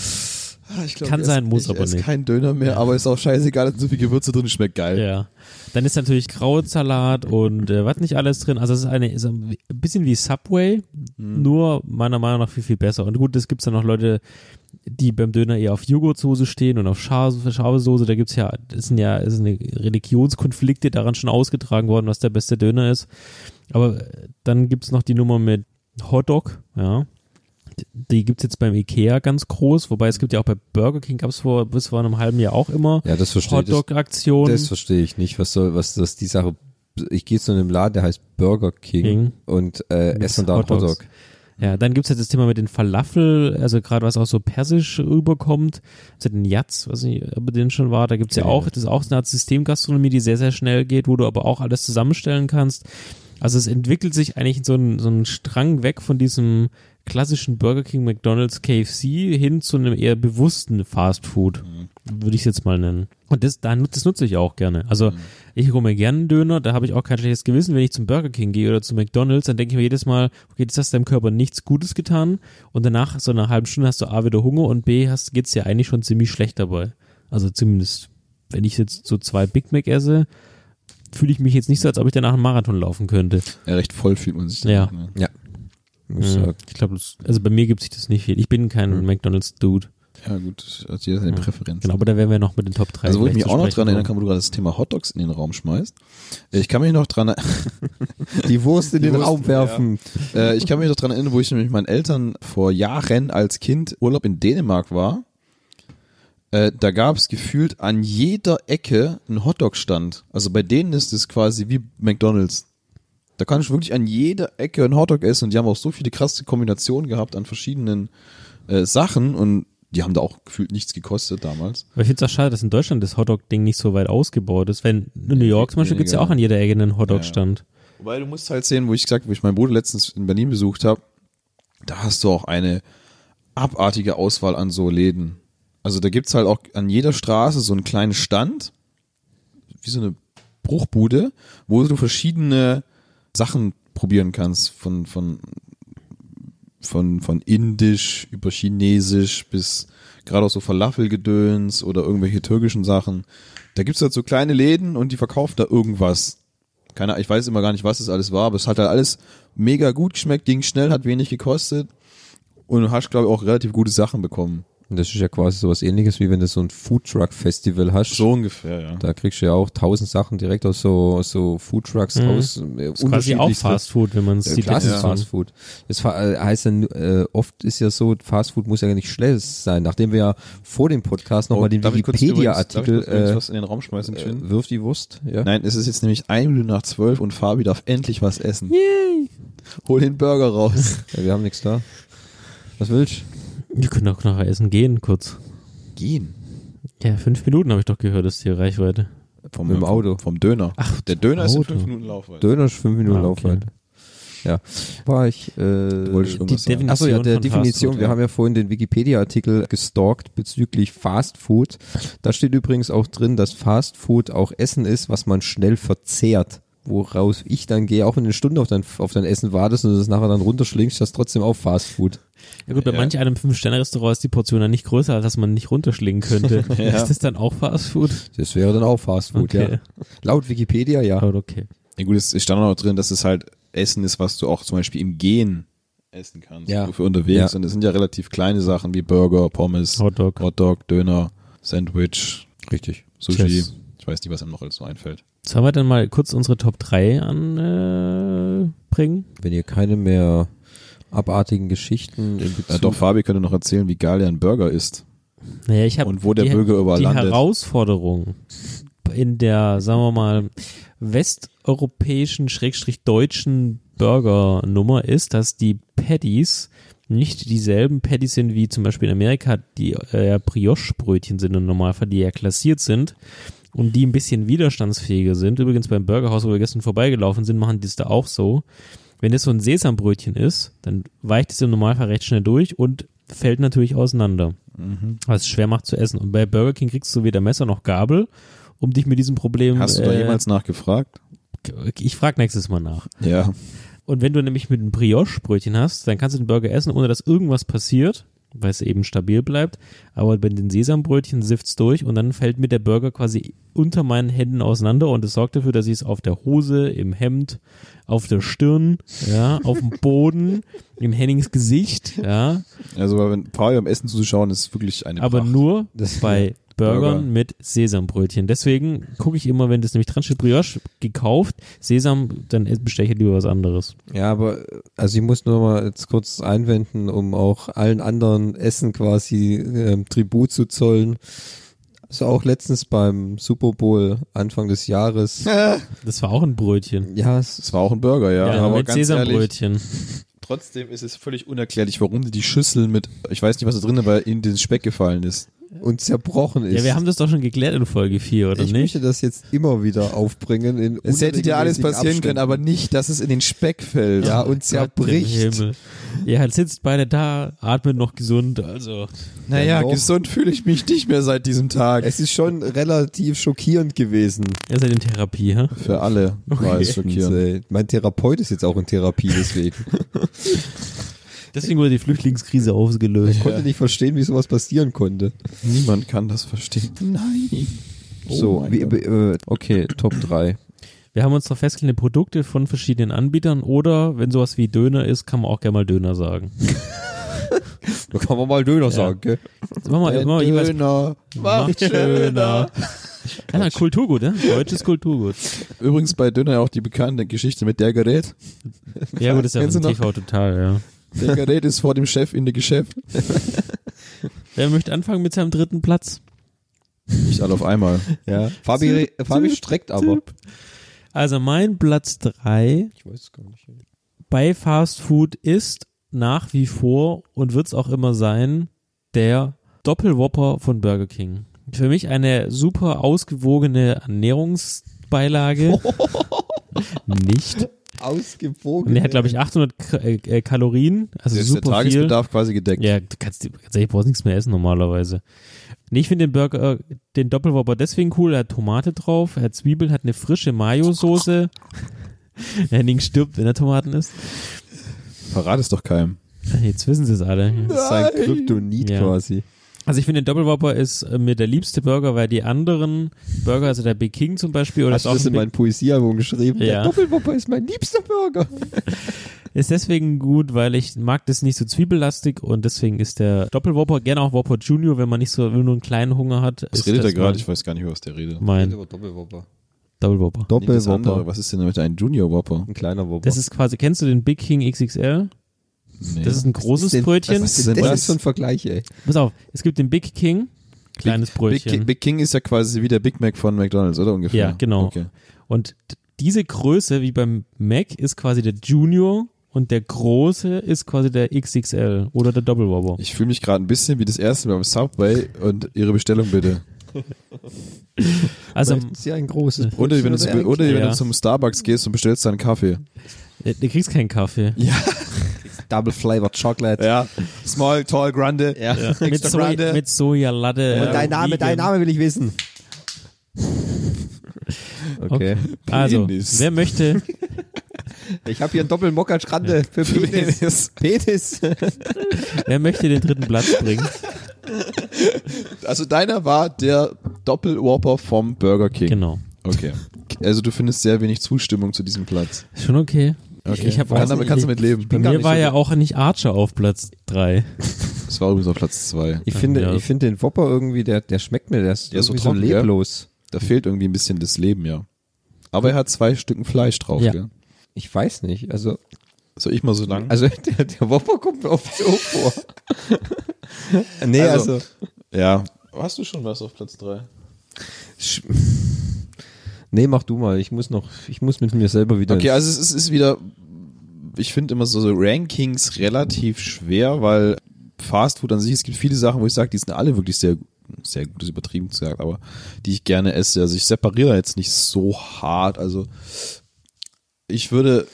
Speaker 3: ah, Ich glaub,
Speaker 2: Kann
Speaker 3: ich
Speaker 2: sein,
Speaker 3: esse-
Speaker 2: muss
Speaker 3: ich
Speaker 2: aber
Speaker 3: esse
Speaker 2: nicht.
Speaker 3: kein Döner mehr, aber ist auch scheißegal, da sind so viel Gewürze drin, schmeckt geil.
Speaker 2: Ja. Dann ist natürlich Krautsalat und äh, was nicht alles drin. Also es ist eine ist ein bisschen wie Subway,
Speaker 1: Mhm.
Speaker 2: nur meiner Meinung nach viel, viel besser. Und gut, es gibt dann noch Leute, die beim Döner eher auf Joghurtsoße stehen und auf scharfe, scharfe Soße. Da gibt's ja, es sind ja es sind Religionskonflikte daran schon ausgetragen worden, was der beste Döner ist. Aber äh, dann gibt's noch die Nummer mit Hotdog, ja. Die gibt's jetzt beim Ikea ganz groß, wobei es gibt ja auch bei Burger King, gab's vor bis vor einem halben Jahr auch immer
Speaker 1: Ja, das verstehe ich. Das,
Speaker 2: Hotdog-Aktionen.
Speaker 1: das verstehe ich nicht. Was soll, was das die Sache? Ich gehe zu einem Laden, der heißt Burger King,
Speaker 2: King.
Speaker 1: und äh,
Speaker 2: Mit
Speaker 1: esse da einen
Speaker 2: Hot Dogs.
Speaker 1: Hotdog.
Speaker 2: Ja, dann gibt's jetzt das Thema mit den Falafel, also gerade was auch so persisch rüberkommt, also den Yatz, weiß nicht, ob ihr den schon war, da gibt's ja
Speaker 1: Nee.
Speaker 2: auch, das ist auch eine Art Systemgastronomie, die sehr, sehr schnell geht, wo du aber auch alles zusammenstellen kannst. Also es entwickelt sich eigentlich so ein, so ein Strang weg von diesem klassischen Burger King, McDonald's, KFC hin zu einem eher bewussten Fast Food, würde ich es jetzt mal nennen. Und das, da, das nutze ich auch gerne. Also ich hole mir gerne einen Döner, da habe ich auch kein schlechtes Gewissen. Wenn ich zum Burger King gehe oder zu McDonald's, dann denke ich mir jedes Mal, okay, das hast deinem Körper nichts Gutes getan und danach, so einer halben Stunde, hast du A, wieder Hunger und B, hast, geht's dir eigentlich schon ziemlich schlecht dabei. Also zumindest, wenn ich jetzt so zwei Big Mac esse, fühle ich mich jetzt nicht so, als ob ich danach einen Marathon laufen könnte.
Speaker 3: Ja, recht voll fühlt man sich da.
Speaker 2: Ja.
Speaker 3: Ne?
Speaker 1: Muss äh, ich
Speaker 2: Ja,
Speaker 1: sagen.
Speaker 2: Ich glaube, also bei mir gibt sich das nicht viel. Ich bin kein McDonalds-Dude.
Speaker 3: ja gut, also jeder seine Präferenz.
Speaker 2: Genau, aber da wären wir noch mit den Top 3.
Speaker 3: Also wo ich mich
Speaker 2: gleich zu
Speaker 3: auch noch
Speaker 2: sprechen
Speaker 3: dran erinnern
Speaker 2: kommen.
Speaker 3: kann, wo du gerade das Thema Hotdogs in den Raum schmeißt. Ich kann mich noch dran,
Speaker 1: Die Wurst in
Speaker 3: Die
Speaker 1: den
Speaker 3: Wurst,
Speaker 1: Raum werfen.
Speaker 3: äh, ich kann mich noch dran erinnern, wo ich nämlich mit meinen Eltern vor Jahren als Kind Urlaub in Dänemark war. Äh, da gab es gefühlt an jeder Ecke einen Hotdog-Stand. Also bei denen ist es quasi wie McDonalds. Da kann ich wirklich an jeder Ecke einen Hotdog essen und die haben auch so viele krasse Kombinationen gehabt an verschiedenen äh, Sachen und die haben da auch gefühlt nichts gekostet damals.
Speaker 2: Aber ich finde es auch schade, dass in Deutschland das Hotdog-Ding nicht so weit ausgebaut ist. Wenn in New York zum Beispiel gibt es ja auch an jeder Ecke einen Hotdog-Stand.
Speaker 3: Wobei du musst halt sehen, wo ich gesagt, wo ich meinen Bruder letztens in Berlin besucht habe, da hast du auch eine abartige Auswahl an so Läden. Also da gibt's halt auch an jeder Straße so einen kleinen Stand, wie so eine Bruchbude, wo du verschiedene Sachen probieren kannst, von, von, von, von Indisch über Chinesisch bis gerade auch so Falafelgedöns oder irgendwelche türkischen Sachen. Da gibt's halt so kleine Läden und die verkaufen da irgendwas keine, ich weiß immer gar nicht, was das alles war, aber es hat halt alles mega gut geschmeckt, ging schnell, hat wenig gekostet und du hast, glaube ich, auch relativ gute Sachen bekommen.
Speaker 1: Und das ist ja quasi sowas ähnliches, wie wenn du so ein Foodtruck-Festival hast.
Speaker 3: ungefähr, ja.
Speaker 1: Da kriegst du ja auch tausend Sachen direkt aus so, aus so Foodtrucks
Speaker 3: Mhm.
Speaker 1: raus. äh,
Speaker 2: Ist quasi auch
Speaker 1: unterschiedlichste-
Speaker 2: Fast Food, wenn man es
Speaker 1: Ja,
Speaker 2: sieht.
Speaker 1: klar, es ist
Speaker 2: Definition.
Speaker 1: Fast Food. Das fa- äh, heißt dann, äh, oft ist ja so, Fast Food muss ja nicht schlecht sein. Nachdem wir ja vor dem Podcast nochmal den
Speaker 3: Oh, Darf ich kurz
Speaker 1: Wikipedia-Artikel
Speaker 3: übrigens- darf ich kurz übrigens
Speaker 1: äh,
Speaker 3: was in den Raum schmeißen, Quinn?
Speaker 1: äh, wirft die Wurst. Ja.
Speaker 3: Nein, es ist jetzt nämlich ein Minute nach zwölf und Fabi darf endlich was essen. Yay! Hol den Burger raus.
Speaker 1: Ja, wir haben nichts da. Was willst
Speaker 2: Wir können auch nachher essen gehen, kurz.
Speaker 3: Gehen.
Speaker 2: Ja, fünf Minuten habe ich doch gehört, ist die Reichweite.
Speaker 3: Vom,
Speaker 1: Mit dem Auto.
Speaker 3: Vom Döner. Ach, der Döner ist in
Speaker 2: Auto.
Speaker 3: fünf Minuten Laufweite.
Speaker 1: Döner ist fünf Minuten
Speaker 2: Ah, okay.
Speaker 1: Laufzeit. Ja. War ich, äh,
Speaker 3: wolltest irgendwas sagen.
Speaker 1: Achso, ja, der
Speaker 2: von Fast
Speaker 1: Definition.
Speaker 2: Food,
Speaker 1: Wir
Speaker 2: ja.
Speaker 1: haben ja vorhin den Wikipedia-Artikel gestalkt bezüglich Fast Food. Da steht übrigens auch drin, dass Fast Food auch Essen ist, was man schnell verzehrt. Woraus ich dann gehe, auch wenn du eine Stunde auf dein, auf dein Essen wartest und du das nachher dann runterschlingst, das ist trotzdem auch Fast Food.
Speaker 2: Ja gut, bei
Speaker 3: Ja.
Speaker 2: manch einem Fünf-Sterne-Restaurant ist die Portion dann nicht größer, als dass man nicht runterschlingen könnte. Ist das dann auch Fast Food?
Speaker 1: Das wäre dann auch Fast Food,
Speaker 2: Okay.
Speaker 1: ja. Laut Wikipedia, ja.
Speaker 2: Aber okay.
Speaker 3: Ja, gut, es stand auch noch drin, dass es halt Essen ist, was du auch zum Beispiel im Gehen essen kannst.
Speaker 1: Ja.
Speaker 3: Für unterwegs.
Speaker 1: Ja.
Speaker 3: Und es sind ja relativ kleine Sachen wie Burger, Pommes,
Speaker 2: Hotdog.
Speaker 3: Hotdog, Döner, Sandwich,
Speaker 1: Richtig.
Speaker 3: Sushi.
Speaker 2: Tschüss.
Speaker 3: Ich weiß nicht, was einem noch alles so einfällt.
Speaker 2: Sollen wir dann mal kurz unsere Top 3 anbringen? Äh, bringen?
Speaker 1: Wenn ihr keine mehr abartigen Geschichten in
Speaker 3: Äh,
Speaker 1: Bezug
Speaker 3: doch, Fabi könnte noch erzählen, wie geil er ein Burger ist.
Speaker 2: naja, ich habe
Speaker 3: Und wo der
Speaker 2: die,
Speaker 3: Bürger überall
Speaker 2: die
Speaker 3: landet.
Speaker 2: Herausforderung in der, sagen wir mal, westeuropäischen, schrägstrich deutschen Burger-Nummer ist, dass die Patties nicht dieselben Patties sind wie zum Beispiel in Amerika, die äh, Brioche-Brötchen sind im Normalfall, die ja klassiert sind und die ein bisschen widerstandsfähiger sind. Übrigens beim Burgerhaus, wo wir gestern vorbeigelaufen sind, machen die es da auch so. Wenn das so ein Sesambrötchen ist, dann weicht es im Normalfall recht schnell durch und fällt natürlich auseinander.
Speaker 3: Mhm.
Speaker 2: Was es schwer macht zu essen. Und bei Burger King kriegst du weder Messer noch Gabel, um dich mit diesem Problem.
Speaker 3: Hast du da
Speaker 2: äh,
Speaker 3: jemals nachgefragt?
Speaker 2: Ich frage nächstes Mal nach.
Speaker 3: Ja.
Speaker 2: Und wenn du nämlich mit einem Brioche-Brötchen hast, dann kannst du den Burger essen, ohne dass irgendwas passiert. weil es eben stabil bleibt. Aber bei den Sesambrötchen sifft's durch und dann fällt mir der Burger quasi unter meinen Händen auseinander und es sorgt dafür, dass ich es auf der Hose, im Hemd, auf der Stirn, ja, auf dem Boden, in Hennings Gesicht, ja,
Speaker 3: Also wenn Paul beim Essen zuzuschauen, ist wirklich eine
Speaker 2: aber
Speaker 3: Pracht.
Speaker 2: nur
Speaker 1: Das-
Speaker 2: bei Burgern
Speaker 3: Burger.
Speaker 2: mit Sesambrötchen. Deswegen gucke ich immer, wenn das nämlich dran steht, Brioche gekauft, Sesam, dann bestelle ich halt lieber was anderes.
Speaker 1: Ja, aber äh, also ich muss nur mal jetzt kurz einwenden, um auch allen anderen Essen quasi ähm, Tribut zu zollen. Also auch letztens beim Super Bowl Anfang des Jahres.
Speaker 2: Das war auch ein Brötchen.
Speaker 1: ja, es,
Speaker 3: Das war auch ein Burger, ja. aber
Speaker 2: mit
Speaker 3: ganz ehrlich,
Speaker 2: Sesambrötchen.
Speaker 3: trotzdem ist es völlig unerklärlich, warum die die Schüssel mit, ich weiß nicht, was da drin war, in den Speck gefallen ist.
Speaker 1: und zerbrochen ist.
Speaker 2: Ja, wir haben das doch schon geklärt in Folge 4, oder
Speaker 1: ich
Speaker 2: nicht?
Speaker 1: möchte das jetzt immer wieder aufbringen. In
Speaker 3: Es hätte dir alles passieren
Speaker 1: unregelmäßigen
Speaker 3: können, aber nicht, dass es in den Speck fällt.
Speaker 1: Ja, und
Speaker 2: Gott im
Speaker 1: zerbricht.
Speaker 2: Himmel. Ja, jetzt sitzt beide da, atmet noch gesund, also.
Speaker 3: naja,
Speaker 1: Dennoch.
Speaker 3: gesund fühle ich mich nicht mehr seit diesem Tag.
Speaker 1: Es ist schon relativ schockierend gewesen.
Speaker 2: Ihr seid halt in Therapie, hä?
Speaker 3: Für alle war es
Speaker 1: Und,
Speaker 3: schockierend.
Speaker 1: äh, mein Therapeut ist jetzt auch in Therapie deswegen.
Speaker 2: Deswegen wurde die Flüchtlingskrise
Speaker 1: Ich
Speaker 2: ausgelöst.
Speaker 1: konnte nicht verstehen, wie sowas passieren konnte.
Speaker 3: Niemand kann das verstehen. Nein.
Speaker 2: Oh
Speaker 1: so, wie, äh, okay, Top 3.
Speaker 2: Wir haben uns noch festgelegte Produkte von verschiedenen Anbietern oder wenn sowas wie Döner ist, kann man auch gerne mal Döner sagen.
Speaker 1: Da kann man mal Döner sagen, gell?
Speaker 2: Mach mal, mach mal jeweils
Speaker 3: Döner
Speaker 2: macht schöner. Ja, na, Kulturgut, ne? Deutsches Kulturgut.
Speaker 3: Übrigens bei Döner auch die bekannte Geschichte mit der Gerät.
Speaker 2: Ja, gut, ist ja
Speaker 3: Kennst
Speaker 2: von
Speaker 3: du noch?
Speaker 2: TV total, ja.
Speaker 3: Der Gerät ist vor dem Chef in der Geschäft.
Speaker 2: Wer möchte anfangen mit seinem dritten Platz?
Speaker 3: Nicht alle auf einmal.
Speaker 1: Ja. Fabi, Fabi streckt aber.
Speaker 2: Also mein Platz drei
Speaker 1: Ich weiß es gar nicht.
Speaker 2: bei Fast Food ist nach wie vor und wird es auch immer sein, der Doppelwhopper von Burger King. Für mich eine super ausgewogene Ernährungsbeilage. Nicht. Und
Speaker 1: Ausgewogen.
Speaker 2: der hat, glaube ich, 800 K äh, Kalorien. Also
Speaker 3: ist der
Speaker 2: super viel.
Speaker 3: Tagesbedarf quasi gedeckt.
Speaker 2: Ja, du kannst tatsächlich brauchst nichts mehr essen normalerweise. Nee, ich finde den Burger, äh, den Doppelwhopper deswegen cool. Er hat Tomate drauf, er hat Zwiebeln, hat eine frische Mayo-Soße. Henning stirbt, wenn er Tomaten isst. Ah,
Speaker 3: Verrat es doch keinem.
Speaker 2: Jetzt wissen sie es alle.
Speaker 1: Das ist sein Kryptonit
Speaker 2: Ja.
Speaker 1: quasi.
Speaker 2: Also ich finde, den Doppelwhopper ist äh, mir der liebste Burger, weil die anderen Burger, also der Big King zum Beispiel, oder
Speaker 1: Hast
Speaker 2: ist
Speaker 1: du
Speaker 2: auch
Speaker 1: das in
Speaker 2: ein Big-
Speaker 1: mein Poesiealbum geschrieben?
Speaker 2: Ja.
Speaker 1: Der Doppelwopper ist mein liebster Burger.
Speaker 2: ist deswegen gut, weil ich mag das nicht so zwiebellastig und deswegen ist der Doppelwhopper, gerne auch Whopper Junior, wenn man nicht so nur einen kleinen Hunger hat.
Speaker 3: Was
Speaker 2: ist
Speaker 3: redet
Speaker 2: das
Speaker 3: er gerade?
Speaker 2: mein-
Speaker 3: Ich weiß gar nicht, über was der redet.
Speaker 2: Mein
Speaker 1: Doppelwopper.
Speaker 2: Doppelwhopper.
Speaker 3: Nee, das andere.
Speaker 1: Doppelwopper.
Speaker 3: Was ist denn damit ein Junior Whopper?
Speaker 1: Ein kleiner Wopper.
Speaker 2: Das ist quasi, kennst du den Big King XXL?
Speaker 3: Nee.
Speaker 2: Das ist ein großes Brötchen.
Speaker 1: Was
Speaker 3: was
Speaker 1: ist
Speaker 3: ist
Speaker 1: denn
Speaker 3: denn
Speaker 1: das
Speaker 3: das?
Speaker 1: für ein Vergleich, ey?
Speaker 2: Pass auf, es gibt den Big King, kleines
Speaker 3: Big,
Speaker 2: Brötchen.
Speaker 3: Ki- Big King ist ja quasi wie der Big Mac von McDonalds, oder ungefähr?
Speaker 2: Ja, genau.
Speaker 3: Okay.
Speaker 2: Und d- diese Größe, wie beim Mac, ist quasi der Junior und der große ist quasi der XXL oder der Double Whopper.
Speaker 3: Ich fühle mich gerade ein bisschen wie das erste Mal beim Subway und Ihre Bestellung bitte.
Speaker 2: Also,
Speaker 1: Vielleicht ist ja ein großes Brötchen.
Speaker 3: Oder wenn
Speaker 1: ein
Speaker 3: du, zu, oder wenn
Speaker 2: Ja.
Speaker 3: du zum Starbucks gehst und bestellst deinen Kaffee.
Speaker 2: äh, du kriegst keinen Kaffee.
Speaker 1: kleines Double Flavored Chocolate.
Speaker 3: Ja. Small, tall, grande.
Speaker 1: Ja.
Speaker 2: Mit, Soja, mit Sojalatte.
Speaker 1: Und dein Name, dein Name will ich wissen. Okay.
Speaker 2: Also,
Speaker 3: Penis.
Speaker 2: wer möchte,
Speaker 1: Ich habe hier einen Doppelmokka-Strande für Penis. Penis.
Speaker 2: wer möchte den dritten Platz bringen?
Speaker 3: Also deiner war der Doppel-Whopper vom Burger King.
Speaker 2: Genau.
Speaker 3: Okay. Also du findest sehr wenig Zustimmung zu diesem Platz.
Speaker 2: Ist Schon okay. Ich, ich hab
Speaker 3: Kann, damit kannst du mit leben.
Speaker 2: bei mir war ja auch nicht Archer auf Platz drei.
Speaker 3: Es war übrigens auf Platz zwei.
Speaker 1: Ich finde,
Speaker 2: Ja.
Speaker 1: ich finde den Whopper irgendwie, der, der schmeckt mir, der ist,
Speaker 3: Der ist so
Speaker 1: irgendwie so,
Speaker 3: trocken, gell?
Speaker 1: leblos.
Speaker 3: Da fehlt irgendwie ein bisschen das Leben, ja. Aber er hat zwei Stücken Fleisch drauf,
Speaker 2: Ja.
Speaker 3: gell?
Speaker 1: Ich weiß nicht. Also,
Speaker 3: Soll ich mal so lang?
Speaker 1: also der, der Whopper kommt mir oft so vor. nee, also,
Speaker 3: Also- ja. Hast du schon was auf Platz drei?
Speaker 1: Sch- Nee, mach du mal. Ich muss noch, ich muss mit mir selber wieder.
Speaker 3: Okay, also es ist, ist wieder, ich finde immer so, so Rankings relativ schwer, weil Fast Food an sich, es gibt viele Sachen, wo ich sage, die sind alle wirklich sehr, sehr gut, ist übertrieben gesagt, aber die ich gerne esse. Also ich separiere da jetzt nicht so hart. Also ich würde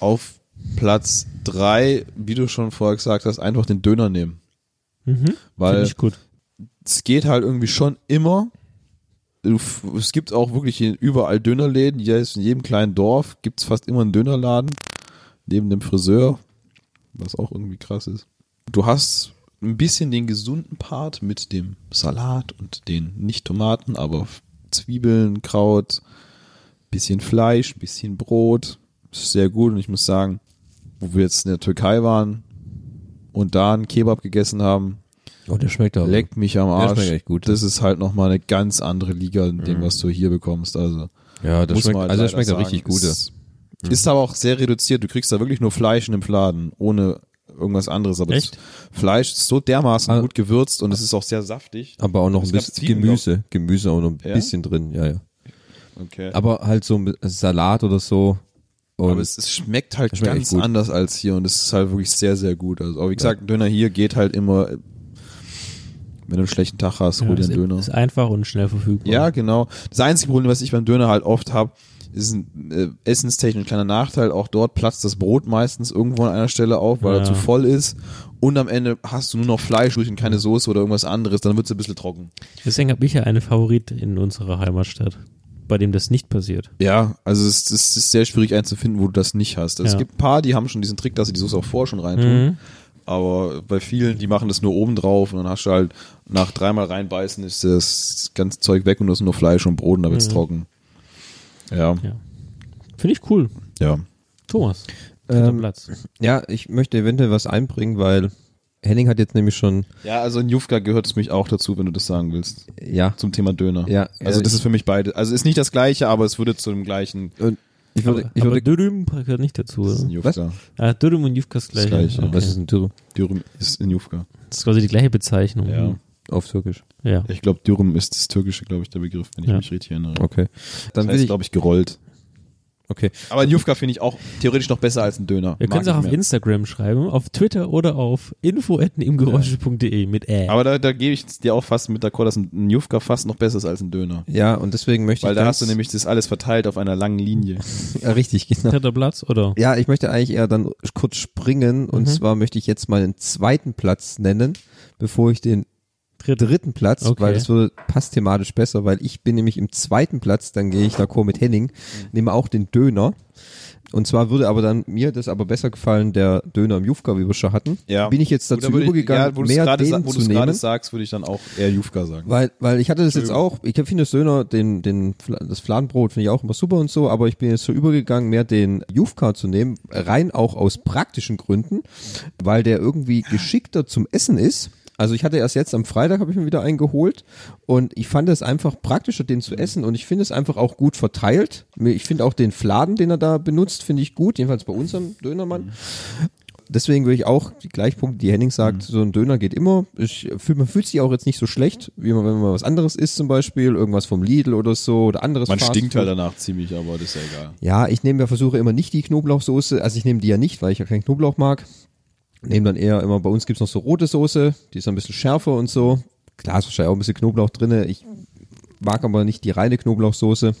Speaker 3: auf Platz drei, wie du schon vorher gesagt hast, einfach den Döner nehmen.
Speaker 2: Mhm. Finde
Speaker 3: Weil
Speaker 2: ich gut.
Speaker 3: es geht halt irgendwie schon immer. Du f- Es gibt auch wirklich in- überall Dönerläden. Hier ist in jedem kleinen Dorf gibt's fast immer einen Dönerladen. Neben dem Friseur, was auch irgendwie krass ist. Du hast ein bisschen den gesunden Part mit dem Salat und den nicht Tomaten, aber Zwiebeln, Kraut, bisschen Fleisch, bisschen Brot. Ist sehr gut und ich muss sagen, wo wir jetzt in der Türkei waren und da einen Kebab gegessen haben,
Speaker 1: Oh, der schmeckt aber.
Speaker 3: leckt mich am
Speaker 1: Der schmeckt
Speaker 3: Arsch.
Speaker 1: echt gut. Mhm.
Speaker 3: Das ist halt nochmal eine ganz andere Liga in dem, was du hier bekommst. Also
Speaker 1: Ja, das
Speaker 3: muss
Speaker 1: schmeckt,
Speaker 3: man halt
Speaker 1: also das
Speaker 3: leider
Speaker 1: schmeckt auch
Speaker 3: sagen,
Speaker 1: richtig gut. Mhm.
Speaker 3: Ist, ist aber auch sehr reduziert. Du kriegst da wirklich nur Fleisch in dem Fladen, ohne irgendwas anderes. Aber
Speaker 2: Echt?
Speaker 3: das Fleisch ist so dermaßen
Speaker 1: Ah.
Speaker 3: gut gewürzt und es ist auch sehr saftig.
Speaker 1: Aber auch noch ein
Speaker 3: Es gab
Speaker 1: bisschen
Speaker 3: Zwiebeln,
Speaker 1: Gemüse. Gemüse auch noch ein
Speaker 3: Ja?
Speaker 1: bisschen drin, ja, ja.
Speaker 3: Okay. Aber,
Speaker 1: Aber halt so ein Salat oder so. Und
Speaker 3: es, es schmeckt halt
Speaker 1: Das schmeckt echt
Speaker 3: ganz
Speaker 1: gut.
Speaker 3: anders als hier und es ist halt wirklich sehr, sehr gut. Also, aber wie gesagt, ein Döner hier geht halt immer, äh, wenn du einen schlechten Tag hast, hol dir
Speaker 2: ist,
Speaker 3: einen Döner.
Speaker 2: ist einfach und schnell verfügbar.
Speaker 3: Ja, genau. Das einzige Problem, was ich beim Döner halt oft habe, ist ein äh, essenstechnisch kleiner Nachteil. Auch dort platzt das Brot meistens irgendwo an einer Stelle auf, weil er
Speaker 2: Ja.
Speaker 3: zu voll ist. Und am Ende hast du nur noch Fleisch durch und keine Soße oder irgendwas anderes. Dann wird's ein bisschen trocken.
Speaker 2: Deswegen habe ich ja einen Favorit in unserer Heimatstadt, bei dem das nicht passiert.
Speaker 3: Ja, also es, es ist sehr schwierig einzufinden, wo du das nicht hast. Also Es
Speaker 2: Ja.
Speaker 3: gibt ein paar, die haben schon diesen Trick, dass sie die Soße auch vorher schon reintun. Aber bei vielen, die machen das nur oben drauf und dann hast du halt nach dreimal reinbeißen ist das ganze Zeug weg und du hast nur Fleisch und Brot und dann wird's trocken. Ja,
Speaker 2: Ja. Finde ich cool.
Speaker 3: ja.
Speaker 2: Thomas, dritter
Speaker 1: Ähm,
Speaker 2: Platz.
Speaker 1: ja, ich möchte eventuell was einbringen, weil Henning hat jetzt nämlich schon,
Speaker 3: Ja, also in Jufka gehört es mich auch dazu, wenn du das sagen willst.
Speaker 1: ja.
Speaker 3: Zum Thema Döner.
Speaker 1: Ja,
Speaker 3: Also
Speaker 1: ja,
Speaker 3: das
Speaker 1: ich-
Speaker 3: ist für mich beide. Also ist nicht das gleiche, aber es würde zu dem gleichen.
Speaker 1: Und ich würde,
Speaker 2: Aber,
Speaker 1: ich würde,
Speaker 2: aber Dürüm gehört nicht dazu.
Speaker 3: Das ist in
Speaker 2: Oder?
Speaker 3: Jufka.
Speaker 2: Ah, Dürüm und Jufka ist gleich.
Speaker 3: Das gleiche, ja.
Speaker 2: okay.
Speaker 1: was ist ein Dürüm
Speaker 3: Dürüm ist in Jufka.
Speaker 2: Das ist quasi die gleiche Bezeichnung.
Speaker 1: Mhm.
Speaker 3: Ja.
Speaker 1: auf Türkisch?
Speaker 2: ja.
Speaker 3: Ich glaube, Dürüm ist das türkische, glaube ich, der Begriff, wenn ich
Speaker 2: Ja.
Speaker 3: mich richtig erinnere.
Speaker 1: Okay. Dann
Speaker 3: Das
Speaker 1: will
Speaker 3: heißt,
Speaker 1: ich,
Speaker 3: glaube ich, gerollt.
Speaker 1: okay.
Speaker 3: Aber ein Jufka finde ich auch theoretisch noch besser als ein Döner.
Speaker 2: Ihr
Speaker 3: Mag
Speaker 2: könnt es
Speaker 3: ich
Speaker 2: auch auf
Speaker 3: mehr.
Speaker 2: Instagram schreiben, auf Twitter oder auf info.imgeräusche.de mit Ä.
Speaker 3: Aber da, da gebe ich dir auch fast mit d'accord, dass ein ein Jufka fast noch besser ist als ein Döner.
Speaker 1: Ja, und deswegen möchte
Speaker 3: Weil
Speaker 1: ich
Speaker 3: da
Speaker 1: ganz-
Speaker 3: hast du nämlich das alles verteilt auf einer langen Linie.
Speaker 1: ja, richtig, genau.
Speaker 2: Dritter Platz oder?
Speaker 1: Ja, ich möchte eigentlich eher dann kurz springen und
Speaker 2: Mhm.
Speaker 1: zwar möchte ich jetzt mal den zweiten Platz nennen, bevor ich den dritten Platz,
Speaker 2: Okay.
Speaker 1: weil das würde passt thematisch besser, weil ich bin nämlich im zweiten Platz, dann gehe ich d'accord mit Henning,
Speaker 3: Mhm.
Speaker 1: nehme auch den Döner und zwar würde aber dann mir das aber besser gefallen, der Döner im Jufka, wie wir schon hatten.
Speaker 3: Ja.
Speaker 1: Bin ich jetzt
Speaker 3: Gut,
Speaker 1: dazu
Speaker 3: da würde ich-
Speaker 1: übergegangen,
Speaker 3: ja, wo du's
Speaker 1: mehr
Speaker 3: gerade sa-
Speaker 1: den
Speaker 3: wo
Speaker 1: zu
Speaker 3: du's gerade
Speaker 1: nehmen.
Speaker 3: sagst, würde ich dann auch eher Jufka sagen.
Speaker 1: Weil, weil ich hatte das jetzt auch, ich finde das Döner, den, den, Fla- das Fladenbrot finde ich auch immer super und so, aber ich bin jetzt so übergegangen, mehr den Jufka zu nehmen, rein auch aus praktischen Gründen, weil der irgendwie geschickter zum Essen ist. Also ich hatte erst jetzt am Freitag habe ich mir wieder einen geholt und ich fand es einfach praktischer, den zu essen und ich finde es einfach auch gut verteilt. Ich finde auch den Fladen, den er da benutzt, finde ich gut, jedenfalls bei unserem Dönermann. Deswegen würde ich auch die Gleichpunkte, die Henning
Speaker 3: Mhm.
Speaker 1: sagt, so ein Döner geht immer. Ich fühl, man fühlt sich auch jetzt nicht so schlecht, wie man, wenn man was anderes isst zum Beispiel, irgendwas vom Lidl oder so oder anderes.
Speaker 3: Man
Speaker 1: Fast
Speaker 3: stinkt
Speaker 1: Food.
Speaker 3: halt danach ziemlich, aber das ist ja egal.
Speaker 1: Ja, ich nehme ja, versuche immer nicht die Knoblauchsoße. Also ich nehme die ja nicht, weil ich ja keinen Knoblauch mag. Nehme dann eher immer, bei uns gibt's noch so rote Soße, die ist ein bisschen schärfer und so. Klar ist wahrscheinlich auch ein bisschen Knoblauch drinne. Ich mag aber nicht die reine Knoblauchsoße.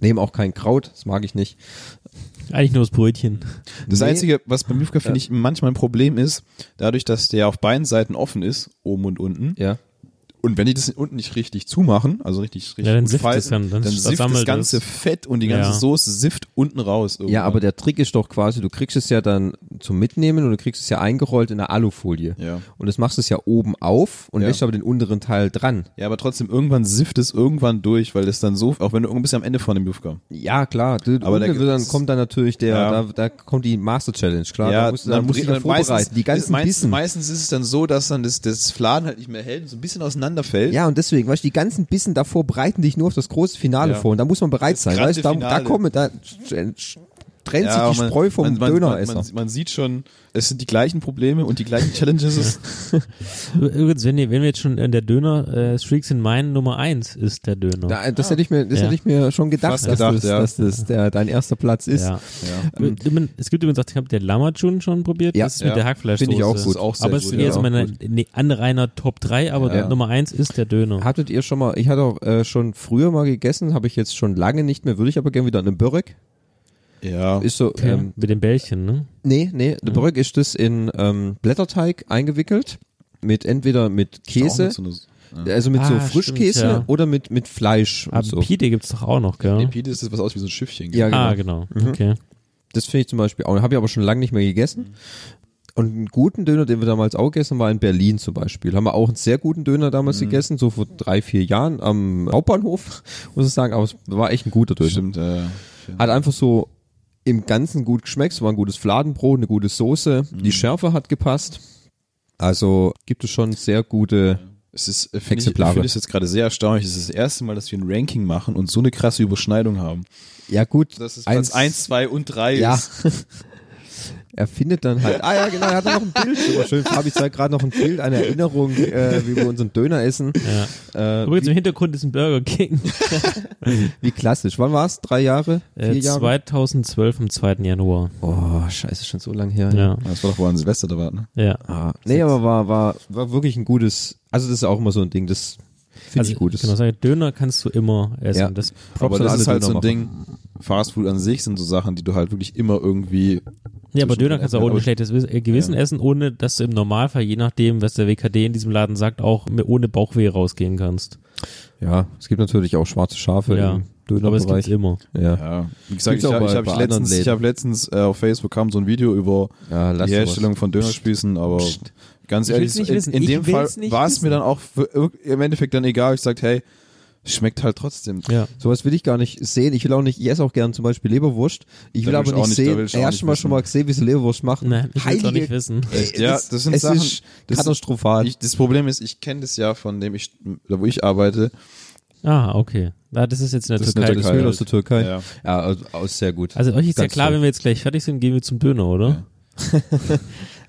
Speaker 1: Nehme auch kein Kraut, das mag ich nicht.
Speaker 2: Eigentlich nur das Brötchen.
Speaker 3: Das
Speaker 1: Nee.
Speaker 3: Einzige, was beim Jufka, finde ich, manchmal ein Problem ist, dadurch, dass der auf beiden Seiten offen ist, oben und unten,
Speaker 1: Ja.
Speaker 3: und wenn die das unten nicht richtig zumachen, also richtig, richtig
Speaker 2: Ja, dann
Speaker 3: gut
Speaker 2: sifft es dann,
Speaker 3: falten,
Speaker 2: dann
Speaker 3: sifft das
Speaker 2: versammelt
Speaker 3: ganze
Speaker 2: es.
Speaker 3: Fett und die ganze
Speaker 2: Ja.
Speaker 3: Soße sifft unten raus. Irgendwann.
Speaker 1: Ja, aber der Trick ist doch quasi, du kriegst es ja dann zum Mitnehmen und du kriegst es ja eingerollt in eine Alufolie.
Speaker 3: Ja.
Speaker 1: Und das machst du es ja oben auf und
Speaker 3: Ja.
Speaker 1: lässt aber den unteren Teil dran.
Speaker 3: Ja, aber trotzdem, irgendwann sifft es irgendwann durch, weil das dann so, auch wenn du irgendwann bist am Ende von dem Jufka.
Speaker 1: Ja, klar. Du,
Speaker 3: Aber da
Speaker 1: unten wird dann
Speaker 3: gibt's-
Speaker 1: kommt dann natürlich der,
Speaker 3: Ja.
Speaker 1: da, da kommt die Master Challenge, klar. da musst du, da musst du dann
Speaker 3: meistens-
Speaker 1: vorbereiten. die ganzen
Speaker 3: meistens,
Speaker 1: Bissen.
Speaker 3: Meistens ist es dann so, dass dann das, das Fladen halt nicht mehr hält und so ein bisschen auseinanderfällt.
Speaker 1: Ja, und deswegen, weißt du, die ganzen Bissen davor bereiten dich nur auf das große Finale
Speaker 3: Ja.
Speaker 1: vor. Und da muss man bereit sein.
Speaker 3: grande
Speaker 1: Weißt du, da, da
Speaker 3: Finale.
Speaker 1: kommen, da sch- sch- trennt
Speaker 3: Ja, aber
Speaker 1: sich die Spreu vom
Speaker 3: man, man,
Speaker 1: Döneresser.
Speaker 3: Man, man, man sieht schon, es sind die gleichen Probleme und die gleichen Challenges.
Speaker 2: Übrigens, wenn, ihr, wenn wir jetzt schon in der Döner äh, Streaks sind, mein Nummer eins ist der Döner.
Speaker 1: da, das hätte ich mir, das
Speaker 2: Ja.
Speaker 1: hätte ich mir schon gedacht,
Speaker 3: Fast
Speaker 1: dass,
Speaker 3: gedacht,
Speaker 1: das,
Speaker 3: ja.
Speaker 1: dass das der, dein erster Platz ist.
Speaker 2: Ja.
Speaker 3: ja.
Speaker 2: Ü- übrigens, Es gibt übrigens auch, ich habe der Lamajun schon probiert,
Speaker 1: Ja.
Speaker 2: das ist mit
Speaker 3: Ja.
Speaker 2: der Hackfleischsoße.
Speaker 1: Finde ich auch gut.
Speaker 3: Ist auch sehr
Speaker 2: aber es
Speaker 3: gut,
Speaker 2: wäre jetzt
Speaker 1: ja.
Speaker 2: meine ne, anreiner Top 3, aber
Speaker 1: Ja.
Speaker 2: Nummer eins ist der Döner.
Speaker 1: Hattet ihr schon mal, ich hatte auch äh, schon früher mal gegessen, habe ich jetzt schon lange nicht mehr, würde ich aber gerne wieder einen Börek.
Speaker 3: Ja.
Speaker 1: Ist so,
Speaker 2: Okay.
Speaker 1: ähm,
Speaker 2: mit dem Bällchen, ne?
Speaker 1: nee, nee, eine Börek ist das in ähm, Blätterteig eingewickelt, mit entweder mit Käse,
Speaker 3: Auch mit so einer- ja.
Speaker 1: also mit so
Speaker 2: Ah,
Speaker 1: Frischkäse
Speaker 2: stimmt, ja. Ah,
Speaker 1: oder mit, mit Fleisch und
Speaker 2: Aber
Speaker 1: so.
Speaker 2: Pide gibt's doch auch noch, gell?
Speaker 3: Nee, Pide ist das was aus wie so ein Schiffchen.
Speaker 1: Ja, genau.
Speaker 2: Ah, genau. Okay.
Speaker 1: Das finde ich zum Beispiel auch, habe ich aber schon lange nicht mehr gegessen. Und einen guten Döner, den wir damals auch gegessen haben, war in Berlin zum Beispiel. Haben wir auch einen sehr guten Döner damals gegessen, so vor drei, vier Jahren am Hauptbahnhof, muss ich sagen. Aber es war echt ein guter Döner.
Speaker 3: Stimmt, äh,
Speaker 1: Hat einfach so im Ganzen gut geschmeckt. Es war ein gutes Fladenbrot, eine gute Soße.
Speaker 2: Mhm.
Speaker 1: Die Schärfe hat gepasst. Also gibt es schon sehr gute.
Speaker 3: es ist, äh, find ich, ich
Speaker 1: Exemplare.
Speaker 3: finde es jetzt gerade sehr erstaunlich. Es ist das erste Mal, dass wir ein Ranking machen und so eine krasse Überschneidung haben.
Speaker 1: Ja, gut.
Speaker 3: Dass es Platz 1, 2 und 3
Speaker 1: Ja.
Speaker 3: ist.
Speaker 1: Er findet dann halt. Ah ja, genau, er hat da noch ein Bild. Super schön. Fabi zeigt gerade noch ein Bild, eine Erinnerung, äh, wie wir unseren Döner essen. Ja. Äh,
Speaker 2: Übrigens im Hintergrund ist ein Burger King.
Speaker 1: wie klassisch. Wann war's? Drei Jahre? Vier
Speaker 2: Äh,
Speaker 1: Jahre?
Speaker 2: 2012 am 2. Januar.
Speaker 1: Oh, scheiße, schon so lang her.
Speaker 2: Ja,
Speaker 3: Das war doch wohl an Silvester da war, ne?
Speaker 2: ja.
Speaker 1: Mhm. Ah, nee, aber war, war, war wirklich ein gutes. Also, das ist auch immer so ein Ding, das finde ich gut.
Speaker 2: Genau, sag ich, Döner kannst du immer essen.
Speaker 1: Ja.
Speaker 2: Das
Speaker 3: Aber
Speaker 1: Props an
Speaker 3: das
Speaker 1: alle
Speaker 3: ist halt so ein
Speaker 1: Dönermacher.
Speaker 3: Ding. Fast Food an sich sind so Sachen, die du halt wirklich immer irgendwie.
Speaker 2: Ja, aber
Speaker 3: zwischen
Speaker 2: Döner kannst du auch
Speaker 3: den
Speaker 2: ohne
Speaker 3: Essen
Speaker 2: schlechtes Wiss- äh, Gewissen essen, ohne dass du im Normalfall, je nachdem, was der WKD in diesem Laden sagt, auch mi- ohne Bauchweh rausgehen kannst.
Speaker 1: Ja, es gibt natürlich auch schwarze Schafe
Speaker 2: Ja.
Speaker 1: im
Speaker 2: Aber es gibt's
Speaker 1: Dönerbereich.
Speaker 2: immer.
Speaker 1: Ja.
Speaker 3: Ja, wie gesagt,
Speaker 1: Gibt's
Speaker 3: ich
Speaker 1: auch
Speaker 3: habe
Speaker 1: bei-
Speaker 3: ich hab
Speaker 1: bei
Speaker 3: ich
Speaker 1: anderen
Speaker 3: letztens, ich
Speaker 1: Läden.
Speaker 3: hab letztens äh, auf Facebook kam so ein Video über
Speaker 1: Ja, lass
Speaker 3: die
Speaker 1: sowas.
Speaker 3: Herstellung von Dönerspießen, aber ganz
Speaker 2: Ich
Speaker 3: ehrlich,
Speaker 2: will's nicht
Speaker 3: in,
Speaker 2: wissen.
Speaker 3: in
Speaker 2: Ich
Speaker 3: dem Fall
Speaker 2: will's nicht
Speaker 3: war es
Speaker 2: wissen.
Speaker 3: mir dann auch für, im Endeffekt dann egal. Ich sagte, hey, schmeckt halt trotzdem.
Speaker 2: Ja.
Speaker 1: Sowas will ich gar nicht sehen. Ich will auch nicht, ich esse auch gern zum Beispiel Leberwurst. Ich will
Speaker 3: Da will
Speaker 1: aber
Speaker 3: ich
Speaker 1: nicht
Speaker 3: auch nicht- da
Speaker 1: sehen,
Speaker 3: will ich auch
Speaker 1: erst
Speaker 3: nicht
Speaker 1: mal
Speaker 3: wissen.
Speaker 1: schon mal gesehen, wie sie Leberwurst machen.
Speaker 2: Nein, ich will's auch nicht wissen.
Speaker 1: Ey,
Speaker 3: Ja,
Speaker 1: es-
Speaker 3: das sind
Speaker 1: es
Speaker 3: Sachen-
Speaker 1: Ist
Speaker 3: das ist-
Speaker 1: katastrophal.
Speaker 3: Ich, das Problem ist, ich kenne das ja von dem ich, da wo ich arbeite.
Speaker 2: Ah, okay. Na, das ist jetzt in der
Speaker 3: Das ist in
Speaker 2: Türkei.
Speaker 3: der
Speaker 1: das will aus
Speaker 2: gehandelt.
Speaker 1: der Türkei.
Speaker 3: Ja.
Speaker 1: Ja, also, aus sehr gut.
Speaker 2: Also euch ist ja
Speaker 1: Ganz
Speaker 2: klar,
Speaker 1: toll.
Speaker 2: wenn wir jetzt gleich fertig sind, gehen wir zum Döner, oder?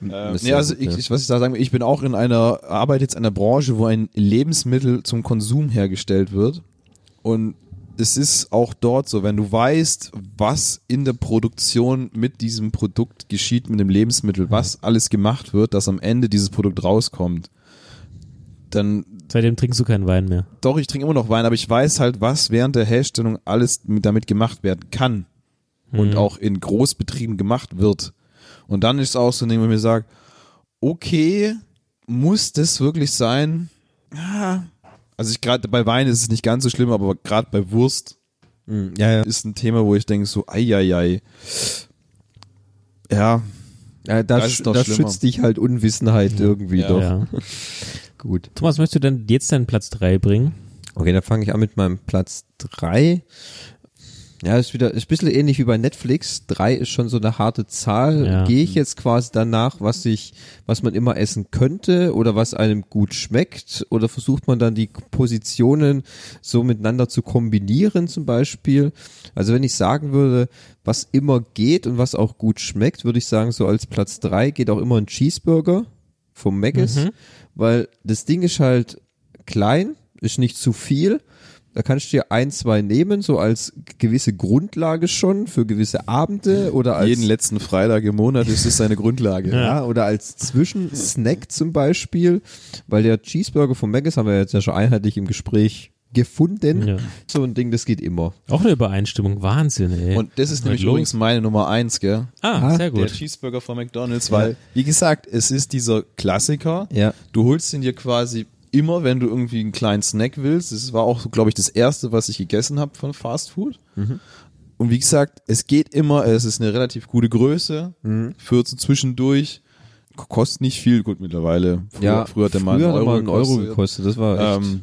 Speaker 3: Äh,
Speaker 1: Ist
Speaker 3: nee,
Speaker 1: ja
Speaker 3: also
Speaker 1: gut,
Speaker 3: ich,
Speaker 1: ja.
Speaker 3: ich, was ich da sagen will, ich bin auch in einer, arbeite jetzt in einer Branche, wo ein Lebensmittel zum Konsum hergestellt wird. Und es ist auch dort so, wenn du weißt, was in der Produktion mit diesem Produkt geschieht, mit dem Lebensmittel,
Speaker 1: Mhm.
Speaker 3: was alles gemacht wird, dass am Ende dieses Produkt rauskommt, dann
Speaker 2: Seitdem trinkst du keinen Wein mehr.
Speaker 3: doch, ich trinke immer noch Wein, aber ich weiß halt, was während der Herstellung alles mit, damit gemacht werden kann und auch in Großbetrieben gemacht wird. Und dann ist es auch so, indem ich mir sage, okay, muss das wirklich sein? Ah. Also ich gerade bei Wein ist es nicht ganz so schlimm, aber gerade bei Wurst
Speaker 1: ja, ja.
Speaker 3: ist ein Thema, wo ich denke so, ei, ei, ei. Ja,
Speaker 1: ja da
Speaker 3: Das
Speaker 1: sch-
Speaker 3: ist doch
Speaker 1: da
Speaker 3: schlimmer.
Speaker 1: schützt dich halt Unwissenheit irgendwie
Speaker 3: Ja.
Speaker 1: doch.
Speaker 2: Ja.
Speaker 1: Gut.
Speaker 2: Thomas, möchtest du denn jetzt deinen Platz 3 bringen?
Speaker 1: Okay, dann fange ich an mit meinem Platz drei. Ja, ist wieder ist ein bisschen ähnlich wie bei Netflix. Drei ist schon so eine harte Zahl.
Speaker 2: Ja.
Speaker 1: Gehe ich jetzt quasi danach, was ich, was man immer essen könnte oder was einem gut schmeckt? Oder versucht man dann die Positionen so miteinander zu kombinieren zum Beispiel? Also wenn ich sagen würde, was immer geht und was auch gut schmeckt, würde ich sagen, so als Platz drei geht auch immer ein Cheeseburger vom Maggis, weil das Ding ist halt klein, ist nicht zu viel. Da kannst du dir ein, zwei nehmen, so als gewisse Grundlage schon für gewisse Abende oder als
Speaker 3: jeden letzten Freitag im Monat ist das seine Grundlage.
Speaker 1: ja, oder als Zwischensnack zum Beispiel, weil der Cheeseburger vom Maggis haben wir jetzt ja schon einheitlich im Gespräch gefunden.
Speaker 2: Ja.
Speaker 1: So ein Ding, das geht immer.
Speaker 2: Auch eine Übereinstimmung. Wahnsinn, ey.
Speaker 3: Und das ist nämlich
Speaker 2: los?
Speaker 3: übrigens meine Nummer eins, gell?
Speaker 2: ah, sehr
Speaker 3: Der
Speaker 2: gut.
Speaker 3: Cheeseburger von McDonalds, weil, wie gesagt, es ist dieser Klassiker.
Speaker 1: Ja.
Speaker 3: Du holst ihn dir quasi immer, wenn du irgendwie einen kleinen Snack willst. Das war auch, glaube ich, das erste, was ich gegessen habe von Fast Food.
Speaker 1: Mhm.
Speaker 3: Und wie gesagt, es geht immer, es ist eine relativ gute Größe,
Speaker 1: Mhm.
Speaker 3: führt so zwischendurch, k- kostet nicht viel, gut mittlerweile. Früher, früher hat er mal einen
Speaker 1: früher hat er
Speaker 3: Euro,
Speaker 1: mal einen Euro
Speaker 3: gekostet.
Speaker 1: gekostet. Das war echt.
Speaker 3: Ähm,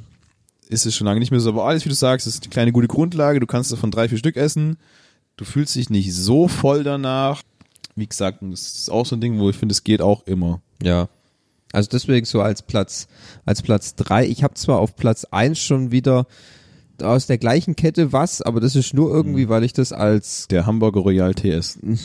Speaker 3: ist es schon lange nicht mehr so, aber alles, wie du sagst, ist eine kleine gute Grundlage. Du kannst davon drei, vier Stück essen. Du fühlst dich nicht so voll danach. Wie gesagt, und das ist auch so ein Ding, wo ich finde, es geht auch immer.
Speaker 1: Ja. Also deswegen so als Platz, als Platz drei. Ich habe zwar auf Platz eins schon wieder aus der gleichen Kette was, aber das ist nur
Speaker 3: Hm.
Speaker 1: irgendwie, weil ich das als
Speaker 3: Der Hamburger Royal TS.
Speaker 1: Mhm.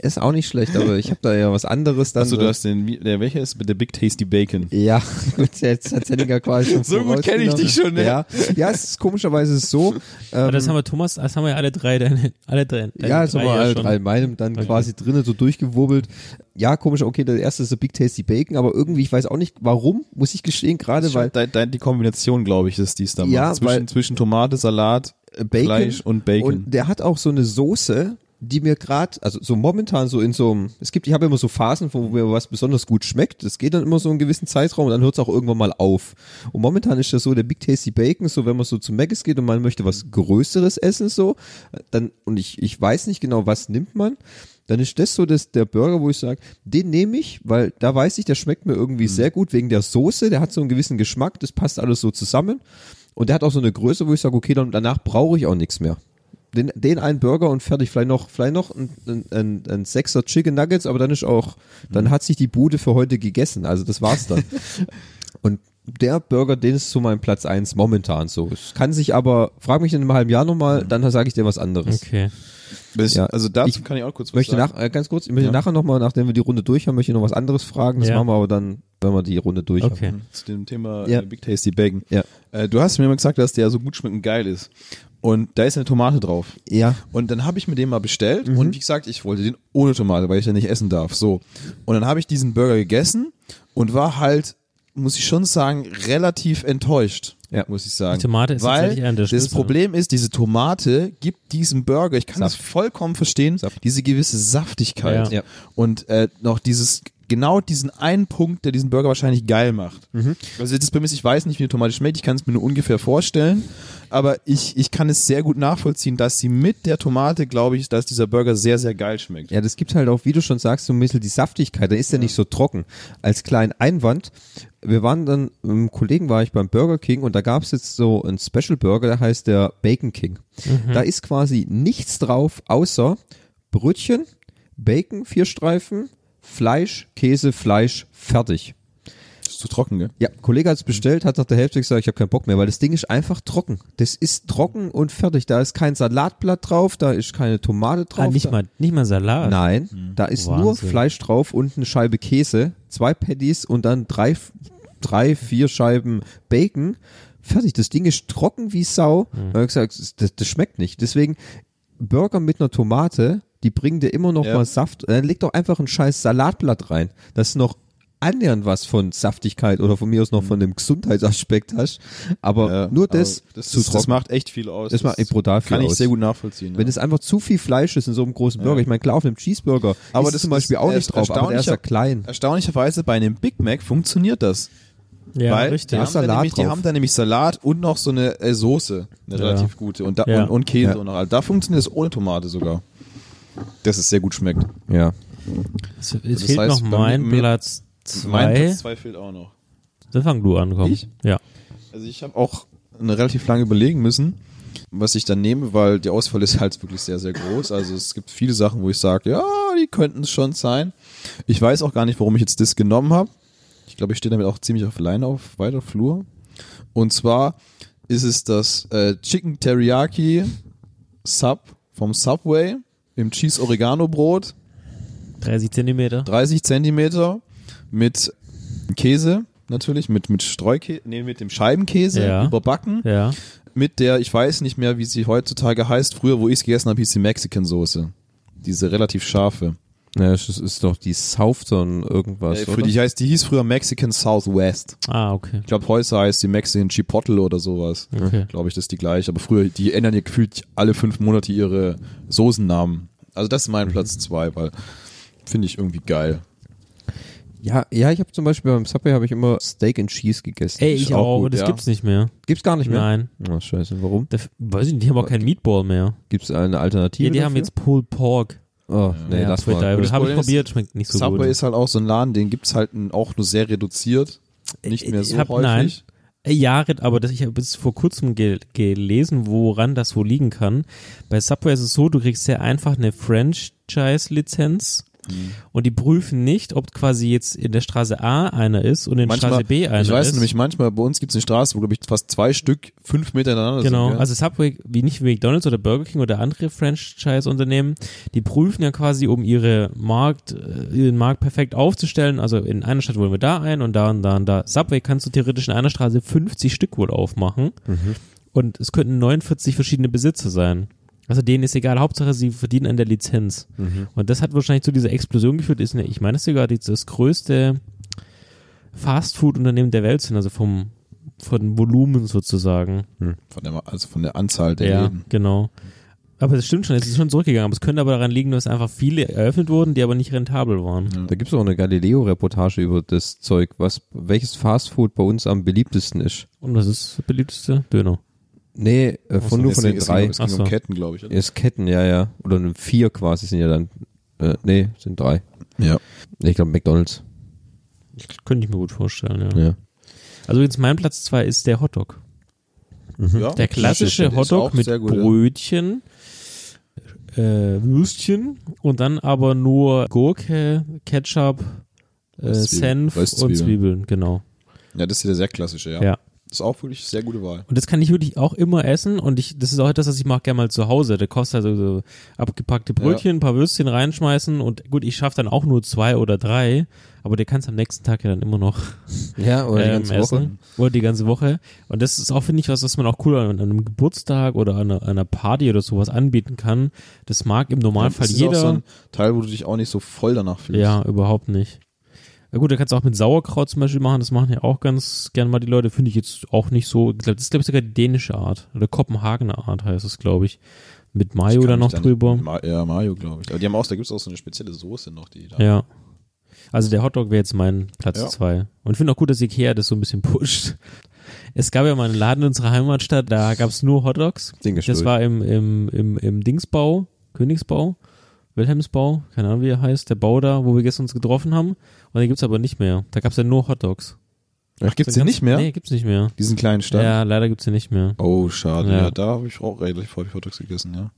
Speaker 1: ist auch nicht schlecht, aber ich habe da ja was anderes dann.
Speaker 3: Achso, also du hast den, wie- der welcher ist? Der Big Tasty Bacon.
Speaker 1: Ja, gut, jetzt hat Henninger quasi schon
Speaker 3: So gut kenn ich dich schon, ne?
Speaker 1: ne? Ja, ja es ist komischerweise ist es so.
Speaker 2: Aber
Speaker 1: Ähm,
Speaker 2: das haben wir, Thomas, das haben wir ja alle drei, deine, alle drei. Deine
Speaker 1: ja,
Speaker 3: also
Speaker 1: so
Speaker 2: drei
Speaker 1: mal alle
Speaker 2: schon.
Speaker 1: drei in meinem dann quasi drinnen so durchgewurbelt. Ja, komisch, okay, der erste ist der Big Tasty Bacon, aber irgendwie, ich weiß auch nicht, warum, muss ich gestehen, gerade weil
Speaker 3: Dein- dein- die Kombination, glaube ich, ist dies da
Speaker 1: Ja,
Speaker 3: macht. Zwischen,
Speaker 1: weil- Äh,
Speaker 3: zwischen Tomate, Salat,
Speaker 1: Bacon
Speaker 3: Fleisch und Bacon.
Speaker 1: Und der hat auch so eine Soße, die mir gerade, also so momentan so in so einem, es gibt, ich habe immer so Phasen, wo mir was besonders gut schmeckt. Das geht dann immer so einen gewissen Zeitraum und dann hört es auch irgendwann mal auf. Und momentan ist das so der Big Tasty Bacon, so wenn man so zu Mc's geht und man möchte was Größeres essen, so, dann, und ich, ich weiß nicht genau, was nimmt man, dann ist das so das, der Burger, wo ich sage, den nehme ich, weil da weiß ich, der schmeckt mir irgendwie sehr gut wegen der Soße, der hat so einen gewissen Geschmack, das passt alles so zusammen. Und der hat auch so eine Größe, wo ich sage, okay, dann, danach brauche ich auch nichts mehr den, den einen Burger und fertig. Vielleicht noch, vielleicht noch ein, ein, ein, ein Sechser Chicken Nuggets, aber dann ist auch,
Speaker 2: Mhm.
Speaker 1: dann hat sich die Bude für heute gegessen. Also das war's dann. und der Burger, den ist so mein Platz eins momentan so. Es kann sich aber, frag mich in einem halben Jahr nochmal, dann sage ich dir was anderes.
Speaker 2: Mhm. Okay.
Speaker 3: Bis,
Speaker 1: Ja.
Speaker 3: also dazu
Speaker 1: Ich
Speaker 3: kann ich auch kurz was
Speaker 1: Ich möchte
Speaker 3: sagen.
Speaker 1: nach, äh, ganz kurz, ich möchte
Speaker 3: Ja.
Speaker 1: nachher nochmal, nachdem wir die Runde durch haben, möchte ich noch was anderes fragen. Das
Speaker 2: Ja.
Speaker 1: machen wir aber dann, wenn wir die Runde durch
Speaker 2: Okay.
Speaker 3: zu dem Thema
Speaker 1: Ja.
Speaker 3: äh, Big Tasty Bacon.
Speaker 1: Ja.
Speaker 3: Äh, du hast mir immer gesagt, dass der so gut schmeckt und geil ist. Und da ist eine Tomate drauf.
Speaker 1: haben. Ja.
Speaker 3: Und dann habe ich mir den mal bestellt
Speaker 2: Mhm.
Speaker 3: und wie gesagt, ich wollte den ohne Tomate, weil ich den nicht essen darf. So. Und dann habe ich diesen Burger gegessen und war halt, muss ich schon sagen, relativ enttäuscht.
Speaker 1: Ja.
Speaker 3: Muss ich sagen.
Speaker 2: Die Tomate ist
Speaker 3: weil
Speaker 2: tatsächlich einer der
Speaker 3: Das
Speaker 2: Schlüssel. ne?
Speaker 3: Problem ist, diese Tomate gibt diesem Burger, ich kann
Speaker 1: Saft.
Speaker 3: das vollkommen verstehen,
Speaker 1: Saft.
Speaker 3: diese gewisse Saftigkeit.
Speaker 1: Ja. Ja.
Speaker 3: Und äh, noch dieses, genau diesen einen Punkt, der diesen Burger wahrscheinlich geil macht.
Speaker 1: Mhm.
Speaker 3: Also das Prämisse, ich weiß nicht, wie eine Tomate schmeckt, ich kann es mir nur ungefähr vorstellen, aber ich, ich kann es sehr gut nachvollziehen, dass sie mit der Tomate, glaube ich, dass dieser Burger sehr, sehr geil schmeckt.
Speaker 1: Ja, das gibt halt auch, wie du schon sagst, so ein bisschen die Saftigkeit. Da ist der nicht so trocken. Als kleinen Einwand, wir waren dann, mit einem Kollegen war ich beim Burger King und da gab's jetzt so einen Special Burger, der heißt der Bacon King.
Speaker 2: Mhm.
Speaker 1: Da ist quasi nichts drauf, außer Brötchen, Bacon, vier Streifen, Fleisch, Käse, Fleisch, fertig.
Speaker 3: Ist zu trocken, gell?
Speaker 1: Ja, Kollege
Speaker 2: Mhm.
Speaker 1: hat's bestellt, hat nach der Hälfte gesagt, ich habe keinen Bock mehr, weil das Ding ist einfach trocken. Das ist trocken und fertig. Da ist kein Salatblatt drauf, da ist keine Tomate drauf.
Speaker 2: Ah, nicht,
Speaker 1: da-
Speaker 2: mal, nicht mal Salat.
Speaker 1: Nein,
Speaker 3: Hm.
Speaker 1: da ist nur
Speaker 2: Wahnsinn.
Speaker 1: Fleisch drauf und eine Scheibe Käse, zwei Patties und dann drei, drei vier Scheiben Bacon. Fertig, das Ding ist trocken wie Sau. Und ich hab gesagt, das- das, das schmeckt nicht. Deswegen Burger mit einer Tomate, die bringen dir immer noch
Speaker 3: Ja.
Speaker 1: mal Saft. Dann leg doch einfach ein scheiß Salatblatt rein, das noch annähernd was von Saftigkeit oder von mir aus noch von dem Gesundheitsaspekt hast. Aber
Speaker 3: Hm. Ja,
Speaker 1: nur
Speaker 3: aber
Speaker 1: das,
Speaker 3: das,
Speaker 1: zu
Speaker 3: das, das
Speaker 1: trocken.
Speaker 3: macht echt viel aus.
Speaker 1: Das macht echt brutal viel
Speaker 3: Kann ich
Speaker 1: aus.
Speaker 3: sehr gut nachvollziehen.
Speaker 1: Wenn
Speaker 3: ja.
Speaker 1: es einfach zu viel Fleisch ist in so einem großen Burger, ich meine, klar, auf einem Cheeseburger
Speaker 3: Aber
Speaker 1: ist
Speaker 3: das
Speaker 1: zum Beispiel
Speaker 3: ist
Speaker 1: auch nicht
Speaker 3: erst
Speaker 1: drauf, aber der ist ja
Speaker 3: erstaunlicher-
Speaker 1: klein.
Speaker 3: Erstaunlicherweise bei einem Big Mac funktioniert das.
Speaker 2: Ja,
Speaker 3: weil
Speaker 2: richtig.
Speaker 3: Die, haben da
Speaker 1: Salat
Speaker 3: nämlich, die
Speaker 1: drauf.
Speaker 3: haben da nämlich Salat und noch so eine äh, Soße, eine
Speaker 2: Ja.
Speaker 3: relativ gute. Und, da,
Speaker 2: Ja.
Speaker 3: und, und Käse
Speaker 1: Ja.
Speaker 3: und noch. alles. Da funktioniert es ohne Tomate sogar. Dass es sehr gut schmeckt.
Speaker 1: Ja.
Speaker 2: Es, es
Speaker 3: Also Das
Speaker 2: fehlt
Speaker 3: heißt,
Speaker 2: noch
Speaker 3: bei
Speaker 2: mein
Speaker 3: mir-
Speaker 2: Platz zwei.
Speaker 3: Mein Platz 2 fehlt auch noch.
Speaker 2: Dann fang du an, komm.
Speaker 3: Ich?
Speaker 2: Ja.
Speaker 3: Also ich habe auch eine relativ lange überlegen müssen, was ich dann nehme, weil der Ausfall ist halt wirklich sehr, sehr groß. Also es gibt viele Sachen, wo ich sage, ja, die könnten es schon sein. Ich weiß auch gar nicht, warum ich jetzt das genommen habe. Ich glaube, ich stehe damit auch ziemlich auf alleine auf weiter Flur. Und zwar ist es das äh, Chicken Teriyaki Sub vom Subway im Cheese Oregano Brot.
Speaker 2: 30 Zentimeter.
Speaker 3: 30 Zentimeter mit Käse natürlich, mit, mit Streukäse, nee, mit dem Scheibenkäse
Speaker 2: Ja.
Speaker 3: überbacken,
Speaker 2: Ja.
Speaker 3: mit der, ich weiß nicht mehr, wie sie heutzutage heißt, früher, wo ich es gegessen habe, hieß die Mexican Soße. Diese relativ scharfe.
Speaker 1: Naja, das ist doch die Southern irgendwas,
Speaker 3: Äh, früher,
Speaker 1: oder?
Speaker 3: die, heißt, die hieß früher Mexican Southwest.
Speaker 2: Ah, okay.
Speaker 3: Ich glaube, heute heißt die Mexican Chipotle oder sowas.
Speaker 2: Okay.
Speaker 3: Glaube ich, das ist die gleiche. Aber früher, die ändern ja gefühlt alle fünf Monate ihre Soßennamen. Also das ist
Speaker 2: Mhm.
Speaker 3: mein Platz zwei, weil finde ich irgendwie geil.
Speaker 1: ja, ja, ich habe zum Beispiel beim Subway habe ich immer Steak and Cheese gegessen.
Speaker 2: Ey, ich
Speaker 3: auch
Speaker 2: auch.
Speaker 3: gut,
Speaker 2: das
Speaker 3: ja.
Speaker 2: gibt's nicht mehr.
Speaker 1: Gibt's gar nicht mehr?
Speaker 2: Nein.
Speaker 1: Oh, scheiße, warum?
Speaker 2: Da, f- weiß ich nicht, die haben auch keinen Meatball mehr.
Speaker 1: Gibt's eine Alternative
Speaker 2: Ja, die haben
Speaker 1: dafür?
Speaker 2: jetzt Pulled Pork.
Speaker 1: Oh, nee,
Speaker 2: ja,
Speaker 1: lass
Speaker 2: Sweet
Speaker 1: mal.
Speaker 2: Diver.
Speaker 3: Gutes
Speaker 2: Hab ich
Speaker 3: Problem ist,
Speaker 2: probiert, schmeckt nicht so
Speaker 3: Subway
Speaker 2: gut.
Speaker 3: ist halt auch so ein Laden, den gibt's halt n- auch nur sehr reduziert. Nicht
Speaker 2: Ich-
Speaker 3: mehr
Speaker 2: ich
Speaker 3: so
Speaker 2: hab-
Speaker 3: häufig.
Speaker 2: nein. Äh, Ja, Rit, aber das, ich habe bis vor kurzem ge gelesen, woran das wo liegen kann. Bei Subway ist es so, du kriegst sehr einfach eine Franchise-Lizenz
Speaker 3: Mhm.
Speaker 2: und die prüfen nicht, ob quasi jetzt in der Straße A einer ist und in Straße B einer
Speaker 3: ich weiß
Speaker 2: ist.
Speaker 3: nämlich, manchmal bei uns gibt's eine Straße, wo, glaube ich, fast zwei Stück fünf Meter ineinander
Speaker 2: Genau,
Speaker 3: sind. gell?
Speaker 2: also Subway, wie nicht wie McDonalds oder Burger King oder andere Franchise-Unternehmen, die prüfen ja quasi, um ihre Markt, äh, ihren Markt perfekt aufzustellen. Also in einer Stadt wollen wir da ein und da und da und da. Subway kannst du theoretisch in einer Straße 50 Stück wohl aufmachen. Und es könnten 49 verschiedene Besitzer sein. Also denen ist egal, Hauptsache sie verdienen an der Lizenz. Und das hat wahrscheinlich zu dieser Explosion geführt. Ist, ne, ich meine, das ist sogar die- das größte Fast-Food-Unternehmen der Welt sind, also vom, von Volumen sozusagen.
Speaker 3: von der, also von der Anzahl der
Speaker 2: Ja,
Speaker 3: Läden.
Speaker 2: genau. Aber es stimmt schon, es ist schon zurückgegangen. Aber es könnte aber daran liegen, dass einfach viele eröffnet wurden, die aber nicht rentabel waren.
Speaker 1: Da gibt es auch eine Galileo-Reportage über das Zeug, was, welches Fastfood bei uns am beliebtesten ist.
Speaker 2: Und das ist das beliebteste Döner.
Speaker 1: Nee, äh, von nur von den
Speaker 3: es
Speaker 1: drei.
Speaker 3: Ging, es ging
Speaker 2: Ach
Speaker 3: um
Speaker 2: so.
Speaker 3: Ketten, glaube ich. oder?
Speaker 1: Ist Ketten, ja, ja. Oder ne- vier quasi sind ja dann. Äh, nee, sind drei.
Speaker 3: Ja.
Speaker 1: Ich glaube McDonalds.
Speaker 2: Könnte ich mir gut vorstellen, ja.
Speaker 1: Ja.
Speaker 2: Also jetzt mein Platz zwei ist der Hotdog.
Speaker 3: Ja,
Speaker 2: Mhm. Der
Speaker 3: ist
Speaker 2: klassische
Speaker 3: auch
Speaker 2: Hotdog mit
Speaker 3: sehr gut, ja.
Speaker 2: Brötchen, äh, Würstchen und dann aber nur Gurke, Ketchup, äh,
Speaker 3: Weißzwiebeln.
Speaker 2: Senf und
Speaker 3: Weißzwiebeln.
Speaker 2: Zwiebeln, genau.
Speaker 3: Ja, das ist der sehr klassische, ja.
Speaker 2: Ja.
Speaker 3: Ist auch wirklich sehr gute Wahl.
Speaker 2: Und das kann ich wirklich auch immer essen und ich, das ist auch etwas, was ich mache gerne mal zu Hause. Da kostet also so abgepackte Brötchen, ein paar Würstchen reinschmeißen und gut, ich schaffe dann auch nur zwei oder drei, aber der kann es am nächsten Tag ja dann immer noch
Speaker 1: Ja, oder die
Speaker 2: ähm,
Speaker 1: ganze Woche.
Speaker 2: essen. Oder die ganze Woche. Und das ist auch, finde ich, was, was man auch cool an, an einem Geburtstag oder an einer, einer Party oder sowas anbieten kann. Das mag im Normalfall
Speaker 3: das ist
Speaker 2: jeder.
Speaker 3: auch so ein Teil, wo du dich auch nicht so voll danach fühlst.
Speaker 2: ja, überhaupt nicht. Na gut, da kannst du auch mit Sauerkraut zum Beispiel machen. Das machen ja auch ganz gerne mal die Leute. Finde ich jetzt auch nicht so. Ich glaub, Das ist, glaube ich, sogar die dänische Art. Oder Kopenhagener Art heißt es, glaube ich. Mit
Speaker 3: Ich
Speaker 2: Mayo
Speaker 3: kann
Speaker 2: da
Speaker 3: mich
Speaker 2: noch
Speaker 3: dann-
Speaker 2: drüber.
Speaker 3: Ma ja, Mayo, glaube ich. Aber die haben auch, da gibt es auch so eine spezielle Soße noch, die da.
Speaker 2: Ja. Also der Hotdog wäre jetzt mein Platz
Speaker 3: Ja.
Speaker 2: zwei. Und ich finde auch gut, dass Ikea das so ein bisschen pusht. Es gab ja mal einen Laden in unserer Heimatstadt, da gab es nur Hotdogs.
Speaker 1: Dingestuhl.
Speaker 2: Das war im, im, im, im Dingsbau, Königsbau, Wilhelmsbau, keine Ahnung wie er heißt, der Bau da, wo wir gestern uns getroffen haben. Und den gibt's aber nicht mehr. Da gab's ja nur Hotdogs.
Speaker 3: Ach, gibt's
Speaker 2: Dann
Speaker 3: den
Speaker 2: ganz-
Speaker 3: nicht mehr?
Speaker 2: Nee, gibt's nicht mehr.
Speaker 3: Diesen kleinen Stand?
Speaker 2: Ja, leider gibt's den nicht mehr.
Speaker 3: Oh, schade. Ja,
Speaker 2: Ja. Mhm.
Speaker 3: da habe ich auch relativ häufig Hotdogs gegessen, ja.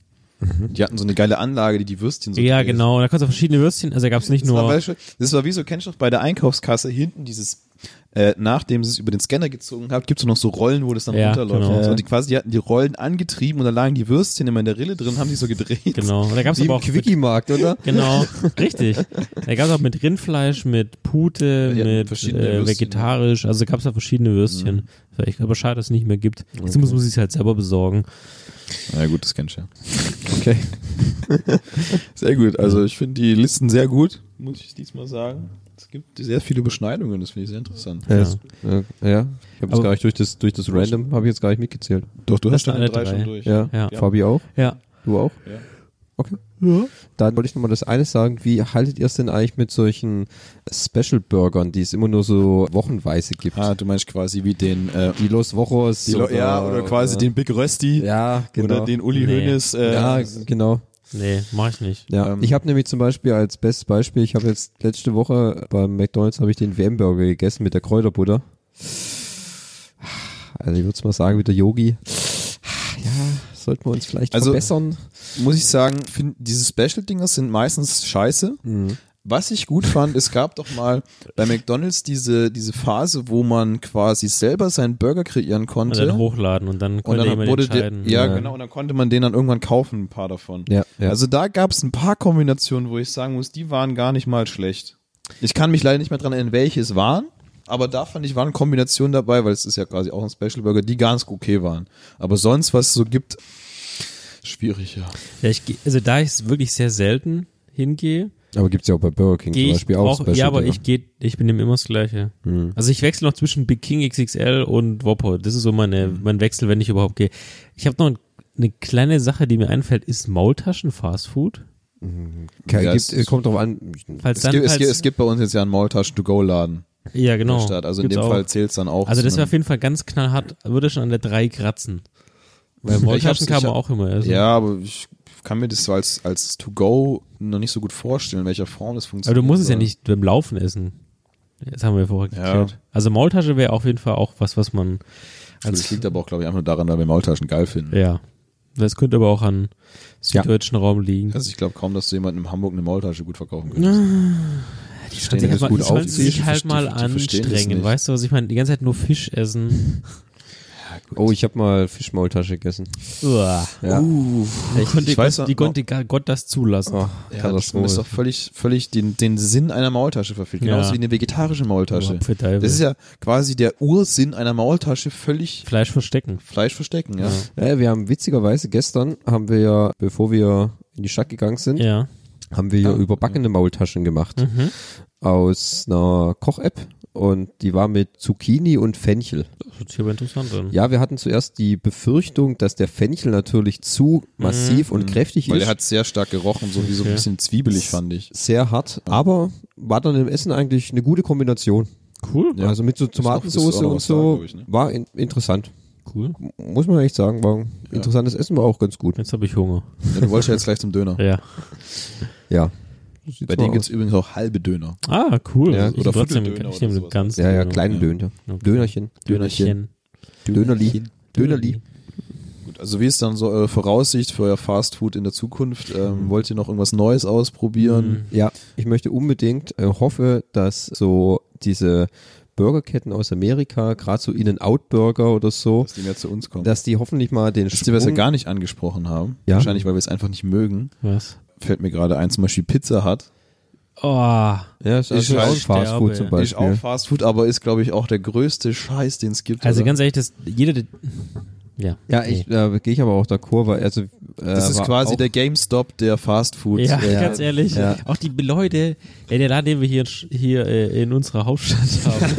Speaker 3: Die hatten so eine geile Anlage, die die Würstchen so
Speaker 2: ja,
Speaker 3: dreht.
Speaker 2: genau. Da konntest du verschiedene Würstchen, also da gab's nicht
Speaker 3: Das war,
Speaker 2: nur.
Speaker 3: weißt du, das war wie so, kennst du noch bei der Einkaufskasse hinten dieses, äh, nachdem sie es über den Scanner gezogen habt, gibt's so noch so Rollen, wo das dann
Speaker 2: Ja,
Speaker 3: runterläuft.
Speaker 2: genau.
Speaker 3: Und, so. und die quasi, die hatten die Rollen angetrieben und da lagen die Würstchen immer in der Rille drin, haben die so gedreht.
Speaker 2: Genau. Und da gab's
Speaker 1: Wie
Speaker 2: aber
Speaker 1: im
Speaker 2: auch
Speaker 1: Quickie-Markt, oder?
Speaker 2: Genau, richtig. Da gab es auch mit Rindfleisch, mit Pute,
Speaker 3: Ja, die hatten
Speaker 2: mit
Speaker 3: verschiedene
Speaker 2: äh,
Speaker 3: Würstchen. Mhm.
Speaker 2: vegetarisch. Also gab es da verschiedene Würstchen. Vielleicht, aber schade, dass es nicht mehr gibt. Jetzt muss man sich halt selber besorgen.
Speaker 3: Na gut, das kennst du ja. Okay. sehr gut. Also ich finde die Listen sehr gut, muss ich diesmal sagen. Es gibt sehr viele Überschneidungen, das finde ich sehr interessant.
Speaker 1: Ja.
Speaker 2: Ja.
Speaker 1: Ja. ja. Ich habe jetzt
Speaker 2: Aber-
Speaker 1: gar nicht durch das, durch das Random, habe ich jetzt gar nicht mitgezählt.
Speaker 3: Doch, du
Speaker 2: Das
Speaker 3: hast deine
Speaker 2: sind
Speaker 3: drei,
Speaker 2: alle
Speaker 3: schon
Speaker 2: drei.
Speaker 3: durch.
Speaker 1: Ja.
Speaker 2: Ja.
Speaker 1: Fabi auch?
Speaker 2: Ja.
Speaker 1: Du auch?
Speaker 3: Ja.
Speaker 1: Okay. Dann wollte ich nochmal das eine sagen. Wie haltet ihr es denn eigentlich mit solchen Special-Burgern, die es immer nur so wochenweise gibt?
Speaker 3: Ah, du meinst quasi wie den, äh,
Speaker 1: Die Los Wochos.
Speaker 3: die Lo- ja, oder quasi den Big Rösti
Speaker 1: äh, Ja, genau.
Speaker 3: oder den Uli
Speaker 2: Nee.
Speaker 3: Hoeneß. Äh,
Speaker 1: ja, genau.
Speaker 2: Nee, mach ich nicht.
Speaker 1: Ja,
Speaker 3: Ähm,
Speaker 1: ich habe nämlich zum Beispiel als bestes Beispiel, ich habe jetzt letzte Woche beim McDonalds habe ich den WM-Burger gegessen mit der Kräuterbutter. Also ich würde mal sagen, wie der Yogi. Ja, sollten wir uns vielleicht
Speaker 3: Also-
Speaker 1: verbessern.
Speaker 3: muss ich sagen, find, diese Special-Dinger sind meistens scheiße.
Speaker 1: Mhm.
Speaker 3: Was ich gut fand, es gab doch mal bei McDonalds diese, diese Phase, wo man quasi selber seinen Burger kreieren
Speaker 2: Und
Speaker 3: konnte.
Speaker 2: dann hochladen und dann
Speaker 3: Und
Speaker 2: konnte
Speaker 3: dann
Speaker 2: jemand
Speaker 3: wurde der,
Speaker 2: entscheiden.
Speaker 3: ja,
Speaker 1: Ja.
Speaker 3: genau, und dann konnte man den dann irgendwann kaufen, ein paar davon.
Speaker 1: Ja, ja.
Speaker 3: Also da gab es ein paar Kombinationen, wo ich sagen muss, die waren gar nicht mal schlecht. Ich kann mich leider nicht mehr dran erinnern, welche es waren, aber da fand ich, waren Kombinationen dabei, weil es ist ja quasi auch ein Special Burger, die ganz okay waren. Aber sonst, was es so gibt, schwierig, ja.
Speaker 2: Ja, ich, geh- also da ich es wirklich sehr selten hingehe,
Speaker 1: Aber gibt's ja auch bei Burger King
Speaker 2: gehe
Speaker 1: zum
Speaker 2: ich
Speaker 1: Beispiel auch,
Speaker 2: auch,
Speaker 1: Special Hm.
Speaker 2: ja, aber
Speaker 1: Burger.
Speaker 2: ich gehe, ich bin immer das Gleiche. Also ich wechsle noch zwischen Big King XXL und Whopper. Das ist so meine,
Speaker 1: Hm.
Speaker 2: mein Wechsel, wenn ich überhaupt gehe. Ich habe noch ein, eine kleine Sache, die mir einfällt. Ist Maultaschen Fast Food?
Speaker 1: Ke-
Speaker 3: Ja,
Speaker 1: gibt,
Speaker 3: es-
Speaker 1: kommt drauf an.
Speaker 2: Falls
Speaker 3: Es
Speaker 2: dann,
Speaker 3: gibt, es,
Speaker 2: falls,
Speaker 3: gibt, es gibt bei uns jetzt ja einen Maultaschen-to-go-Laden
Speaker 2: ja,
Speaker 3: in
Speaker 2: genau.
Speaker 3: der Stadt, also in
Speaker 2: Gibt's
Speaker 3: dem
Speaker 2: auch.
Speaker 3: Fall zählt's dann auch.
Speaker 2: Also
Speaker 3: zu
Speaker 2: das
Speaker 1: Hm.
Speaker 2: wäre auf
Speaker 3: einem-
Speaker 2: jeden Fall ganz knallhart, würde schon an der 3 kratzen. Weil Maultaschen
Speaker 3: hab's-
Speaker 2: kann
Speaker 3: ich
Speaker 2: man
Speaker 3: hab-
Speaker 2: auch immer essen.
Speaker 3: Ja, aber ich kann mir das so als, als To-Go noch nicht so gut vorstellen, in welcher Form das
Speaker 2: Aber
Speaker 3: funktioniert.
Speaker 2: du musst es ja
Speaker 3: soll.
Speaker 2: nicht beim Laufen essen. Das haben wir vorher
Speaker 3: Ja.
Speaker 2: geklärt. Also Maultasche wäre auf jeden Fall auch was, was man
Speaker 3: Gut,
Speaker 2: als
Speaker 3: Das liegt aber auch, glaube ich, einfach nur daran, weil wir Maultaschen geil finden.
Speaker 2: Ja. Das könnte aber auch an süddeutschen Raum liegen.
Speaker 3: Also ich glaube kaum, dass du jemandem in Hamburg eine Maultasche gut verkaufen könntest. die stellen
Speaker 2: Die
Speaker 3: das
Speaker 2: halt mal-
Speaker 3: gut
Speaker 2: die
Speaker 3: auf,
Speaker 2: sollen
Speaker 3: die
Speaker 2: sich
Speaker 3: Fische
Speaker 2: halt mal
Speaker 3: verstehen- die verstehen das
Speaker 2: anstrengen,
Speaker 3: nicht.
Speaker 2: weißt du, was ich meine? Die ganze Zeit nur Fisch essen.
Speaker 1: oh, ich habe mal Fischmaultasche gegessen.
Speaker 2: Uah. Uh.
Speaker 1: Ja.
Speaker 2: Die konnte,
Speaker 3: Ich weiß noch-
Speaker 2: die konnte gar Gott das zulassen.
Speaker 1: Oh,
Speaker 3: Ja, das
Speaker 1: Katastrophe.
Speaker 3: ist doch völlig, völlig den, den Sinn einer Maultasche verfehlt. Genauso
Speaker 2: Ja.
Speaker 3: wie eine vegetarische Maultasche.
Speaker 2: Überhaupt für Teufel.
Speaker 3: Das ist ja quasi der Ursinn einer Maultasche, völlig
Speaker 2: Fleisch verstecken.
Speaker 3: Fleisch verstecken. Ja.
Speaker 1: Äh,
Speaker 3: Hm?
Speaker 1: ja, wir haben witzigerweise gestern haben wir ja, bevor wir in die Stadt gegangen sind,
Speaker 2: Ja. Mhm.
Speaker 1: haben wir hier überbackene Maultaschen gemacht aus einer Koch-App und die war mit Zucchini und Fenchel.
Speaker 2: Das hört sich aber interessant an.
Speaker 1: Ja, wir hatten zuerst die Befürchtung, dass der Fenchel natürlich zu massiv und kräftig
Speaker 3: Mhm. Weil
Speaker 1: ist.
Speaker 3: er hat sehr stark gerochen, so wie so ein
Speaker 2: Okay.
Speaker 3: bisschen zwiebelig, fand ich.
Speaker 1: sehr hart, aber war dann im Essen eigentlich eine gute Kombination.
Speaker 2: Cool.
Speaker 3: Ja.
Speaker 1: Also mit so
Speaker 3: ist auch
Speaker 1: Tomatensauce
Speaker 3: noch
Speaker 1: und
Speaker 3: was da,
Speaker 1: so
Speaker 3: glaub ich, ne?
Speaker 1: war in, interessant.
Speaker 2: Cool.
Speaker 1: Muss man echt sagen, war ein interessantes Essen, war auch ganz gut.
Speaker 2: Jetzt habe ich Hunger.
Speaker 3: Ja, du wolltest ja jetzt gleich zum Döner.
Speaker 2: Ja.
Speaker 1: Ja.
Speaker 3: Bei denen gibt's übrigens auch halbe Döner.
Speaker 2: Ah, cool.
Speaker 1: Ja,
Speaker 2: ich
Speaker 3: oder
Speaker 2: trotzdem,
Speaker 3: Vierteldöner
Speaker 2: ich nehme
Speaker 3: oder
Speaker 2: den
Speaker 3: sowas.
Speaker 2: ganzen.
Speaker 1: ja, ja, kleine Döner.
Speaker 2: Okay.
Speaker 1: Dönerchen.
Speaker 2: Dönerchen.
Speaker 1: Dönerli. Dönerli.
Speaker 3: Gut, also wie ist dann so eure Voraussicht für euer Fast Food in der Zukunft? Ähm, wollt ihr noch irgendwas Neues ausprobieren?
Speaker 1: Ja, ich möchte unbedingt, äh, hoffe, dass so diese Burgerketten aus Amerika, gerade so In-N-Out-Burger oder so,
Speaker 3: Dass die mehr zu uns kommen.
Speaker 1: dass die hoffentlich mal den
Speaker 3: Wisst ihr, was wir
Speaker 1: Sprung-
Speaker 3: gar nicht angesprochen haben?
Speaker 1: Ja.
Speaker 3: Wahrscheinlich, weil wir es einfach nicht mögen.
Speaker 2: Was?
Speaker 3: Fällt mir gerade ein, zum Beispiel Pizza hat.
Speaker 2: Oh,
Speaker 1: Ja, ist also
Speaker 3: Ich
Speaker 1: auch
Speaker 2: sterbe,
Speaker 1: Fast Food
Speaker 2: ja.
Speaker 1: zum
Speaker 3: Ist auch
Speaker 1: Beispiel.
Speaker 3: Fast Food, aber ist, glaube ich, auch der größte Scheiß, den es gibt.
Speaker 2: also
Speaker 3: oder?
Speaker 2: ganz ehrlich, das, jeder, der- ja.
Speaker 1: Ja, ich, da gehe ich aber auch d'accord, weil also äh,
Speaker 3: das ist
Speaker 1: war
Speaker 3: quasi
Speaker 1: auch-
Speaker 3: der GameStop der Fast Food.
Speaker 2: Ja,
Speaker 1: Ja.
Speaker 2: ganz ehrlich.
Speaker 1: Ja.
Speaker 2: Auch die Leute, ey, der Laden, den wir hier, in Sch- hier äh, in unserer Hauptstadt haben.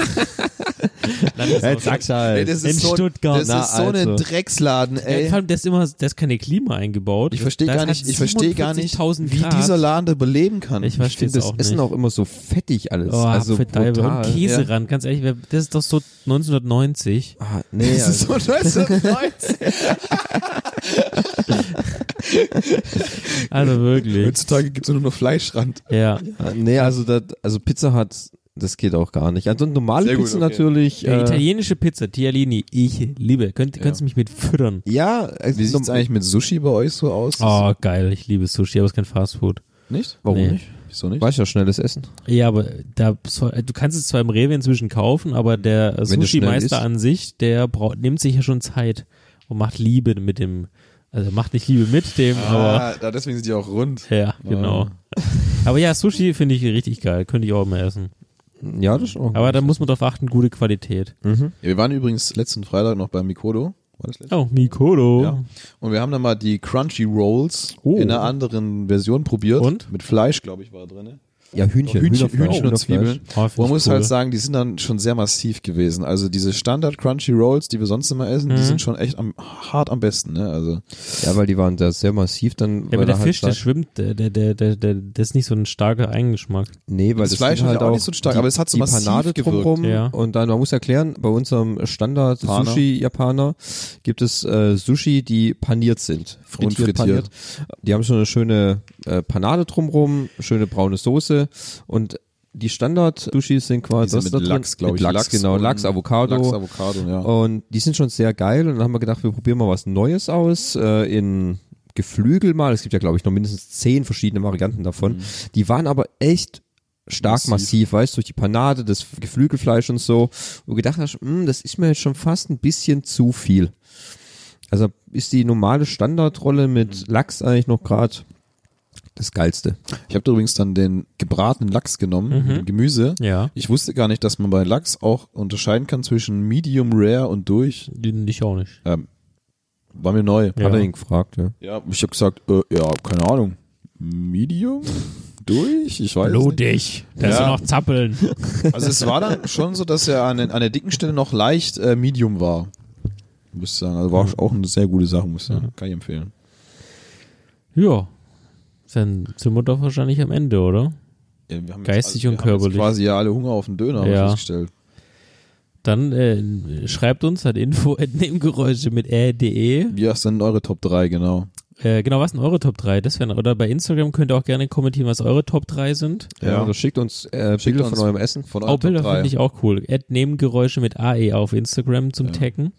Speaker 1: Hey,
Speaker 2: Landeshauptstadt.
Speaker 1: sag's halt.
Speaker 3: Ey, das
Speaker 2: In
Speaker 3: so,
Speaker 2: Stuttgart.
Speaker 3: Das
Speaker 1: Na,
Speaker 3: ist so
Speaker 1: also.
Speaker 3: ein Drecksladen,
Speaker 2: Ja,
Speaker 3: ey.
Speaker 2: vor allem, der ist immer, der ist keine Klima eingebaut.
Speaker 3: Ich verstehe
Speaker 2: Das
Speaker 3: gar
Speaker 2: hat
Speaker 3: nicht, ich verstehe gar nicht,
Speaker 2: 47.000
Speaker 3: wie
Speaker 2: halt Grad.
Speaker 3: dieser Laden da überleben kann.
Speaker 2: Ich
Speaker 1: Ich
Speaker 2: verstehe
Speaker 1: finde
Speaker 2: es
Speaker 1: das
Speaker 2: auch
Speaker 1: Essen
Speaker 2: nicht.
Speaker 1: auch immer so fettig alles.
Speaker 2: Oh,
Speaker 1: also
Speaker 2: Verdeibe.
Speaker 1: brutal.
Speaker 2: Und Käse
Speaker 3: Ja.
Speaker 2: ran, ganz ehrlich, wer- das ist doch so 1990.
Speaker 1: Ah, nee,
Speaker 3: das ist
Speaker 1: also,
Speaker 3: so 1990.
Speaker 2: Also wirklich.
Speaker 3: Heutzutage gibt es nur noch Fleischrand.
Speaker 2: ja.
Speaker 1: ah, nee, also das, also Pizza hat, das geht auch gar nicht. Also normale
Speaker 3: Sehr gut,
Speaker 1: Pizza
Speaker 3: okay.
Speaker 1: natürlich.
Speaker 2: ja.
Speaker 1: Äh,
Speaker 2: Italienische Pizza, Tialini, ich liebe. Könnt, Kannst du mich mit füttern?
Speaker 1: ja, also
Speaker 3: Wie sieht's
Speaker 1: norm-
Speaker 3: eigentlich mit Sushi bei euch so aus?
Speaker 2: Oh, geil, ich liebe Sushi, aber es ist kein Fastfood.
Speaker 3: Nicht?
Speaker 1: Warum
Speaker 2: Nee.
Speaker 1: nicht?
Speaker 3: Wieso nicht?
Speaker 1: War ich ja schnelles Essen.
Speaker 2: Ja, aber da soll, du kannst es zwar im Rewe inzwischen kaufen, aber der
Speaker 1: Wenn du schnell
Speaker 2: Sushi-Meister
Speaker 1: isst.
Speaker 2: an sich, der braucht, nimmt sich ja schon Zeit und macht Liebe mit dem, also macht nicht Liebe mit dem, aber
Speaker 3: Ah, da- deswegen sind die auch rund.
Speaker 2: ja, genau. Aber ja, Sushi finde ich richtig geil, könnte ich auch immer essen.
Speaker 1: Ja, das schon.
Speaker 2: Aber da muss man darauf achten, gute Qualität.
Speaker 3: Ja, wir waren übrigens letzten Freitag noch bei Mikodo. War das letzte?
Speaker 2: Oh, Mikolo.
Speaker 3: Ja. Und wir haben dann mal die Crunchy Rolls
Speaker 2: Oh.
Speaker 3: in einer anderen Version probiert.
Speaker 2: Und?
Speaker 3: Mit Fleisch, glaube ich, war drin. ne?
Speaker 1: ja, Hühnchen, Hühnerfleisch,
Speaker 3: Hühnchen, Hühnchen und
Speaker 1: Hühnerfleisch.
Speaker 3: Zwiebeln.
Speaker 2: Oh, find
Speaker 3: Man
Speaker 2: ich
Speaker 3: muss
Speaker 2: cool.
Speaker 3: halt sagen, die sind dann schon sehr massiv gewesen. Also diese Standard Crunchy Rolls, die wir sonst immer essen,
Speaker 2: Mhm.
Speaker 3: die sind schon echt am, hart am besten. Ne? Also
Speaker 1: Ja, weil die waren da sehr massiv
Speaker 2: Ja,
Speaker 1: dann. weil
Speaker 2: aber der
Speaker 1: da halt
Speaker 2: Fisch, der
Speaker 1: stark-
Speaker 2: schwimmt, der, der, der, der, der, der ist nicht so ein starker Eigengeschmack.
Speaker 1: Nee, weil
Speaker 3: Das
Speaker 1: das,
Speaker 3: Fleisch
Speaker 1: sind
Speaker 3: ist
Speaker 1: halt
Speaker 3: ja auch nicht so stark,
Speaker 1: die,
Speaker 3: aber es hat so
Speaker 1: die
Speaker 3: massiv
Speaker 1: Panade
Speaker 3: gewirkt.
Speaker 1: drumrum
Speaker 2: Ja.
Speaker 1: und dann man muss erklären, bei unserem Standard
Speaker 3: Paner.
Speaker 1: Sushi Japaner gibt es äh, Sushi, die paniert sind, frittiert,
Speaker 3: frittiert.
Speaker 1: paniert. Die haben so eine schöne äh, Panade drumrum, schöne braune Soße und die Standard Sushis sind
Speaker 3: die
Speaker 1: quasi
Speaker 3: sind
Speaker 1: das da
Speaker 3: mit
Speaker 1: drin,
Speaker 3: Lachs, glaube
Speaker 1: mit
Speaker 3: ich.
Speaker 1: Lachs, genau,
Speaker 3: und-
Speaker 1: Lachs, Avocado.
Speaker 3: Lachs, Avocado, ja.
Speaker 1: Und die sind schon sehr geil. Und dann haben wir gedacht, wir probieren mal was Neues aus äh, in Geflügel mal. Es gibt ja, glaube ich, noch mindestens zehn verschiedene Varianten davon. Die waren aber echt stark massiv.
Speaker 3: Mhm. Massiv.
Speaker 1: weißt du, durch die Panade, das Geflügelfleisch und so. Und gedacht hast, "Hm, das ist mir jetzt schon fast ein bisschen zu viel. Also ist die normale Standardrolle mit
Speaker 3: Mhm.
Speaker 1: Lachs eigentlich noch gerade das geilste.
Speaker 3: Ich habe übrigens dann den gebratenen Lachs
Speaker 2: Mhm.
Speaker 3: genommen, mit dem Gemüse.
Speaker 2: Ja.
Speaker 3: Ich wusste gar nicht, dass man bei Lachs auch unterscheiden kann zwischen Medium Rare und durch.
Speaker 2: Ich auch nicht.
Speaker 3: Ähm, war mir neu.
Speaker 1: Hat
Speaker 2: Ja.
Speaker 1: er ihn gefragt, ja.
Speaker 3: Ja, ich habe gesagt, äh, ja, keine Ahnung. Medium? Durch? Ich weiß es nicht.
Speaker 2: Blutig. Da ist
Speaker 3: Also Ja.
Speaker 2: ja noch Zappeln.
Speaker 3: Also es war dann schon so, dass er an, den, an der dicken Stelle noch leicht äh, Medium war. Muss ich sagen. Also war auch eine sehr gute Sache, muss ich sagen. Kann ich empfehlen.
Speaker 2: ja. Dann sind wir doch wahrscheinlich am Ende, oder?
Speaker 3: Ja, wir haben
Speaker 2: Geistig und
Speaker 3: wir haben jetzt
Speaker 2: körperlich.
Speaker 3: quasi ja alle Hunger auf den Döner,
Speaker 2: Ja.
Speaker 3: ja. festgestellt.
Speaker 2: Dann äh, schreibt uns halt info at nebengeräusche mit ä.de.
Speaker 3: Wir sind eure Top 3, genau.
Speaker 2: E. Äh, genau, was sind eure Top 3? Das wären, oder bei Instagram könnt ihr auch gerne kommentieren, was eure Top 3 sind.
Speaker 1: Ja. Oder schickt uns äh,
Speaker 3: Schickt
Speaker 1: Bilder
Speaker 3: uns-
Speaker 1: von eurem Essen.
Speaker 3: Von
Speaker 2: Oh,
Speaker 3: euren Top
Speaker 2: Bilder
Speaker 3: 3.
Speaker 2: finde ich auch cool. At Nebengeräusche mit AE auf Instagram zum Taggen.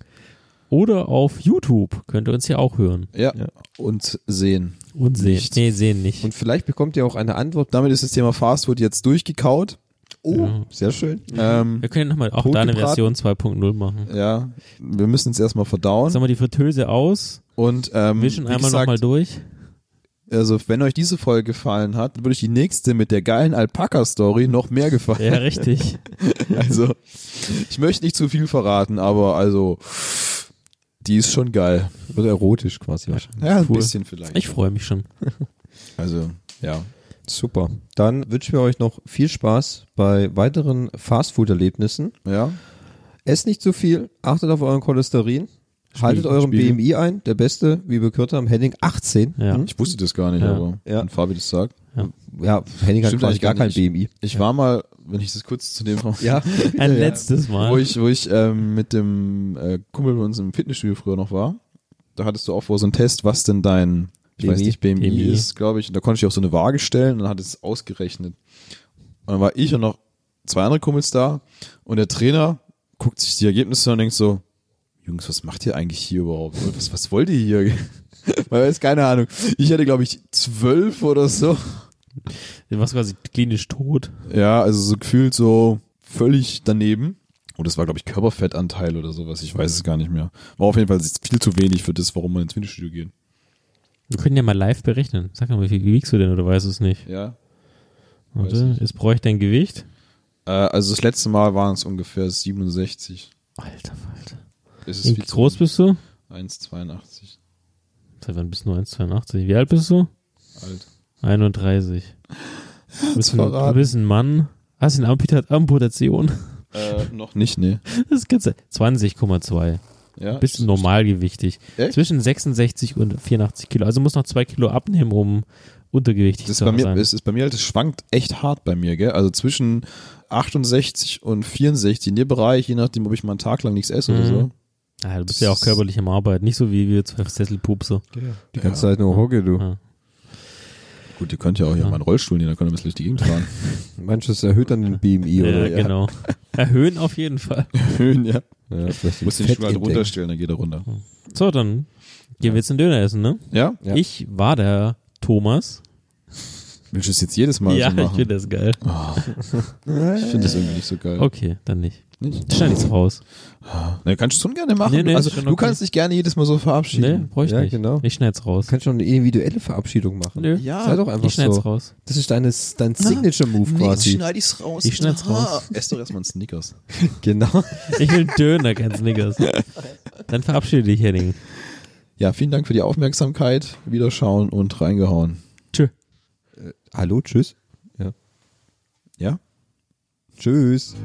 Speaker 2: Oder auf YouTube könnt ihr uns ja auch hören
Speaker 3: ja. Und sehen.
Speaker 2: und sehen. Nee, sehen nicht.
Speaker 1: Und vielleicht bekommt ihr auch eine Antwort
Speaker 3: Damit ist das Thema Fastfood jetzt durchgekaut. Oh,
Speaker 2: Ja.
Speaker 3: sehr schön. Ähm,
Speaker 2: wir können nochmal auch
Speaker 3: Tote
Speaker 2: da eine Version
Speaker 3: braten?
Speaker 2: 2.0 machen.
Speaker 3: ja, wir müssen es erstmal verdauen.
Speaker 2: Sagen wir die Fritteuse aus,
Speaker 3: Und ähm,
Speaker 2: wischen
Speaker 3: wie
Speaker 2: einmal
Speaker 3: gesagt,
Speaker 2: nochmal durch.
Speaker 3: also wenn euch diese Folge gefallen hat, würde ich die nächste mit der geilen Alpaka-Story noch mehr
Speaker 2: Ja,
Speaker 3: gefallen.
Speaker 2: richtig.
Speaker 3: Also, ich möchte nicht zu viel verraten, aber also, die ist schon geil.
Speaker 1: Wird erotisch Also quasi wahrscheinlich.
Speaker 3: Ja, ein
Speaker 2: Cool.
Speaker 3: bisschen vielleicht.
Speaker 2: Ich freue mich schon.
Speaker 3: Also, ja.
Speaker 1: Super. Dann wünschen wir euch noch viel Spaß bei weiteren Fastfood-Erlebnissen.
Speaker 3: Ja.
Speaker 1: Esst nicht zu viel, achtet auf euren Cholesterin, haltet euren
Speaker 3: Spiegel.
Speaker 1: BMI ein, der beste, wie wir gehört haben, Henning 18.
Speaker 2: Ja.
Speaker 1: Hm?
Speaker 3: Ich wusste das gar nicht,
Speaker 2: Ja.
Speaker 3: aber
Speaker 1: Ja.
Speaker 3: wenn Fabi das sagt.
Speaker 1: ja Henning hat
Speaker 3: Stimmt
Speaker 1: gleich
Speaker 3: eigentlich
Speaker 1: gar kein
Speaker 3: gar nicht.
Speaker 1: BMI.
Speaker 3: Ich war mal, wenn ich das kurz zu dem
Speaker 1: Ja,
Speaker 2: Ein letztes Mal.
Speaker 3: wo ich, wo ich ähm, mit dem äh, Kumpel bei uns im Fitnessstudio früher noch war, da hattest du auch vor so einen Test, was denn dein, ich weiß
Speaker 1: BMI?
Speaker 3: nicht, BMI,
Speaker 2: BMI.
Speaker 3: ist, glaube ich. Und da konnte ich auch so eine Waage stellen und dann hat es ausgerechnet. Und dann war ich und noch zwei andere Kumpels da und der Trainer guckt sich die Ergebnisse an und denkt so, Jungs, was macht ihr eigentlich hier überhaupt? Was, was wollt ihr hier? Weil weiß keine Ahnung. Ich hatte, glaube ich, zwölf oder so.
Speaker 2: Du warst quasi klinisch tot.
Speaker 3: Ja, also so gefühlt so völlig daneben. Und das war, glaube ich, Körperfettanteil oder sowas. Ich weiß es gar nicht mehr. War auf jeden Fall viel zu wenig für das, warum man ins Fitnessstudio geht.
Speaker 2: Wir können ja mal live berechnen. Sag mal, wie viel wiegst du denn oder weißt du es nicht?
Speaker 3: Ja. Weiß
Speaker 2: Warte, jetzt brauche ich dein Gewicht.
Speaker 3: Äh, also das letzte Mal waren es ungefähr 67.
Speaker 2: Alter Falter.
Speaker 3: Es ist
Speaker 2: Wie
Speaker 3: viel zu
Speaker 2: groß bist du?
Speaker 3: wenig. 1,82.
Speaker 2: Seit wann bist du 1,82? Wie alt bist du?
Speaker 3: Alt.
Speaker 2: 31. Du bist, ein, du
Speaker 3: verraten.
Speaker 2: bist ein Mann. Hast du eine Amputa- Amputation?
Speaker 3: Äh, noch nicht, nee.
Speaker 2: Das ganze 20,2.
Speaker 3: Ja.
Speaker 2: Bist du normalgewichtig.
Speaker 3: Echt?
Speaker 2: Zwischen 66 und 84 Kilo. Also musst noch zwei Kilo abnehmen, um untergewichtig
Speaker 3: das ist
Speaker 2: zu
Speaker 3: bei mir,
Speaker 2: sein.
Speaker 3: es ist bei mir halt, das schwankt echt hart bei mir, gell? Also zwischen 68 und 64 in dem Bereich, je nachdem, ob ich mal einen Tag lang nichts esse oder so.
Speaker 2: ah, du bist ja auch körperlich am Arbeiten. Nicht so wie wir zwei Sesselpupse.
Speaker 1: die ganze Zeit nur Hocke, du.
Speaker 2: Ja.
Speaker 3: Gut, ihr könnt ja auch hier mal einen Rollstuhl nehmen, dann könnt ihr ein bisschen durch die Gegend fahren.
Speaker 1: Manches erhöht dann den BMI,
Speaker 2: Ja,
Speaker 1: oder?
Speaker 2: genau. Erhöhen auf jeden Fall.
Speaker 3: Höhen, ja.
Speaker 1: Ja, vielleicht
Speaker 3: Muss den Schuh
Speaker 1: Fettindex.
Speaker 3: also runterstellen, dann geht er runter.
Speaker 2: So, dann gehen wir jetzt einen Döner essen, ne?
Speaker 3: Ja?
Speaker 1: Ja.
Speaker 2: Ich war der Thomas.
Speaker 3: Willst du es jetzt jedes Mal
Speaker 2: ja,
Speaker 3: so
Speaker 2: ich
Speaker 3: machen?
Speaker 2: finde das geil.
Speaker 3: Ich finde das irgendwie nicht so geil.
Speaker 2: Okay, dann nicht.
Speaker 3: Nicht?
Speaker 2: Schneid ich's raus.
Speaker 3: Na, kannst du schon gerne machen.
Speaker 2: Nee, nee,
Speaker 3: also,
Speaker 2: ist schon
Speaker 3: du
Speaker 2: okay.
Speaker 3: kannst dich gerne jedes Mal so
Speaker 2: Nee,
Speaker 3: verabschieden.
Speaker 2: bräuchte
Speaker 1: Ja,
Speaker 2: ich nicht.
Speaker 1: genau.
Speaker 2: Ich schneid's raus.
Speaker 1: Du kannst schon eine individuelle Verabschiedung machen.
Speaker 2: Nö.
Speaker 3: Ja,
Speaker 1: Sei doch einfach
Speaker 2: ich schneid's
Speaker 1: so.
Speaker 2: raus.
Speaker 1: Das ist deines, dein Signature-Move quasi.
Speaker 3: schneide ich's raus.
Speaker 2: Ich schneid's
Speaker 3: Ah,
Speaker 2: raus.
Speaker 3: Ess doch erstmal einen Snickers.
Speaker 1: Genau.
Speaker 2: Ich will einen Döner, kein Snickers. Dann verabschiede dich, Henning.
Speaker 3: Ja, vielen Dank für die Aufmerksamkeit. Wiederschauen und reingehauen.
Speaker 2: Tschö.
Speaker 1: Hallo, tschüss.
Speaker 3: Ja?
Speaker 1: Tschüss.